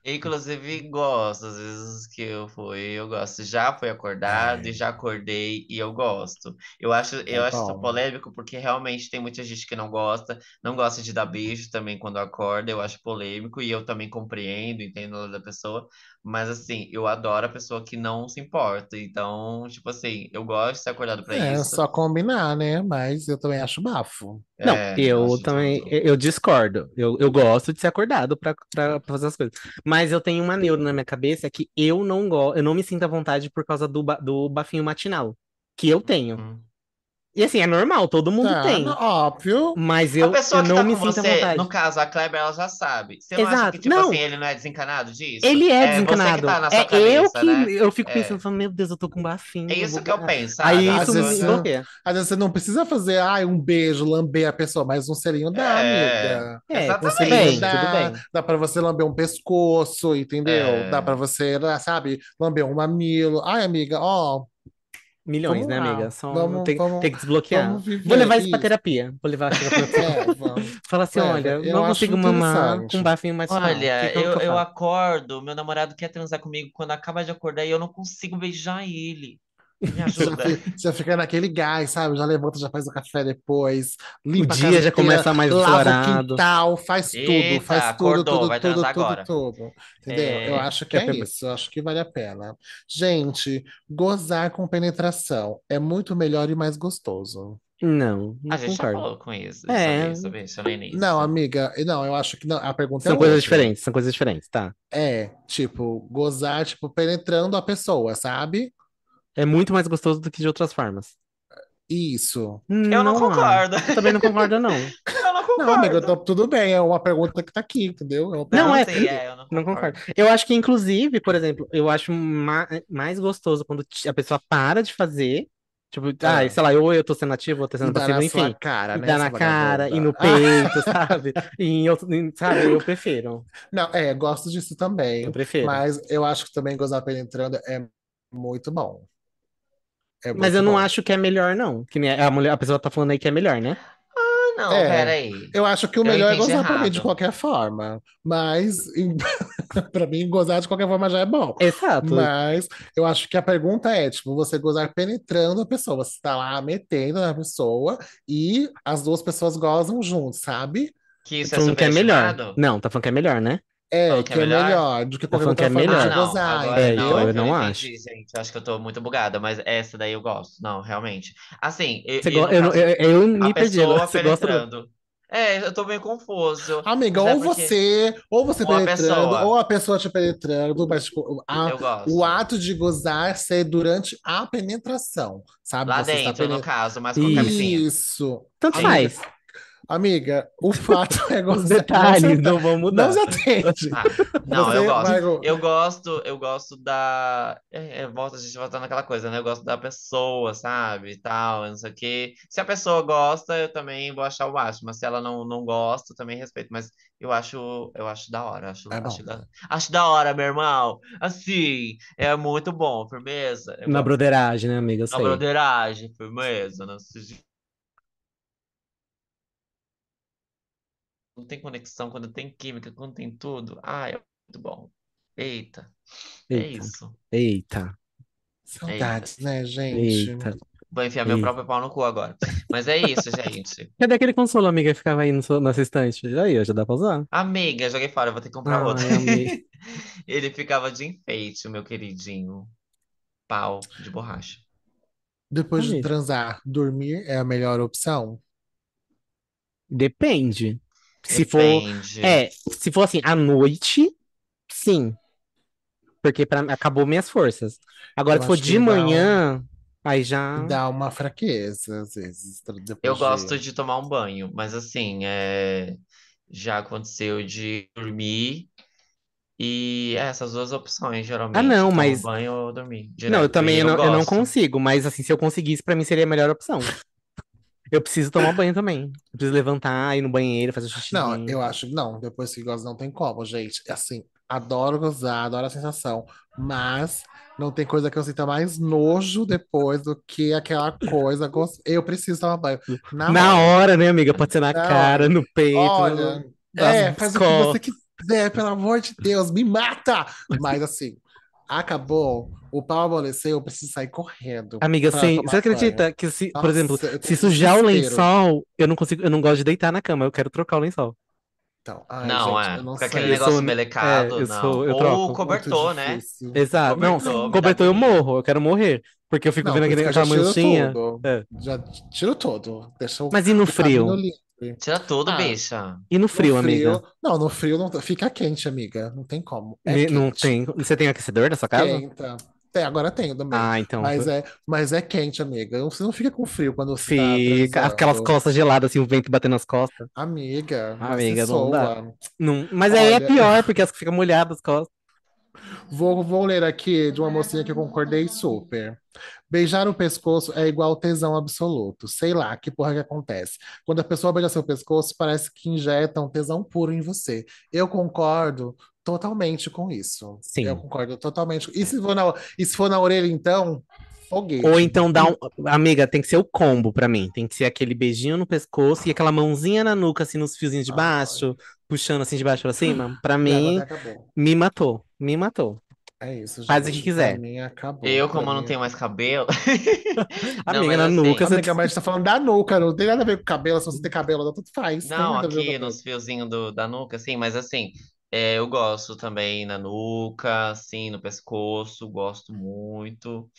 Inclusive, gosto. Às vezes que eu fui, eu gosto. Já fui acordado e já acordei e eu gosto. Eu acho, eu É acho isso bom. polêmico porque realmente tem muita gente que não gosta, não gosta de dar beijo também quando acorda. Eu acho polêmico e eu também compreendo, entendo o lado da pessoa. Mas assim, eu adoro a pessoa que não se importa. Então, tipo assim, eu gosto de ser acordado pra É isso. só combinar, né? Mas eu também acho bafo. Não, É, eu acho também, tudo. eu eu discordo. Eu, eu gosto de ser acordado pra pra fazer as coisas. Mas eu tenho uma neura na minha cabeça que eu não gosto, eu não me sinto à vontade por causa do, ba- do bafinho matinal, que eu tenho. Hum. E assim, é normal, todo mundo Tá, tem. no- óbvio. Mas A eu, pessoa eu que tá não com me sinto à você, vontade. no caso, a Kleber, ela já sabe. Você não acha que, Exato. tipo Não. assim, ele não é desencanado disso? Ele é você que desencanado. tá na sua É eu cabeça, que né? eu fico É. pensando, falando, meu Deus, eu tô com um bafinho. É eu isso vou que eu ganhar." penso, sabe? Aí A isso vezes me É, eu- pessoa- bloqueia. Às vezes você não precisa fazer, ai, um beijo, lamber a pessoa, mas um selinho dá, É. amiga. É, Um tudo Exatamente. Tá. selinho bem, tudo dá, bem. dá pra você lamber um pescoço, entendeu? É. Dá pra você, né, sabe, lamber um mamilo. Ai, amiga, ó, Milhões, vamos né, amiga? lá, Só vamos, tem, tem vamos, que desbloquear. vamos viver Vou levar isso pra isso. terapia. Vou levar isso pra É, vamos. Fala assim, Leva, olha, eu não acho consigo mamar interessante. com bafinho matinal. O que Olha, que eu, eu, que eu eu faço? acordo, meu namorado quer transar comigo quando acaba de acordar e eu não consigo beijar ele. Me Você já, ajuda. fi- você já fica naquele gás, sabe? Já levanta, já faz o café depois, O limpa a casa dia já inteira, começa mais lava tá- o ensolarado. quintal, faz tudo, Eita, faz tudo, acordou, tudo, vai tudo, transar tudo, agora. tudo. Entendeu? Eu É. acho que é isso, eu acho que vale a pena. Gente, gozar com penetração é muito melhor e mais gostoso. Não, não A gente já concordo. falou com isso, É. sobre, sobre isso no início. Não, amiga, não, eu acho que não. A pergunta São é coisas outra. diferentes, são coisas diferentes, tá? É, tipo, gozar, tipo, penetrando a pessoa, sabe? É muito mais gostoso do que de outras formas. Isso. Eu não acho. concordo. Também não concordo, não. Eu não Não, amiga, eu concordo. tô- tudo bem, é uma pergunta que tá aqui, entendeu? É uma Não, Não, é, pergunta sei, é, eu não Não concordo. concordo. Eu acho que, inclusive, por exemplo, eu acho ma- mais gostoso quando ti- a pessoa para de fazer. Tipo, ah, Ah. sei lá, ou eu tô sendo ativo, ou eu tô E sendo dá na passivo, sua enfim. cara, E né, dá sua tá na cara, e vagabunda? no peito, sabe? E em outro, em- sabe, eu prefiro. Não, é, gosto disso Eu também. prefiro. Mas eu acho que também gozar penetrando é muito bom. É Mas muito eu não bom. acho que é melhor, não. Que nem a mulher, a pessoa tá falando aí que é melhor, né? Ah, não, É, peraí. eu acho que o Eu melhor é entendi gozar pra mim de errado. qualquer forma. Mas, em- pra mim, gozar de qualquer forma já é bom. Exato. Mas eu acho que a pergunta é, tipo, você gozar penetrando a pessoa. Você tá lá metendo na pessoa e as duas pessoas gozam junto, sabe? Que isso é Falando que é melhor. superestimado? Não, tá falando que é melhor, né? É, Falando que é melhor do que qualquer falando que outra é melhor. forma de Ah, não, gozar, agora É, não, eu- entendeu? é que não entendi, gente. Eu acho que eu tô muito bugada, mas essa daí eu gosto. Não, realmente. Assim, eu, Você e go- no eu, não- caso, eu, eu me a perdi agora. pessoa Você gosta do- penetrando. É, eu tô meio confuso. Amiga, Mas é ou porque- você, ou você Ou a penetrando, pessoa. ou a pessoa te penetrando, mas tipo, a- Ah, Eu gosto. o ato de gozar ser durante a penetração, sabe? Lá Você está dentro, no penetrando. caso, mas com Isso. camisinha. Isso. Tanto Amiga, faz. Amiga, o fato é gozar. Os detalhes não vão Não, mudar. se atende. Ah, não, Você eu gosto. vai go- Eu gosto, eu gosto da. É, é, volta, a gente volta naquela coisa, né? Eu gosto da pessoa, sabe? E tal, eu não sei o quê. Se a pessoa gosta, eu também vou achar o máximo. Mas se ela não, não gosta, eu também respeito. Mas eu acho, eu acho da hora. Acho, É bom. acho, da, acho da hora, meu irmão. Assim, é muito bom, firmeza. Eu Na gosto. broderagem, né, amiga? Eu Na sei. broderagem, firmeza. Não, se- Quando tem conexão, quando tem química, quando tem tudo. Ah, é muito bom. Eita, é Eita, isso. eita, Saudades, né, gente? eita. Vou enfiar meu Eita. próprio pau no cu agora. Mas é isso, gente. Cadê aquele consolo, amiga, que ficava aí no seu, nessa estante? Aí, ó, já dá pra usar. Amiga, joguei fora, vou ter que comprar outro. Ai, amiga. Ele ficava de enfeite, o meu queridinho. Pau de borracha. Depois de Amiga. transar, dormir é a melhor opção? Depende. Se for. Depende. É, se for assim, à noite, sim. Porque pra, acabou minhas forças. Agora, Eu se for acho que de dá um- manhã, aí já. Dá uma fraqueza, às vezes. tra- Hum. Eu depois de- gosto de tomar um banho, mas assim, é... já aconteceu de dormir. E é, essas duas opções, geralmente. Ah, não, Tomo mas- banho ou dormir. Não, eu direto. E também eu não, eu não gosto. consigo, mas assim, se eu conseguisse, pra mim seria a melhor opção. Eu preciso tomar banho também. Eu preciso levantar, ir no banheiro, fazer xixi. Não, eu acho que não. Depois que goza, não tem como, gente. Assim, adoro gozar, adoro a sensação. Mas não tem coisa que eu sinta mais nojo depois do que aquela coisa. goz- Eu preciso tomar banho. Na, Na hora, né, amiga? Pode ser na Na cara, no peito. Olha, no- é, nas faz o que costas. você quiser, pelo amor de Deus, me mata! Mas assim, acabou, o pau amoleceu, eu preciso sair correndo. Amiga, pra sim. tomar Você acredita banho. que se, por Nossa, exemplo, eu se tenho sujar o desespero. lençol, eu não consigo, eu não gosto de deitar na cama, eu quero trocar o lençol. Então, ai, Não, gente, é. eu não Fica sei. aquele Eu negócio sou- melecado, é, eu não. sou- eu Ou troco. o Muito cobertor, né? difícil. Exato. Não, Cobertor, me dá cobertor eu agonia. morro, eu quero morrer. Porque eu fico Não, vendo por isso aquele, que eu aquela já tiro manchinha. tudo. É. Já tiro tudo. Deixa o, Mas e no o caminho frio? livre. Tira tudo, Ah, bicha. E no No frio, amiga? Não, no frio não tá, fica quente, amiga. Não tem como. É Ne- Não quente. tem. Você tem aquecedor na sua casa? Esquenta. Tem, agora tenho também. Ah, então. Mas é, mas é quente, amiga. Não- Você não fica com frio quando você tá Fica transando. aquelas costas geladas, assim, o vento batendo nas costas. Amiga, mas Amiga, se não dá. soa. Não- Mas aí é Olha. pior, porque as que ficam molhadas as costas. Vou, vou ler aqui de uma mocinha que eu concordei super. Beijar o pescoço é igual tesão absoluto. Sei lá, que porra que acontece. Quando a pessoa beija seu pescoço, parece que injeta um tesão puro em você. Eu concordo totalmente com isso. Sim. Eu concordo totalmente. E se for na, e se for na orelha, então, foguete. Ou então dá um. Amiga, tem que ser o combo pra mim. Tem que ser aquele beijinho no pescoço e aquela mãozinha na nuca, assim, nos fiozinhos de Ai. baixo, puxando assim de baixo pra cima. Pra Minha água mim, até acabou. me matou. Me matou. É isso, gente. Faz o que quiser. Pra mim, acabou. Eu, como Pra eu não mim- tenho mais cabelo. Não, Amiga, mas na assim, nuca, você Amiga, mas tá falando da nuca, não tem nada a ver com cabelo. Se você tem cabelo, tanto faz. Tem Não, nada a ver com aqui cabelo. nos fiozinhos do- da nuca, assim, mas assim, é, eu gosto também na nuca, assim, no pescoço, gosto muito.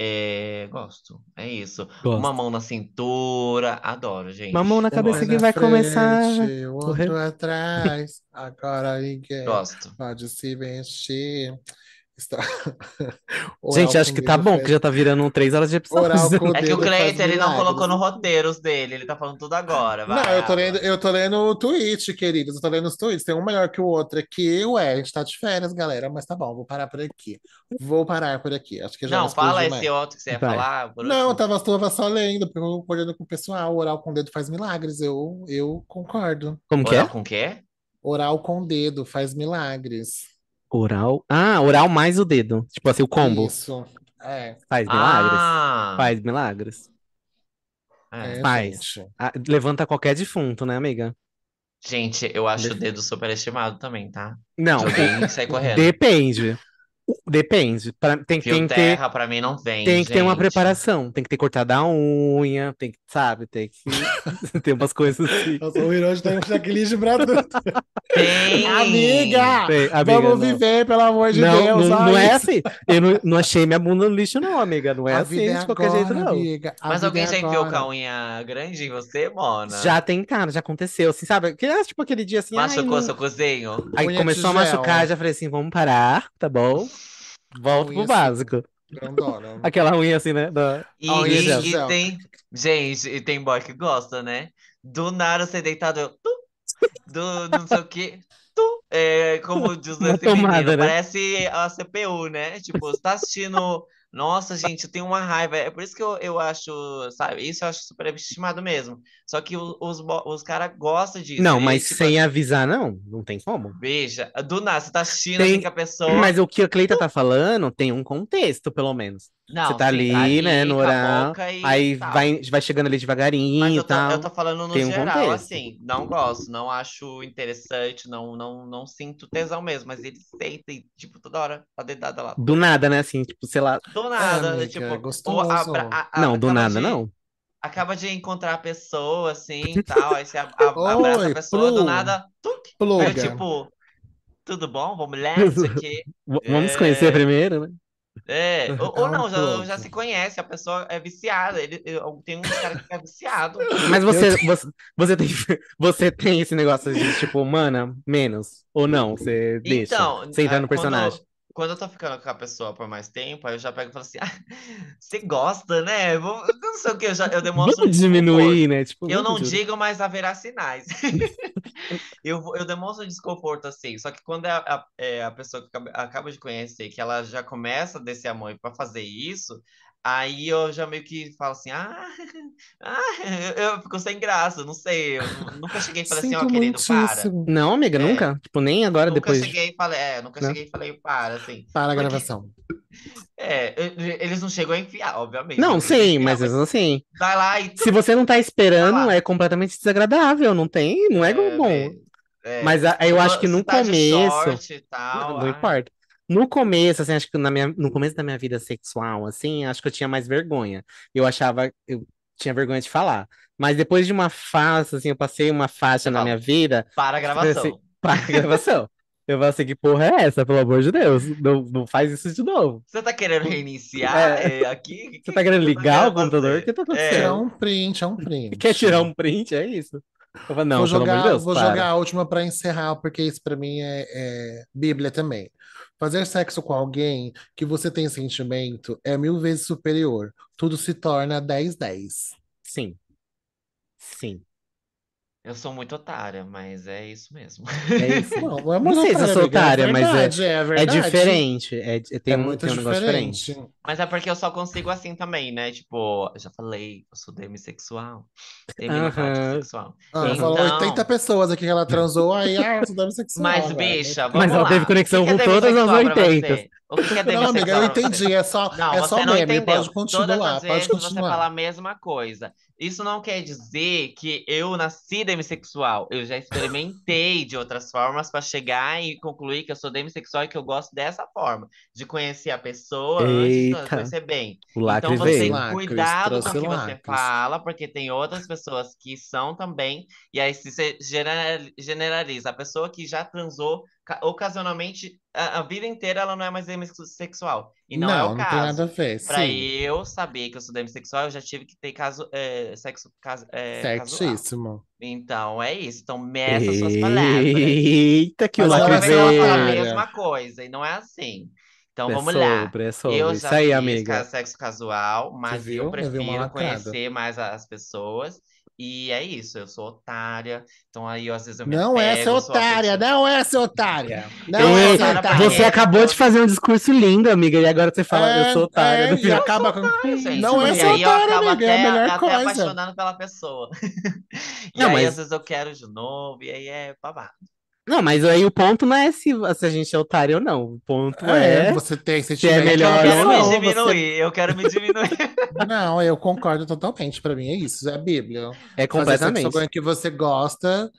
É, gosto, é isso. Uma gosta. mão na cintura, adoro, gente. Uma mão na Um cabeça pé que na vai começar. frente, o correr. outro atrás. Agora ninguém Gosto. pode se mexer. Está... Gente, acho que tá bom, que já um- tá virando um três horas de episódio. Oral com o É que dedo o faz Cleiton, ele não milagres. colocou no roteiros dele, ele tá falando tudo agora, vai. assim. Não, eu tô Abra. lendo, eu tô lendo o tweet, queridos. Eu tô lendo os tweets. Tem um melhor que o outro aqui. Ué, a gente tá de férias, galera. Mas tá bom, vou parar por aqui. Vou parar por aqui. Acho que já Não, explodi fala mais. esse outro que você ia Vai. falar. por Não, tá eu último. tava, eu tava só lendo, porque eu concordando com o pessoal. Oral com o dedo faz milagres. Eu, eu concordo. Como que Oral é? com o quê? Oral com o dedo faz milagres. Oral. Ah, oral mais o dedo. Tipo assim, o combo. Isso. É, Faz milagres. Ah! Faz milagres. É. é, Faz. gente. Ah, levanta qualquer defunto, né, amiga? Gente, eu acho o dedo superestimado também, tá? Não. Joguei e saí correndo. Depende. Depende. Pra- tem, Fio tem que ter, terra, pra mim, não vem, tem que ter uma gente. preparação, tem que ter cortado a unha, tem que, sabe, tem que ter umas coisas assim. Nossa, o Hiroshi tá indo naquele Gibrador. Tem! Amiga! Tem, amiga, Vamos não. viver, pelo amor de Não, Deus. não, ai. não é assim. Eu não, não achei minha bunda no lixo, não, amiga. Não é A assim vida é de qualquer agora, jeito, não. amiga, a Mas vida alguém é já enfiou agora. com a unha grande em você, Mona? Já tentaram, já aconteceu, assim, sabe? Que é tipo aquele dia assim. ai, Machucou não- seu cozinho? Aí Unha começou a tigela. machucar, já falei assim: vamos parar, tá bom? Volto Unha pro básico. é um Grandona. Aquela unha assim, né? da- E, Olha, e- Deus e do céu. tem. Gente, e tem boy que gosta, né? Do nada você deitado, eu. Tu, do não sei o que. Tu. É, como diz Uma esse tomada, menino, né? parece a CPU, né? Tipo, você tá assistindo. Nossa, gente, eu tenho uma raiva. É por isso que eu, eu acho, sabe? Isso eu acho super estimado mesmo. Só que o- os, bo- os caras gostam disso. Não, E, mas tipo, sem avisar, não. Não tem como. Veja, do nada, você tá assistindo Tem- assim com a pessoa. Mas o que a Cleita então tá falando tem um contexto, pelo menos. Não, você tá ali, né, no com a horário, boca e Aí tal. vai, vai chegando ali tá. Mas devagarinho eu e tô, eu tal. tô falando no tem um geral, contexto. assim, não gosto, não acho interessante, não, não, não sinto tesão mesmo, mas ele senta e, tipo, toda hora, tá dedada lá. Do nada, né? Assim, tipo, sei lá. Do nada, amiga, tipo, é ou gostoso. abra- a- a- Não, do Ah, acaba nada, de- não. Acaba de encontrar a pessoa, assim, e tal, aí você a- a- Oi, abraça a pessoa, do Plu. nada, tuc, aí eu, Pluga. tipo, tudo bom, vamos lá, isso aqui. V- Vamos se conhecer É. primeiro, né? É, ou, ou um Ah, não, já, pronto. já se conhece, a pessoa é viciada, ele, eu- tem um cara que é viciado. Mas você, você, você, tem, você tem esse negócio de, tipo, mana, menos. Ou não, você deixa. Então, você entra ah, no quando- personagem. Quando eu tô ficando com a pessoa por mais tempo, aí eu já pego e falo assim: ah, você gosta, né? Vou- eu não sei o que, eu, já, eu demonstro. Vamos diminuir, né? Tipo, desconforto. Eu não vamos diminuir. digo, mas haverá sinais. eu, vou- eu demonstro desconforto assim. Só que quando é a, a- é a pessoa que acaba, acaba de conhecer, que ela já começa a descer a mão pra fazer isso, aí eu já meio que falo assim: ah, ah", eu, eu fico sem graça, não sei. Eu nu- nunca cheguei e falei assim: ó, Sinto querido, para. muitíssimo. Não, amiga, É. nunca. Tipo, nem agora, Nunca depois. de- cheguei e falei, é, nunca Né? cheguei e falei, para, assim. Para a Porque- gravação. É, e- e- eles não chegam a enfiar, obviamente. Não, Eles chegam a sim, enfiar, mas mesmo assim. Vai lá e. Se você não tá esperando, Vai então, lá. é completamente desagradável. Não tem, não é bom. é, Mas a- eu acho que se no tá de começo. short e tal, ah, Não, ai. importa. No começo, assim, acho que na minha, no começo da minha vida sexual, assim, acho que eu tinha mais vergonha. Eu achava, eu tinha vergonha de falar. Mas depois de uma fase, assim, eu passei uma faixa Você na fala. minha vida Para a Parece- gravação. para a gravação. eu falei assim, que porra é essa, pelo amor de Deus? Não, não faz isso de novo. Você tá querendo reiniciar É. é, aqui? Que- Você tá querendo que você ligar o querendo computador? O fazer? que tá É. Tirar acontecendo? um print, é um print. Quer tirar um print? É isso? Eu falei, não, vou pelo jogar, amor de Deus, vou para. jogar a última pra encerrar, porque isso pra mim é, é Bíblia também. Fazer sexo com alguém que você tem sentimento é mil vezes superior. Tudo se torna 10-10. Sim. Sim. Eu sou muito otária, mas é isso mesmo. É isso. Não, não é Não sei se eu otária, sou amiga, é otária, mas é- verdade, é É verdade. diferente. É, tem É um, muito tem um negócio diferente. diferente. Mas é porque eu só consigo assim também, né? Tipo, eu já falei, eu sou demissexual. Deminofático Aham. sexual. Ah, Então- falou 80 pessoas aqui que ela transou, aí, ah, você deve sexual. Mas, velho. bicha, vamos Mas ela lá. teve conexão O que que é com todas as demissexual pra 80. você? O que que Não, é amiga, eu demissexual pra você? entendi, é só, Não, é você só não meme, entendeu. pode Todas continuar, as pode vezes você continuar. fala a mesma coisa. Isso não quer dizer que eu nasci demissexual. Eu já experimentei de outras formas para chegar e concluir que eu sou demissexual e que eu gosto dessa forma, de conhecer a pessoa antes de Eita. conhecer bem. O lacre Então você veio. Lacres, cuidado com o trouxe que você lacres. fala, porque tem outras pessoas que são também. E aí se você genera- generaliza, a pessoa que já transou ca- ocasionalmente a, a vida inteira, ela não é mais demissexual. E não, é o não caso. tem nada assim. a ver. Pra Sim, eu saber que eu sou demissexual, eu já tive que ter caso, é, sexo caso, é, casual. certíssimo. Então, é isso. Então, meça suas palavras. Eita, que o Mas Não ela lacre vai vai falar ser a otária. veio. mesma coisa, e não é assim. Então, É vamos lá. sobre, é sobre. Eu Isso já aí, fiz amiga. ca- sexo casual, mas viu? eu Eu vi uma prefiro lacrada. conhecer mais a- as pessoas. E é isso, eu sou otária. Então, aí, eu, às vezes, eu me Não é apego, seu sou otária, afetiva. não é seu otária. Não Eu- é eu- seu Cara, pra otária. Você É, acabou de eu- fazer um discurso lindo, amiga, e agora você fala, eu sou otária. É, no e final. acaba com... Gente, Não é e seu aí eu otário, acabo amiga, é a até, melhor até coisa. apaixonando pela pessoa. E Não, aí, mas- às vezes, eu quero de novo, e aí é babado. Não, mas aí o ponto não é se, se a gente é otário ou não. O ponto É, é. você tem esse é melhor eu quero ou me não, você- diminuir, eu quero me diminuir. Não, eu concordo totalmente. Pra mim é isso, é a Bíblia. É, Fazer sexo com completamente. alguém que você gosta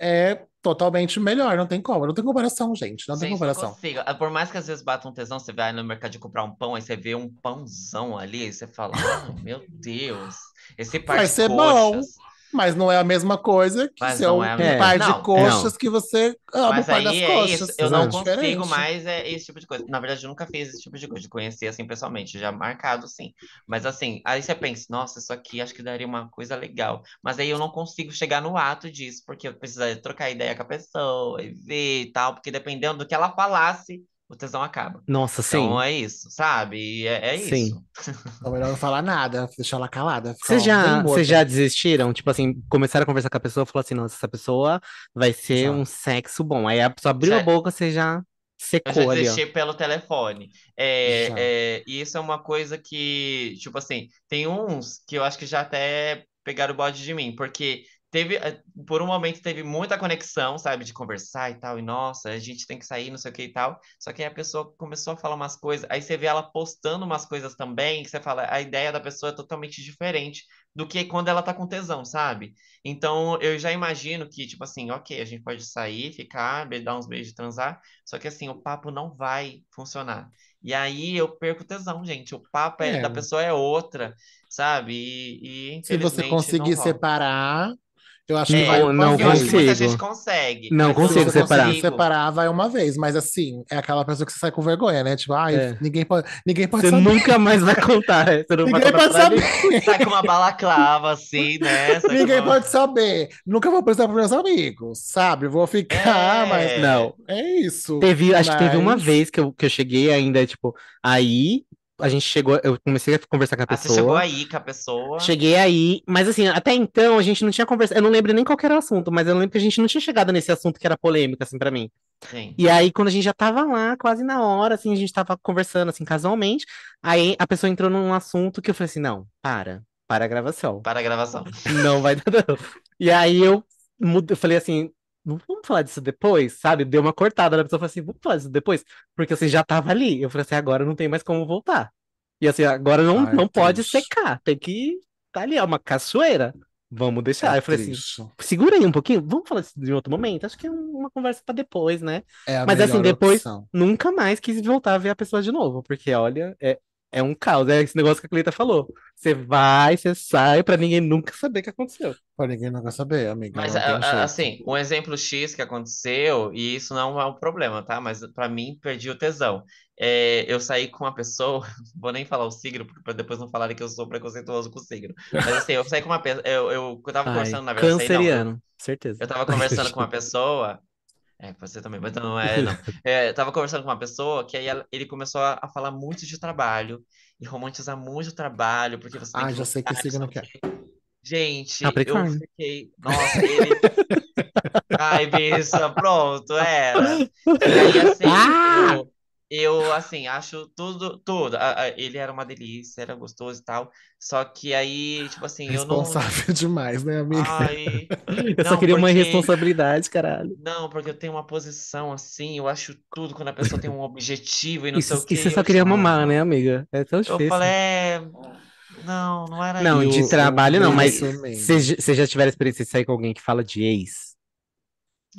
é totalmente melhor, não tem como. Não tem comparação, gente. Não tem Gente, comparação. consigo. Ah, Por mais que às vezes bata um tesão, você vai no mercadinho comprar um pão, aí você vê um pãozão ali, aí você fala, "Ah, meu Deus, esse par Vai de ser coxas. Mas não é a mesma coisa que Mas ser não um é a mesma- par Não, de coxas que você ama Mas o par aí das é coxas. isso, eu não É consigo diferente. mais é, esse tipo de coisa. Na verdade, eu nunca fiz esse tipo de coisa, de conhecer assim pessoalmente, já marcado sim. Mas assim, aí você pensa, nossa, isso aqui acho que daria uma coisa legal. Mas aí eu não consigo chegar no ato disso, porque eu precisaria trocar ideia com a pessoa e ver e tal, porque dependendo do que ela falasse, o tesão acaba. Nossa, sim. Então é isso, sabe? E é, é isso. Sim. É melhor não falar nada, deixar ela calada. ficar Vocês já, bem morta. vocês já desistiram? Tipo assim, começaram a conversar com a pessoa e falou assim: nossa, essa pessoa vai ser Já. um sexo bom. Aí a pessoa abriu Já- a boca, você já Eu já secou ali, ó. desisti pelo telefone. É, Já. é, e isso é uma coisa que, tipo assim, tem uns que eu acho que já até pegaram o bode de mim, porque teve, eh, por um momento teve muita conexão, sabe, de conversar e tal, e nossa, a gente tem que sair, não sei o que e tal. Só que aí a pessoa começou a falar umas coisas, aí você vê ela postando umas coisas também, que você fala, a ideia da pessoa é totalmente diferente do que quando ela tá com tesão, sabe? Então eu já imagino que, tipo assim, ok, a gente pode sair, ficar, be- dar uns beijos, transar. Só que assim, o papo não vai funcionar. E aí eu perco o tesão, gente. O papo é- É. da pessoa é outra, sabe? E, e, Se você infelizmente conseguir não rola. separar, eu acho que É, vai não- uma não Eu vez. acho que muita gente consigo. consegue. Não mas eu consigo Se você separar. conseguir separar, vai uma vez, mas assim, é aquela pessoa que você sai com vergonha, né? Tipo, ai, É. ninguém pode, ninguém pode Você saber. nunca mais vai contar. é. Você não vai Ninguém contar pode pra saber. ninguém. Sai Tá com uma balaclava assim, né? Sai com Ninguém uma- pode saber. Nunca vou precisar para meus amigos, sabe? Eu Vou ficar, É. mas Não. é isso. Teve, acho que teve uma Mas- vez que eu, que eu cheguei ainda, tipo, aí a gente chegou, eu comecei a conversar com a Ah, você chegou pessoa. aí com a pessoa. Cheguei aí, mas assim, até então a gente não tinha conversado. Eu não lembro nem qual que era o assunto, mas eu lembro que a gente não tinha chegado nesse assunto que era polêmica, assim, pra mim. Sim. E aí, quando a gente já tava lá, quase na hora, assim, a gente tava conversando, assim, casualmente, aí a pessoa entrou num assunto que eu falei assim: não, para, para a gravação. Para a gravação. Não vai dar, não. E aí eu mudei, eu falei assim, "Não vamos falar disso depois, sabe? Deu uma cortada na pessoa, falou assim, vamos falar disso depois, porque assim, já tava ali. Eu falei assim, agora não tem mais como voltar. E assim, agora não, Ai, não pode triste. secar, tem que tá ali, é uma cachoeira. Vamos deixar. É eu falei assim, triste. segura aí um pouquinho, vamos falar disso de outro momento. Acho que é um- uma conversa pra depois, né? É a Mas, assim, melhor depois- opção. Nunca mais quis voltar a ver a pessoa de novo, porque olha, é, é um caos, é esse negócio que a Cleita falou. Você vai, você sai, pra ninguém nunca saber o que aconteceu. Pra ninguém não quer saber, amiga. Mas, não tem a- a- jeito. assim, um exemplo X que aconteceu, e isso não é um problema, tá? Mas pra mim, perdi o tesão. É, eu saí com uma pessoa, vou nem falar o signo, porque pra depois não falarem que eu sou preconceituoso com o signo. Mas assim, eu saí com uma pessoa, eu, eu, eu tava Ai, conversando, na verdade, saí não, eu- canceriano, certeza. eu tava conversando com uma pessoa. É, você também, mas não é, não. É, eu tava conversando com uma pessoa que aí ela- ele começou a, a falar muito de trabalho e romantizar muito o trabalho, porque você tem Ah, que já sei que lutar, signo não sei que o quê. Gente, eu Capricórnio. fiquei. Nossa, ele. Ai, bicha, pronto, era. E aí, assim, Ah! eu, eu, assim, acho tudo, tudo. A- a- Ele era uma delícia, era gostoso e tal. Só que aí, tipo assim, eu não. Ah, Responsável demais, né, amiga? Ai. Eu só Não, queria uma porque- responsabilidade, caralho. Não, porque eu tenho uma posição assim, eu acho tudo quando a pessoa tem um objetivo e não E sei o cê- quê. e você só eu- queria mamar, né, amiga? É tão Eu difícil. falei, é, não, não era Não, E de o- o trabalho não, mas é, relacionamento. Vocês já tiveram experiência de sair com alguém que fala de ex? isso.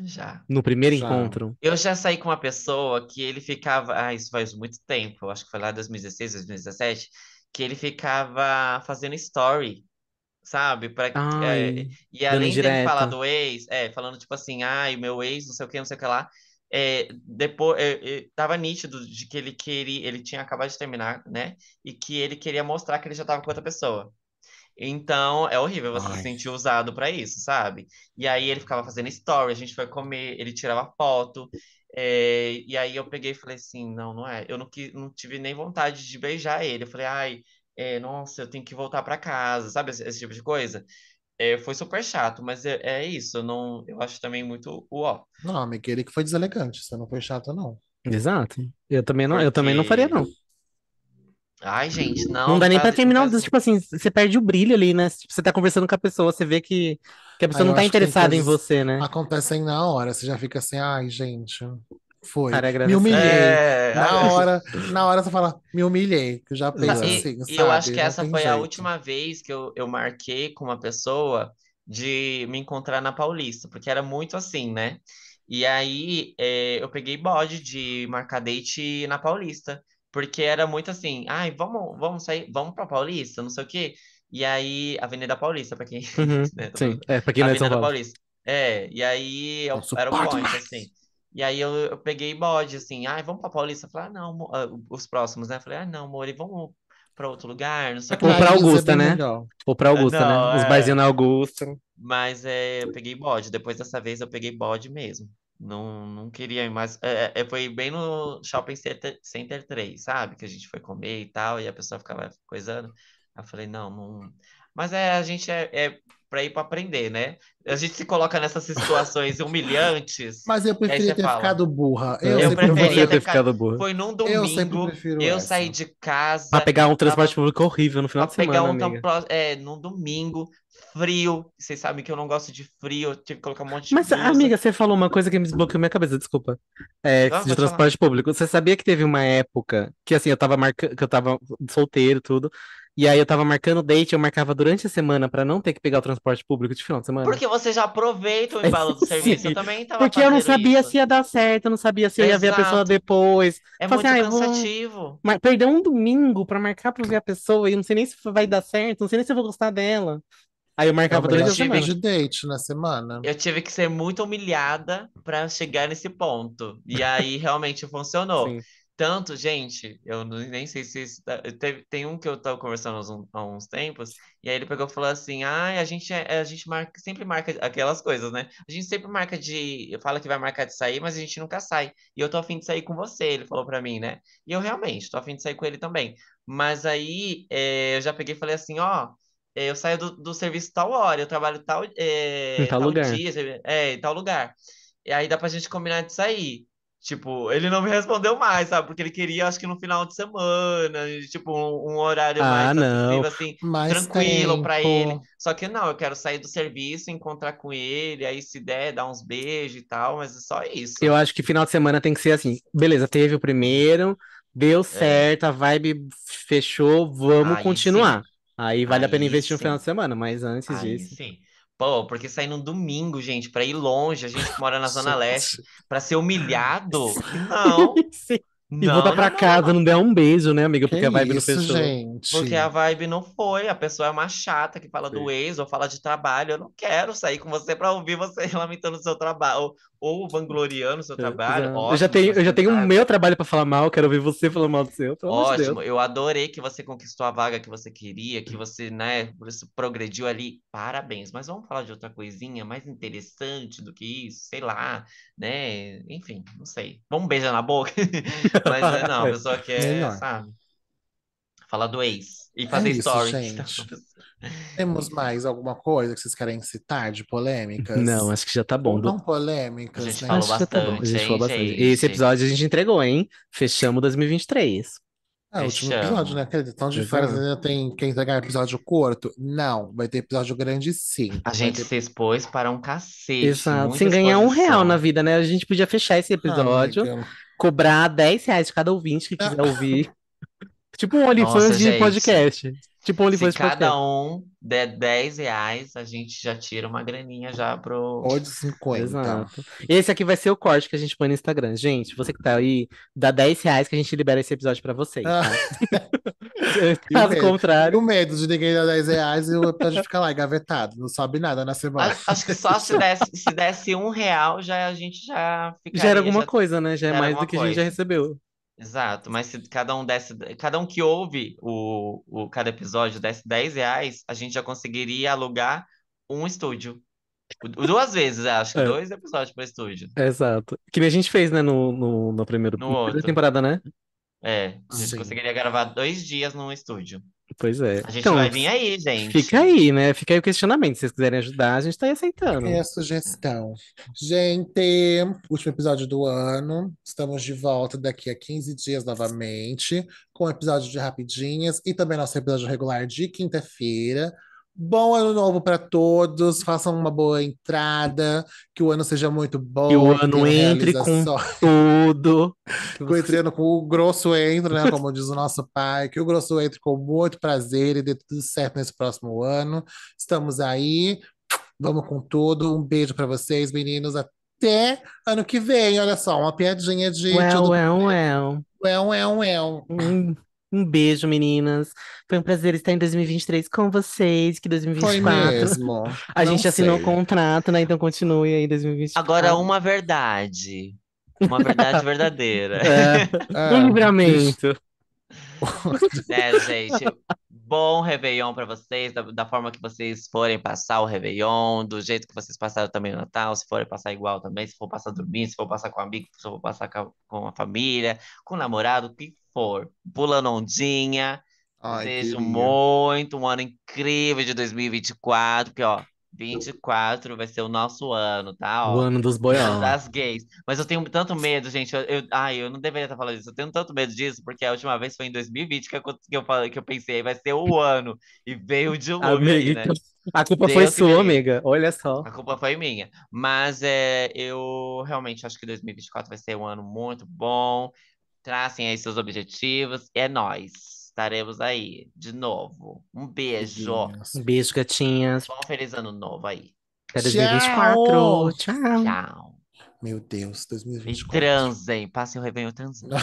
Já. No primeiro Já. encontro? Eu já saí com uma pessoa que ele ficava. Ah, isso faz muito tempo, eu acho que foi lá em 2016, 2017, que ele ficava fazendo story, sabe? Pra, é, Ai, E além dele falar direta. do ex, é, falando tipo assim, ai, o meu ex, não sei o que, não sei o que lá, é, depois, é, é, tava nítido de que ele queria, ele tinha acabado de terminar, né? E que ele queria mostrar que ele já tava com outra pessoa. Então, é horrível você Ai. se sentir usado pra isso, sabe? E aí ele ficava fazendo story, a gente foi comer, ele tirava foto. é, e aí eu peguei e falei assim, não, não é. Eu não, qui- não tive nem vontade de beijar ele. Eu falei, ai, é, nossa, eu tenho que voltar pra casa, sabe? Esse- esse tipo de coisa. É, foi super chato, mas é, é isso. Eu não, eu acho também muito uó. Não, amiga, ele que foi deselegante. Você não foi chato, não. Exato. Eu também não, eu também não Porque- faria, não. Ai, gente, não. Não, dá nem tá- pra terminar, faz- o- tipo assim, você perde o brilho ali, né? Tipo, você tá conversando com a pessoa, você vê que, que a pessoa Ah, eu não tá acho que tem interessada em coisas- você, né? Acontecem na hora. Você já fica assim, ai, gente, foi. Cara, Me agradecer. humilhei. É, Na ai, hora, na hora você fala, me humilhei. Que eu já penso E, assim, e eu sabe? acho que Não essa tem foi a jeito. última vez que eu, eu marquei com uma pessoa de me encontrar na Paulista, porque era muito assim, né? E aí é, eu peguei bode de marcar date na Paulista, porque era muito assim, ai, vamos, vamos sair, vamos pra Paulista, não sei o quê. E aí, Avenida Paulista, pra quem. Uhum, né, tô Sim, é, pra quem não é de São Avenida Paulo. Paulista. É, e aí eu- Não era o suporto point, mais. assim. E aí eu, eu peguei bode, assim, ai, vamos pra Paulista. Eu falei, ah, não, mo- ah, os próximos, né? Eu falei, ah, não, Mori, vamos pra outro lugar, não sei o Ou quê. pra Paris é Augusta, bem né? melhor. Ou pra Augusta, Não, né? Os é. barzinhos na Augusta. Mas é, eu peguei bode. Depois dessa vez eu peguei bode mesmo. Não, não queria ir mais. É, é, foi bem no Shopping Center, Center 3, sabe? Que a gente foi comer e tal, e a pessoa ficava coisando. Aí eu falei, não, não. Mas é, a gente é, é pra ir pra aprender, né? A gente se coloca nessas situações humilhantes. Mas eu E preferia aí você ter fala. ficado burra. Eu, Eu sempre né? preferia vou- preferia ter ter ficado- ficado burro. Foi num eu sempre domingo, prefiro eu essa. saí de casa. Pra pegar um transporte tava público horrível no final É, Pra de semana, pegar um amiga. tampão, é, num domingo, frio. Vocês sabem que eu não gosto de frio, eu tive que colocar um monte de Mas, blusa. amiga, você falou uma coisa que me desbloqueou minha cabeça, desculpa. É, Não, de pode falar. transporte público. Você sabia que teve uma época que, assim, eu tava marcando, que eu tava solteiro, tudo. E aí eu tava marcando date, eu marcava durante a semana pra não ter que pegar o transporte público de final de semana. Porque você já aproveita o embalo do serviço. Sim, eu também tava Porque eu não fazendo sabia isso. se ia dar certo, eu não sabia se eu ia ver a pessoa Exato. depois. É Fala assim, muito ah, eu vou cansativo. mar- perder um domingo pra marcar pra ver a pessoa e eu não sei nem se vai dar certo, não sei nem se eu vou gostar dela. Aí eu É o marcava durante melhor a tipo semana. um de date na semana. Eu tive que ser muito humilhada pra chegar nesse ponto. E aí realmente funcionou. Sim. Tanto, gente, eu não- nem sei se. isso tá- teve- tem um que eu tava conversando há uns, há uns tempos, e aí ele pegou e falou assim: ah, a gente, é- a gente marca, sempre marca aquelas coisas, né? A gente sempre marca de. Fala que vai marcar de sair, mas a gente nunca sai. E eu tô afim de sair com você, ele falou pra mim, né? E eu realmente tô afim de sair com ele também. Mas aí é, eu já peguei e falei assim: ó. é, Eu saio do, do serviço tal hora, eu trabalho tal, é, Em tal tal lugar. dia, é, em tal lugar. E aí dá pra gente combinar de sair. Tipo, ele não me respondeu mais, sabe? Porque ele queria, acho que no final de semana, e, tipo, um, um horário Ah, mais não. acessível, assim, Mais tranquilo pra ele. tempo. Só que não, eu quero sair do serviço, encontrar com ele, aí se der, dar uns beijos e tal, mas é só isso. Eu acho que final de semana tem que ser assim. Beleza, teve o primeiro, deu É, certo, a vibe fechou, vamos aí sim, continuar. Aí vale a pena aí investir no final sim, de semana, mas antes aí disso. sim. Pô, porque sair num domingo, gente, pra ir longe, a gente que mora na Zona Leste, Gente. pra ser humilhado? Não, Sim. E não, voltar não, pra não, não, casa, não. não der um beijo, né, amiga? Que Porque a vibe não isso, fechou. É, gente? Porque a vibe não foi, a pessoa é uma chata que fala do Sim. ex ou fala de trabalho. Eu não quero sair com você para ouvir você lamentando o seu trabalho ou, ou vangloriando o seu trabalho. É, Exato. Eu já Ótimo, tenho, eu já tenho o insustentável. meu trabalho pra falar mal, quero ouvir você falar mal do seu, pelo amor de Deus. Ótimo. Eu adorei que você conquistou a vaga que você queria, que você, né, você progrediu ali. Parabéns. Mas vamos falar de outra coisinha mais interessante do que isso, sei lá, né? Enfim, não sei. Vamos beijar na boca. Mas é, não, a pessoa quer, Melhor. sabe, falar do ex e É fazer isso, story. Então, gente. Temos mais alguma coisa que vocês querem citar de Não, polêmicas? acho que já tá Ou bom. não Du- A polêmicas, gente né? falou Acho que já tá bom. A bastante, gente falou hein, bastante. Esse gente? episódio a gente entregou, hein? Fechamos 2023. É o último episódio, Fechamos. né? Quer dizer, Estão de férias, Exato. ainda tem quem entregar episódio curto? Não, vai ter episódio grande sim. A Vai gente ter. se expôs para um cacete, Exato, muita sem ganhar um real na exposição. vida, né? A gente podia fechar esse Ah, episódio, amiga. cobrar 10 reais de cada ouvinte que quiser Ah, ouvir. Tipo um Nossa, OnlyFans de gente, podcast. Tipo um se OnlyFans de cada podcast. um der 10 reais, a gente já tira uma graninha já pro. ou de 50. Exato. Esse aqui vai ser o corte que a gente põe no Instagram. Gente, você que tá aí, dá 10 reais que a gente libera esse episódio pra vocês, Ah, tá? e o Caso medo? E contrário. o medo de ninguém dar 10 reais e o episódio ficar lá engavetado, não sobe nada na semana. A- Acho que só se desse, se desse um real, já a gente já Gera ficaria, alguma já, coisa, né? Já é já era mais do alguma que a gente já coisa. recebeu. Exato, mas se cada um desse, cada um que ouve o, o cada episódio desse 10 reais, a gente já conseguiria alugar um estúdio. Du- Duas vezes, acho que É, dois episódios para estúdio. exato. Que nem a gente fez, né, no, no, no primeiro, No na primeira outro. temporada, né? É, a gente Sim. conseguiria gravar dois dias num estúdio. Pois é. A gente Então, vai vir aí, Fica gente. aí, né? Fica aí o questionamento. Se vocês quiserem ajudar, a gente tá aí É aceitando. a sugestão. Gente, último episódio do ano. Estamos de volta daqui a 15 dias novamente, com o episódio de Rapidinhas e também nosso episódio regular de quinta-feira. Bom ano novo para todos, façam uma boa entrada, que o ano seja muito Que o bom, que ano tenham entre com realizações. tudo. Que Que o vocês- entrando com o grosso entra, né? Como diz o nosso pai, que o grosso entre com muito prazer e dê tudo certo nesse próximo ano. Estamos aí. Vamos com tudo. Um beijo pra vocês, meninos. Até ano que vem. Olha só, uma piadinha de Well, tudo. well, well. Well, well, well. Um, um beijo, meninas. Foi um prazer estar em 2023 com vocês, que Foi 2024. mesmo. A Não gente assinou um sei. contrato, né? Então continue aí em 2024. Agora, uma verdade. Uma verdade verdadeira. É, Ah, um livramento. né, gente? Bom Réveillon pra vocês, da, da forma que vocês forem passar o Réveillon, do jeito que vocês passaram também o Natal, se forem passar igual também, se for passar dormindo, se for passar com amigo, se for passar com a, com a família, com o namorado, o que for. Pulando ondinha. ai, Desejo queria. muito, um ano incrível de 2024, porque ó, 24 vai ser o nosso ano, tá? O Ó, ano dos boião. das gays. Mas eu tenho tanto medo, gente. Eu, eu- ai, eu não deveria estar falando isso. Eu tenho tanto medo disso, porque a última vez foi em 2020 que eu, que eu, falei, que eu pensei, vai ser o ano. E veio de dilúvio aí, Amiga, né? então, a culpa foi Deus que me sua, livre. amiga. Olha só. A culpa foi minha. Mas é, eu realmente acho que 2024 vai ser um ano muito bom. Tracem aí seus objetivos. É nós. Estaremos aí de novo. Um beijo. Beijinhos. Um beijo, gatinhas. Bom feliz ano novo aí. Até Tchau! 2024. Tchau. Tchau. Meu Deus, E 2024. transem. Passem o Réveillon transando.